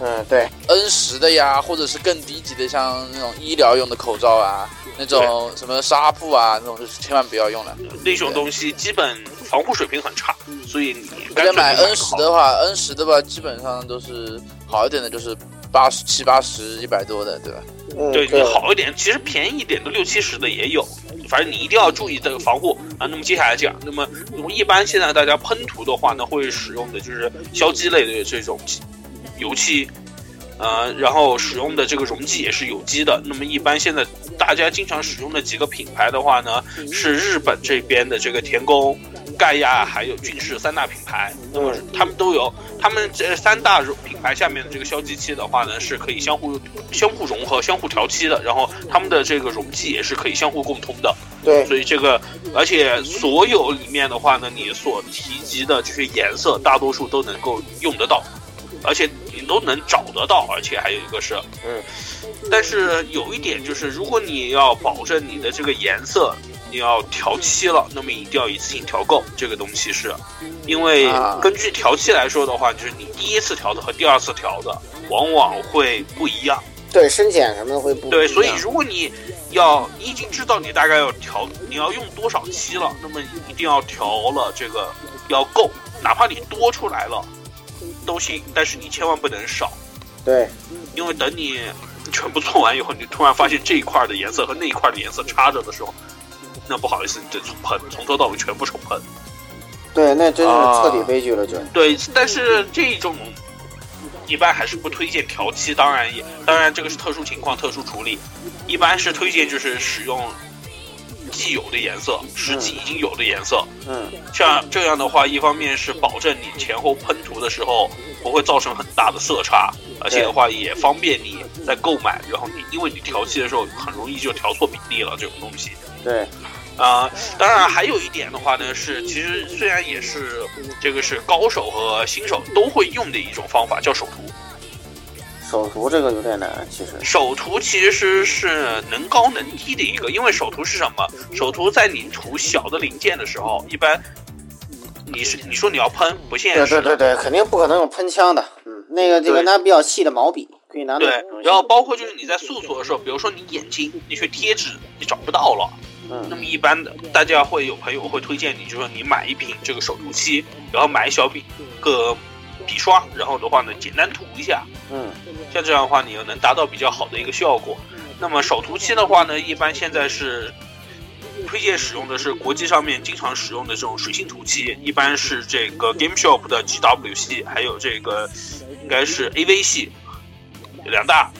Speaker 3: 嗯，对，
Speaker 7: N 十的呀，或者是更低级的，像那种医疗用的口罩啊，那种什么纱布啊，那种就是千万不要用了。
Speaker 2: 那种东西基本防护水平很差，所以你
Speaker 7: 这
Speaker 2: 干脆就
Speaker 7: 边
Speaker 2: 买
Speaker 7: 买
Speaker 2: 个
Speaker 7: N 十
Speaker 2: 好
Speaker 7: 的话，N 十的话，基本上都是好一点的，就是八十七、八十、一百多的，对吧？
Speaker 3: 嗯
Speaker 2: 对你好一点，其实便宜一点的六七十的也有，反正你一定要注意这个防护啊。那么接下来讲，那么我们一般现在大家喷涂的话呢，会使用的就是硝基类的这种油漆，
Speaker 6: 啊
Speaker 2: 呃，然后使用的这个溶剂也是有机的。那么一般现在大家经常使用的几个品牌的话呢，是日本这边的这个田宫。盖亚还有俊士三大品牌，那么他们都有，他们这三大品牌下面的这个硝基漆的话呢，是可以相互相互融合、相互调漆的，然后它们的这个溶剂也是可以相互共通的，
Speaker 3: 对
Speaker 2: 所以这个，而且所有里面的话呢，你所提及的这些颜色，大多数都能够用得到，而且你都能找得到，而且还有一个是，
Speaker 3: 嗯，
Speaker 2: 但是有一点就是，如果你要保证你的这个颜色，你要调漆了，那么一定要一次性调够，这个东西是，因为
Speaker 3: 啊
Speaker 2: 根据调漆来说的话，就是你第一次调的和第二次调的往往会不一样。
Speaker 3: 对深浅什么的会不
Speaker 6: 对，
Speaker 3: 不一
Speaker 6: 所以
Speaker 3: 样
Speaker 6: 如果你要你已经知道你大概要调，你要用多少期了，那么一定要调了，这个要够，哪怕你多出来了都行，但是你千万不能少，
Speaker 3: 对
Speaker 6: 因为等你全部做完以后，你突然发现这一块的颜色和那一块的颜色差着的时候，那不好意思，你得重喷，从头到尾全部重喷。
Speaker 3: 对，那真是
Speaker 7: 啊
Speaker 3: 彻底悲剧了，就
Speaker 6: 对，但是这种一般还是不推荐调漆，当然也当然这个是特殊情况特殊处理，一般是推荐就是使用既有的颜色，实际已经有的颜色。
Speaker 3: 嗯，
Speaker 6: 像这样的话，一方面是保证你前后喷涂的时候不会造成很大的色差，而且的话也方便你在购买，然后你因为你调漆的时候很容易就调错比例了这种东西。
Speaker 3: 对
Speaker 6: 啊、当然还有一点的话呢，是其实虽然也是这个是高手和新手都会用的一种方法，叫手涂。
Speaker 3: 手图这个有点难，其实
Speaker 6: 手涂其实是能高能低的一个，因为手涂是什么？手涂在你涂小的零件的时候，一般你是你说你要喷不现
Speaker 3: 对
Speaker 6: 实
Speaker 3: 对，对对，肯定不可能用喷枪的，嗯，那个这个
Speaker 6: 对
Speaker 3: 拿比较细的毛笔可以拿那
Speaker 6: 对
Speaker 3: 种东西，
Speaker 6: 然后包括就是你在素涂的时候，比如说你眼睛你去贴纸，你找不到了。
Speaker 3: 嗯
Speaker 6: 那么一般的，大家会有朋友会推荐你，就是说你买一瓶这个手涂漆，然后买一小笔个笔刷，然后的话呢，简单涂一下，
Speaker 3: 嗯
Speaker 6: 像这样的话，你又能达到比较好的一个效果。那么手涂漆的话呢，一般现在是推荐使用的是国际上面经常使用的这种水性涂漆，一般是这个 Game Shop 的 GW 系，还有这个应该是 AV 系两大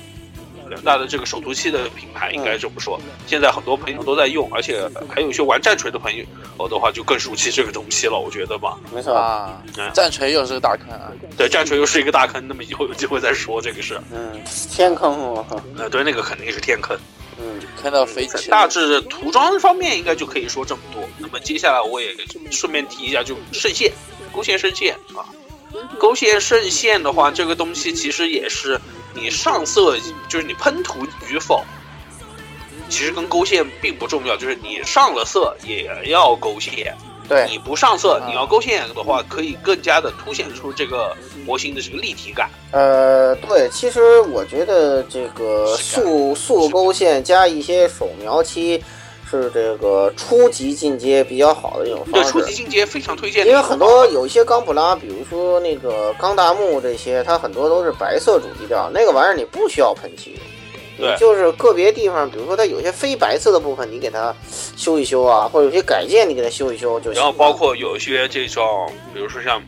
Speaker 6: 两大的这个手涂漆的品牌，应该这么说。现在很多朋友都在用，而且还有一些玩战锤的朋友哦的话，就更熟悉这个东西了，我觉得吧。
Speaker 3: 没
Speaker 2: 哦
Speaker 3: 错，
Speaker 7: 啊
Speaker 6: 嗯，
Speaker 7: 战锤又是个大坑啊！
Speaker 6: 对，战锤又是一个大坑，那么以后有机会再说这个事。
Speaker 3: 嗯，天坑我，
Speaker 6: 呃，对，那个肯定是天坑。
Speaker 3: 嗯，
Speaker 7: 看到飞起
Speaker 6: 大
Speaker 7: 来，
Speaker 6: 致涂装方面应该就可以说这么多。那么接下来我也顺便提一下，就渗线、勾线、渗线啊。勾线、渗线的话，这个东西其实也是你上色，就是你喷涂与否，其实跟勾线并不重要，就是你上了色也要勾线。
Speaker 3: 对
Speaker 6: 你不上色，
Speaker 7: 啊
Speaker 6: 你要勾线的话，可以更加的凸显出这个模型的这个立体感。
Speaker 3: 呃，对，其实我觉得这个
Speaker 7: 是的
Speaker 3: 速速勾线加一些手描漆，是这个初级进阶比较好的一种
Speaker 6: 对
Speaker 3: 方，
Speaker 6: 初级
Speaker 3: 式。
Speaker 6: 进阶非常推荐。
Speaker 3: 哦因为很多有一些钢普拉，比如说那个钢大木这些，它很多都是白色主基调，那个玩意儿你不需要喷漆，
Speaker 6: 对
Speaker 3: 你就是个别地方，比如说它有些非白色的部分，你给它修一修啊，或者有些改建你给它修一修就行。
Speaker 6: 然后包括有一些这种，比如说像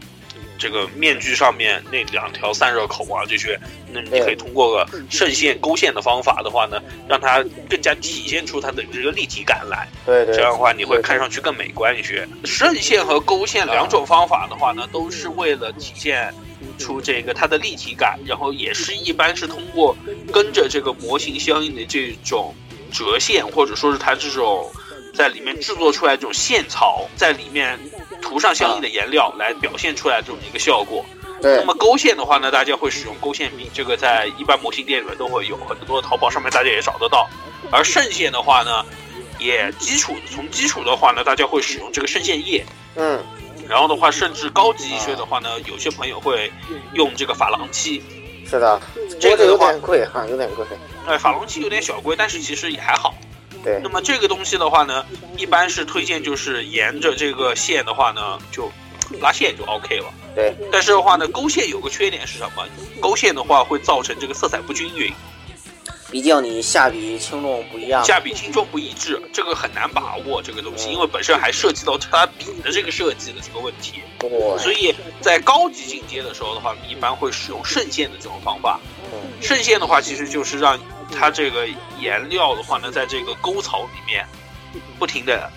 Speaker 6: 这个面具上面那两条散热口啊，这些，那你可以通过个渗线、勾线的方法的话呢，让它更加体现出它的这个立体感来。
Speaker 3: 对对
Speaker 6: 这样的话，你会看上去更美观一些。渗线和勾线两种方法的话呢，都是为了体现出这个它的立体感，然后也是一般是通过跟着这个模型相应的这种折线，或者说是它这种在里面制作出来这种线槽，在里面涂上相应的颜料来表现出来这种一个效果。
Speaker 3: 对
Speaker 6: 那么勾线的话呢，大家会使用勾线笔，这个在一般模型店里面都会有，很多淘宝上面大家也找得到。而渗线的话呢，也基础从基础的话呢，大家会使用这个渗线液。
Speaker 3: 嗯
Speaker 6: 然后的话，甚至高级一些的话呢，有些朋友会用这个珐琅漆。
Speaker 3: 是的，这
Speaker 6: 这个
Speaker 3: 个
Speaker 6: 的
Speaker 3: 有
Speaker 6: 话
Speaker 3: 点贵哈，有点贵。
Speaker 6: 呃，珐琅漆有点小贵，但是其实也还好。
Speaker 3: 对
Speaker 6: 那么这个东西的话呢，一般是推荐就是沿着这个线的话呢，就拉线就 OK 了。
Speaker 3: 对。
Speaker 6: 但是的话呢，勾线有个缺点是什么？勾线的话会造成这个色彩不均匀，
Speaker 3: 毕竟你下笔轻重不一样。
Speaker 6: 下笔轻重不一致，这个很难把握这个东西，
Speaker 3: 嗯
Speaker 6: 因为本身还涉及到它笔的这个设计的这个问题。
Speaker 3: 对，
Speaker 6: 所以在高级进阶的时候的话，一般会使用渗线的这种方法。
Speaker 3: 嗯
Speaker 6: 渗线的话，其实就是让它这个颜料的话呢，在这个沟槽里面不停的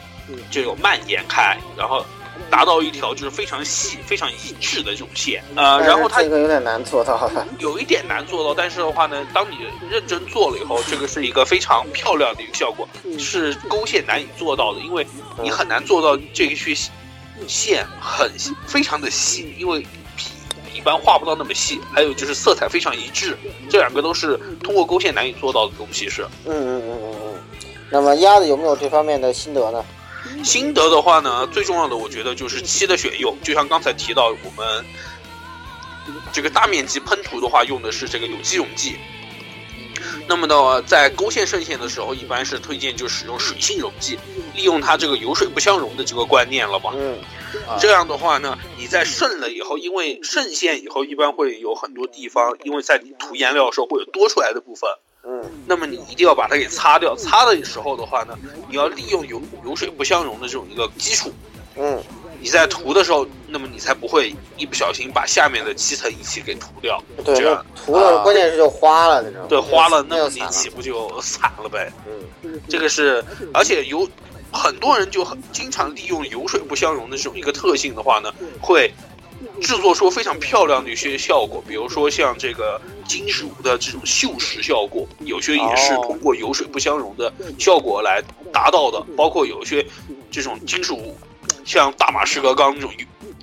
Speaker 6: 这种蔓延开，然后达到一条就是非常细、非常一致的这种线。呃，
Speaker 3: 但是
Speaker 6: 然后它
Speaker 3: 哎这个有点难做到了。
Speaker 6: 有一点难做到，但是的话呢，当你认真做了以后，这个是一个非常漂亮的一个效果，是勾线难以做到的，因为你很难做到这一区线很非常的细，因为笔一般画不到那么细，还有就是色彩非常一致，这两个都是通过勾线难以做到的东西是。
Speaker 3: 嗯嗯嗯嗯嗯。那么鸭子有没有这方面的心得呢？
Speaker 6: 心得的话呢，最重要的我觉得就是漆的选用，就像刚才提到我们这个大面积喷涂的话，用的是这个有机溶剂。
Speaker 2: 那么呢，在勾芡渗线的时候，一般是推荐就使用水性溶剂，利用它这个油水不相容的这个观念了吧。
Speaker 7: 嗯，啊
Speaker 2: 这样的话呢，你在渗了以后，因为渗线以后一般会有很多地方，因为在你涂颜料的时候会有多出来的部分，
Speaker 7: 嗯
Speaker 2: 那么你一定要把它给擦掉。擦的时候的话呢，你要利用油油水不相容的这种一个基础，
Speaker 7: 嗯
Speaker 2: 你在涂的时候，那么你才不会一不小心把下面的七层一起给涂掉。
Speaker 3: 嗯对，
Speaker 2: 这
Speaker 3: 那
Speaker 2: 样
Speaker 3: 涂了，
Speaker 7: 啊
Speaker 3: 关键是就花了，你知道吗？
Speaker 2: 对，花了，那
Speaker 3: 就
Speaker 2: 么
Speaker 3: 散
Speaker 2: 你
Speaker 3: 了
Speaker 2: 岂不就散了呗？
Speaker 7: 嗯
Speaker 2: 这个是，而且油，很多人就很经常利用油水不相容的这种一个特性的话呢，会制作出非常漂亮的一些效果，比如说像这个金属的这种锈蚀效果，有些也是
Speaker 7: 哦
Speaker 2: 通过油水不相容的效果来达到的，包括有一些这种金属，像大马士革钢这种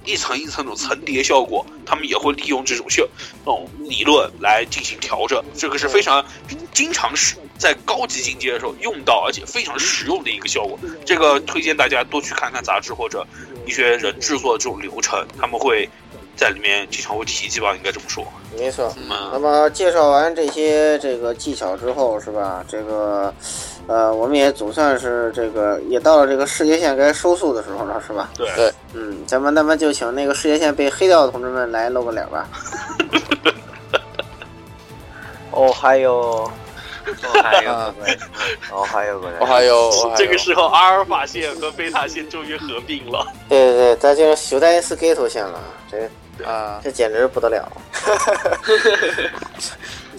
Speaker 2: 一层一层那种层叠效果，他们也会利用这种效那种理论来进行调整，这个是非常经常使在高级境界的时候用到，而且非常实用的一个效果。这个推荐大家多去看看杂志或者一些人制作这种流程，他们会在里面经常会提及吧，应该这么说。
Speaker 3: 没错。那
Speaker 2: 嗯，
Speaker 3: 么介绍完这些这个技巧之后，是吧？这个，呃，我们也总算是这个也到了这个世界线该收束的时候了，是吧？
Speaker 2: 对
Speaker 7: 对，
Speaker 3: 嗯，咱们那么就请那个世界线被黑掉的同志们来露个脸吧。
Speaker 1: 哦，还有，
Speaker 8: 还有
Speaker 3: 啊，
Speaker 1: 哦，还有个人
Speaker 7: 我，还有我还有
Speaker 2: 这个时候阿尔法线和贝塔线终于合并了。
Speaker 3: 对对对，咱就是修丹斯给头线了，这
Speaker 7: 啊
Speaker 3: 这简直不得 了。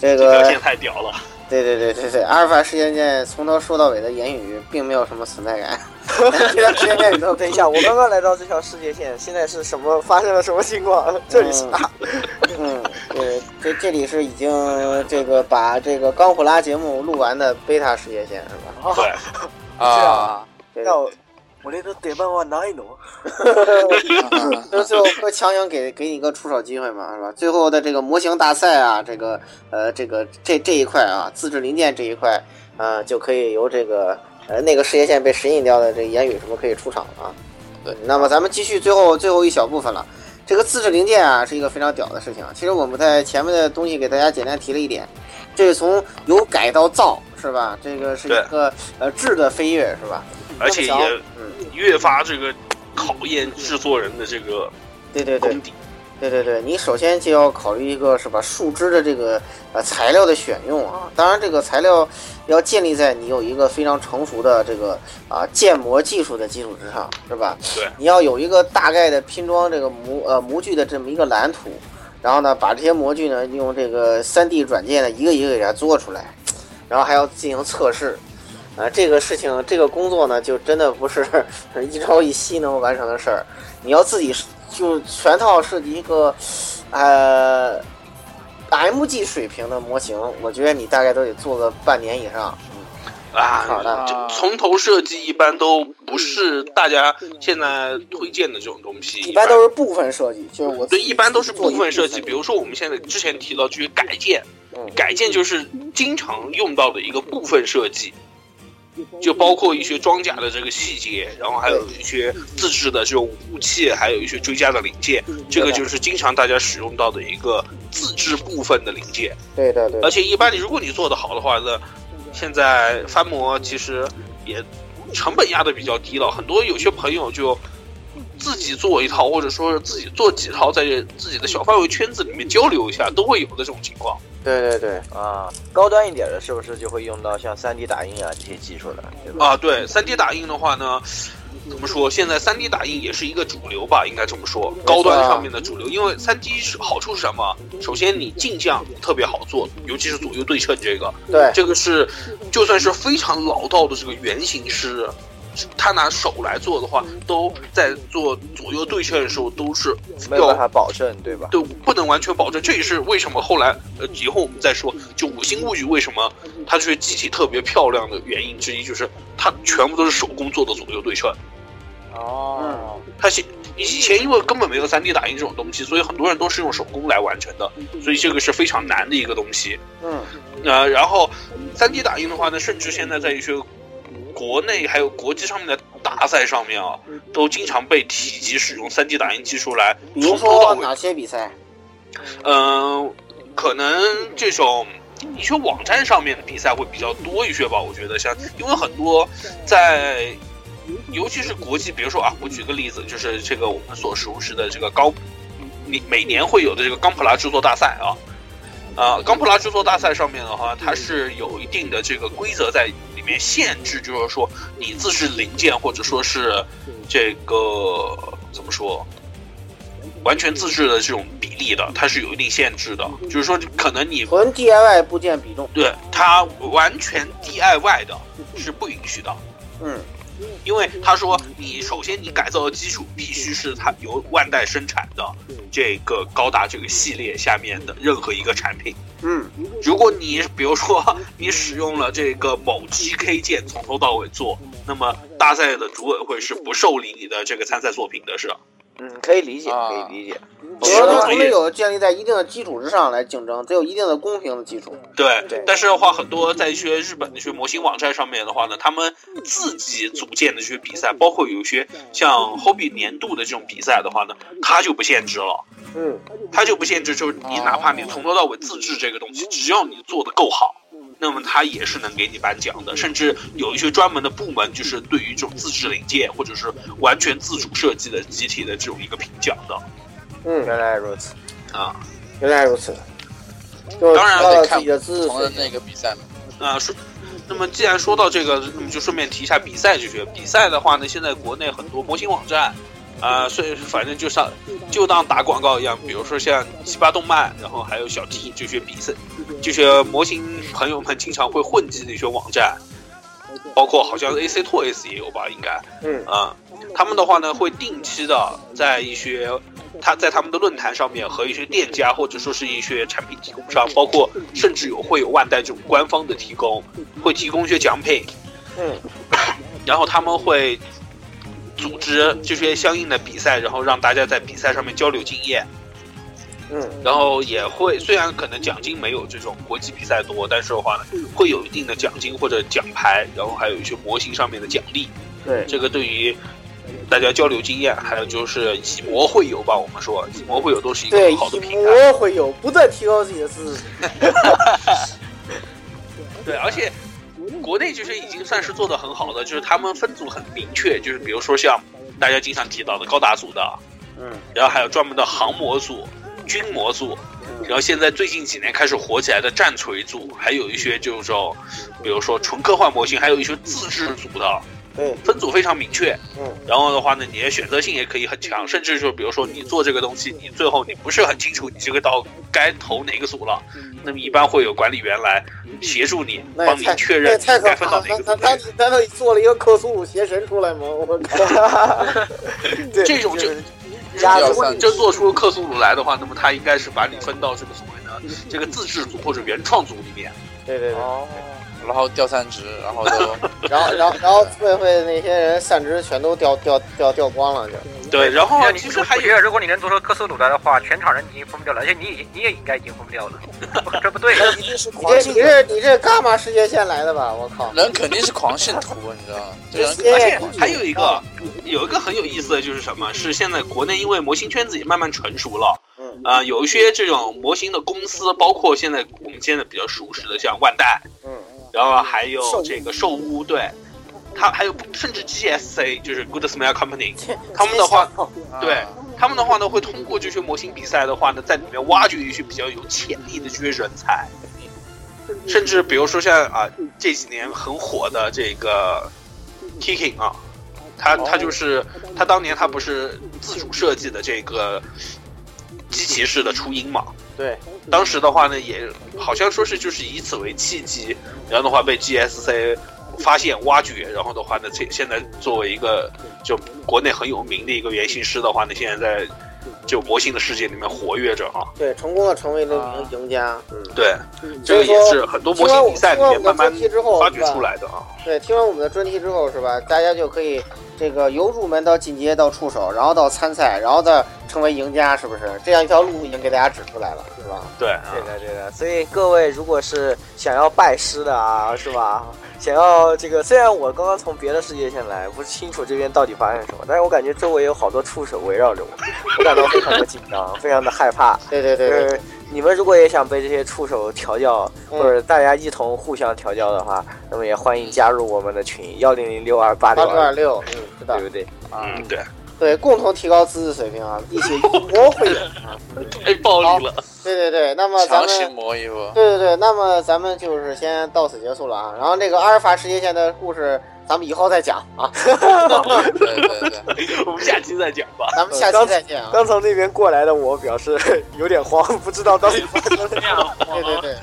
Speaker 3: 这
Speaker 2: 这条
Speaker 3: 个
Speaker 2: 线太屌了，
Speaker 3: 对对对对对，阿尔法事件线从头说到尾的言语并没有什么存在 感，这条事件线里头
Speaker 1: 等
Speaker 3: 对
Speaker 1: 一下，我刚刚来到这条世界线，现在是什么？发生了什么情况？这里是哪？
Speaker 3: 嗯，对，这这里是已经这个把这个钢虎拉节目录完的贝塔世界线是吧？
Speaker 2: 对，
Speaker 7: 啊，
Speaker 3: 对
Speaker 1: 那我我连都得办法哪一弄？
Speaker 3: 就是最后会强行给给你一个出手机会嘛，是吧？最后的这个模型大赛啊，这个呃，这个这这一块啊，自制零件这一块，呃，就可以由这个呃那个事业线被神隐掉的这个言语什么可以出场了啊。
Speaker 7: 对，
Speaker 3: 那么咱们继续最后最后一小部分了。这个自制零件啊，是一个非常屌的事情啊。其实我们在前面的东西给大家简单提了一点，这是从由改到造，是吧？这个是
Speaker 2: 对
Speaker 3: 一个呃质的飞跃，是吧？
Speaker 2: 而且
Speaker 3: 那么
Speaker 2: 也
Speaker 3: 强嗯，
Speaker 2: 越发这个考验制作人的这个
Speaker 3: 对对对
Speaker 2: 功，底。
Speaker 3: 对对对，你首先就要考虑一个是吧树枝的这个呃材料的选用啊，当然这个材料要建立在你有一个非常成熟的这个啊建模技术的基础之上，是吧？
Speaker 2: 对，
Speaker 3: 你要有一个大概的拼装这个模呃模具的这么一个蓝图，然后呢把这些模具呢用这个 3D 软件呢一个一个给它做出来，然后还要进行测试。啊，这个事情，这个工作呢，就真的不是 一朝一夕能完成的事儿。你要自己就全套设计一个，呃，MG 水平的模型，我觉得你大概都得做个半年以上。好的
Speaker 2: 嗯啊，就从头设计一般都不是大家现在推荐的这种东西，
Speaker 3: 一般都是部分设计，就是我
Speaker 2: 对，一般都是部分设
Speaker 3: 做
Speaker 2: 计。
Speaker 3: 一
Speaker 2: 比如说我们现在之前提到这些改建
Speaker 3: 嗯，
Speaker 2: 改建就是经常用到的一个部分设计，就包括一些装甲的这个细节，然后还有一些自制的这种武器，还有一些追加的零件，这个就是经常大家使用到的一个自制部分的零件。
Speaker 3: 对的，对
Speaker 2: 而
Speaker 3: 的，
Speaker 2: 且一般你如果你做的好的话呢，现在翻模其实也成本压的比较低了，很多有些朋友就自己做一套，或者说是自己做几套，在自己的小范围圈子里面交流一下，都会有的这种情况。
Speaker 3: 对对对，
Speaker 1: 啊，高端一点的，是不是就会用到像 3D 打印啊这些技术了，对吧？
Speaker 2: 啊，对，3 D 打印的话呢，怎么说？现在3 D 打印也是一个主流吧，应该这么说，高端上面的主流。因为3 D 是好处是什么？首先你镜像特别好做，尤其是左右对称这个，
Speaker 3: 对
Speaker 2: 这个是就算是非常老道的这个原型师。他拿手来做的话，都在做左右对称的时候都是
Speaker 1: 没有办
Speaker 2: 要
Speaker 1: 法保证，对吧？
Speaker 2: 对，不能完全保证。这也是为什么后来呃，以后我们再说，就《五星物语》为什么它这些机体特别漂亮的原因之一，就是它全部都是手工做的左右对称。
Speaker 1: 哦，
Speaker 7: 嗯
Speaker 2: 它现以前因为根本没有 3D 打印这种东西，所以很多人都是用手工来完成的，所以这个是非常难的一个东西。
Speaker 3: 嗯，
Speaker 2: 呃，然后 3D 打印的话呢，甚至现在在一些国内还有国际上面的大赛上面啊，都经常被提及使用 3D 打印技术来
Speaker 3: 比如
Speaker 2: 从头到
Speaker 3: 说
Speaker 2: 尾
Speaker 3: 哪些比赛？
Speaker 2: 呃嗯，可能这种
Speaker 6: 的确网站上面的比赛会比较多一些吧。我觉得像，因为很多在，尤其是国际，比如说啊，我举个例子，就是这个我们所熟知的这个高，你每年会有的这个钢普拉制作大赛啊。啊，钢普拉制作大赛上面的话，它是有一定的这个规则在里面限制，就是说你自制零件或者说是这个怎么说，完全自制的这种比例的，它是有一定限制的。就是说，可能你
Speaker 3: 纯 DIY 部件比重，
Speaker 6: 对它完全 DIY 的是不允许的，
Speaker 3: 嗯，
Speaker 6: 因为他说你首先你改造的基础必须是它由万代生产的这个高达这个系列下面的任何一个产品。
Speaker 3: 嗯，
Speaker 6: 如果你比如说你使用了这个某 GK 键从头到尾做，那么大赛的组委会是不受理你的这个参赛作品的，是吧
Speaker 9: 嗯，可以理解，
Speaker 7: 啊
Speaker 9: 可以理解。
Speaker 3: 只
Speaker 6: 是
Speaker 3: 要
Speaker 6: 的
Speaker 3: 它同时有建立在一定的基础之上来竞争，得有一定的公平的基础。
Speaker 6: 对
Speaker 3: 对，
Speaker 6: 但是的话，很多在一些日本的一些模型网站上面的话呢，他们自己组建的一些比赛，包括有一些像 Hobby 年度的这种比赛的话呢，它就不限制了，
Speaker 3: 嗯，
Speaker 6: 它就不限制，就是你哪怕你从头到尾自制这个东西，只要你做的够好。那么它也是能给你颁奖的，甚至有一些专门的部门，就是对于这种自制零件或者是完全自主设计的集体的这种一个评奖的
Speaker 3: 嗯，
Speaker 9: 原来如此，
Speaker 6: 啊。
Speaker 3: 原来如此。就是
Speaker 6: 当然
Speaker 3: 到
Speaker 7: 得
Speaker 3: 了
Speaker 7: 看
Speaker 3: 自己的姿
Speaker 7: 同人
Speaker 3: 势，
Speaker 7: 那个比赛嘛，
Speaker 6: 啊，说，那么既然说到这个，那么就顺便提一下比赛这些。比赛的话呢，现在国内很多模型网站，啊、所以反正就上就当打广告一样，比如说像七八动漫，然后还有小 T 这些比赛，这些模型朋友们经常会混迹的一些网站，包括好像 AC Toys 也有吧，应该，
Speaker 3: 嗯
Speaker 6: 啊、他们的话呢会定期的在一些。他在他们的论坛上面和一些店家或者说是一些产品提供商，包括甚至有会有万代这种官方的提供，会提供一些奖品，
Speaker 3: 嗯，
Speaker 6: 然后他们会组织这些相应的比赛，然后让大家在比赛上面交流经验，
Speaker 3: 嗯，
Speaker 6: 然后也会虽然可能奖金没有这种国际比赛多，但是的话呢，会有一定的奖金或者奖牌，然后还有一些模型上面的奖励，
Speaker 3: 对，
Speaker 6: 这个对于。大家交流经验，还有就是以模会友吧。我们说以模会友都是一个
Speaker 3: 对，
Speaker 6: 很好的平台。
Speaker 3: 我会有不断提高自己的姿势。
Speaker 6: 对，而且国内就是已经算是做的很好的，就是他们分组很明确，就是比如说像大家经常提到的高达组的，
Speaker 3: 嗯，
Speaker 6: 然后还有专门的航模组、军模组，然后现在最近几年开始火起来的战锤组，还有一些就是说，比如说纯科幻模型，还有一些自制组的。
Speaker 3: 对，
Speaker 6: 分组非常明确，
Speaker 3: 嗯，
Speaker 6: 然后的话呢，你的选择性也可以很强，甚至就比如说你做这个东西，你最后你不是很清楚你这个到该投哪个组了，那么一般会有管理员来协助你，
Speaker 3: 那也
Speaker 6: 帮你
Speaker 3: 太那
Speaker 6: 确
Speaker 3: 也
Speaker 6: 认
Speaker 3: 太
Speaker 6: 你
Speaker 3: 可
Speaker 6: 该分
Speaker 3: 怕
Speaker 6: 到
Speaker 3: 了！他
Speaker 6: 哪个
Speaker 3: 他
Speaker 6: 组。
Speaker 3: 他难道你做了一个克苏鲁邪神出来吗？我靠！ 对
Speaker 6: 这种就
Speaker 3: 压
Speaker 6: 如
Speaker 3: 缩
Speaker 6: 果你
Speaker 3: 你
Speaker 6: 真做出克苏鲁来的话，那么他应该是把你分到这个所谓的这个自制组或者原创组里面。
Speaker 3: 对对对。
Speaker 7: 然后掉三职，然后就
Speaker 3: 然后然后然后组委会那些人散值全都掉掉掉掉光了，就
Speaker 6: 对，然后
Speaker 10: 哦，你
Speaker 6: 其实
Speaker 10: 我
Speaker 6: 还
Speaker 10: 觉
Speaker 6: 有
Speaker 10: 得如果你能做出克苏鲁来的话，全场人已经疯掉了，而且你已经你也应该已经疯掉了，这不对的。
Speaker 9: 一定是
Speaker 3: 你这你这你这伽马世界线来的吧？我靠！
Speaker 7: 人肯定是狂信徒，你知道吗？这人
Speaker 6: 而且还有一个，有一个很有意思的就是什么？是现在国内因为模型圈子也慢慢成熟了，
Speaker 3: 嗯
Speaker 6: 啊、有一些这种模型的公司，包括现在我们现在比较熟识的，像万代，
Speaker 3: 嗯
Speaker 6: 然后还有这个兽屋，对，它还有甚至 GSC，就是 Good Smile Company，他嗯们的话，对他们的话呢，会通过这些模型比赛的话呢，在里面挖掘一些比较有潜力的这些人才，甚至比如说像啊这几年很火的这个 Kicking 啊，他他就是他当年他不是自主设计的这个机骑士的初音嘛，
Speaker 3: 对，
Speaker 6: 当时的话呢，也好像说是就是以此为契机，然后的话被 GSC 发现挖掘，然后的话呢，这现在作为一个就国内很有名的一个原型师的话呢，现在在就模型的世界里面活跃着啊。
Speaker 3: 对，成功的成为了赢赢家。嗯，
Speaker 6: 对，
Speaker 3: 所
Speaker 6: 这个
Speaker 3: 以说
Speaker 6: 也是很多模型比赛里面慢慢
Speaker 3: 听完我们的专题之后
Speaker 6: 发掘出来的啊。
Speaker 3: 对，听完我们的专题之后是吧？大家就可以这个由入门到进阶到触手，然后到参赛，然后再成为赢家，是不是？这样一条路已经给大家指出来了，是吧？
Speaker 6: 对啊
Speaker 9: 对，的，对的。所以各位如果是想要拜师的啊，是吧？
Speaker 1: 想要这个，虽然我刚刚从别的世界线来，不清楚这边到底发生什么，但是我感觉周围有好多触手围绕着我，我感到非常的紧张， 非常的害怕。
Speaker 3: 对对对
Speaker 1: 就
Speaker 3: 对，
Speaker 1: 是你们如果也想被这些触手调教，
Speaker 3: 嗯
Speaker 1: 或者大家一同互相调教的话，那么也欢迎加入我们的群幺零零六二八
Speaker 3: 八
Speaker 1: 六
Speaker 3: 六二
Speaker 1: 二，
Speaker 3: 六，嗯，知道
Speaker 1: 对不对？
Speaker 3: 啊，
Speaker 6: 嗯，对，
Speaker 3: 对，共同提高知识水平啊，一起一波会友啊，嗯
Speaker 6: 太暴力了。
Speaker 3: 对对对，那么咱
Speaker 7: 强
Speaker 3: 们
Speaker 7: 行磨一波。
Speaker 3: 对对对，那么咱们就是先到此结束了啊。然后那个阿尔法世界线的故事，咱们以后再讲啊，
Speaker 7: 对对对，
Speaker 6: 我们下期再讲吧。
Speaker 3: 咱们下期再见啊。
Speaker 1: 刚从那边过来的我表示 有点慌，不知道到底发生了什么。
Speaker 3: 对对对，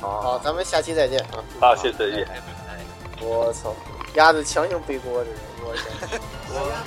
Speaker 3: 好，咱们下期再见啊。
Speaker 6: 好，谢谢再见。
Speaker 1: 我操！
Speaker 3: 鸭子强行背锅，这是我天。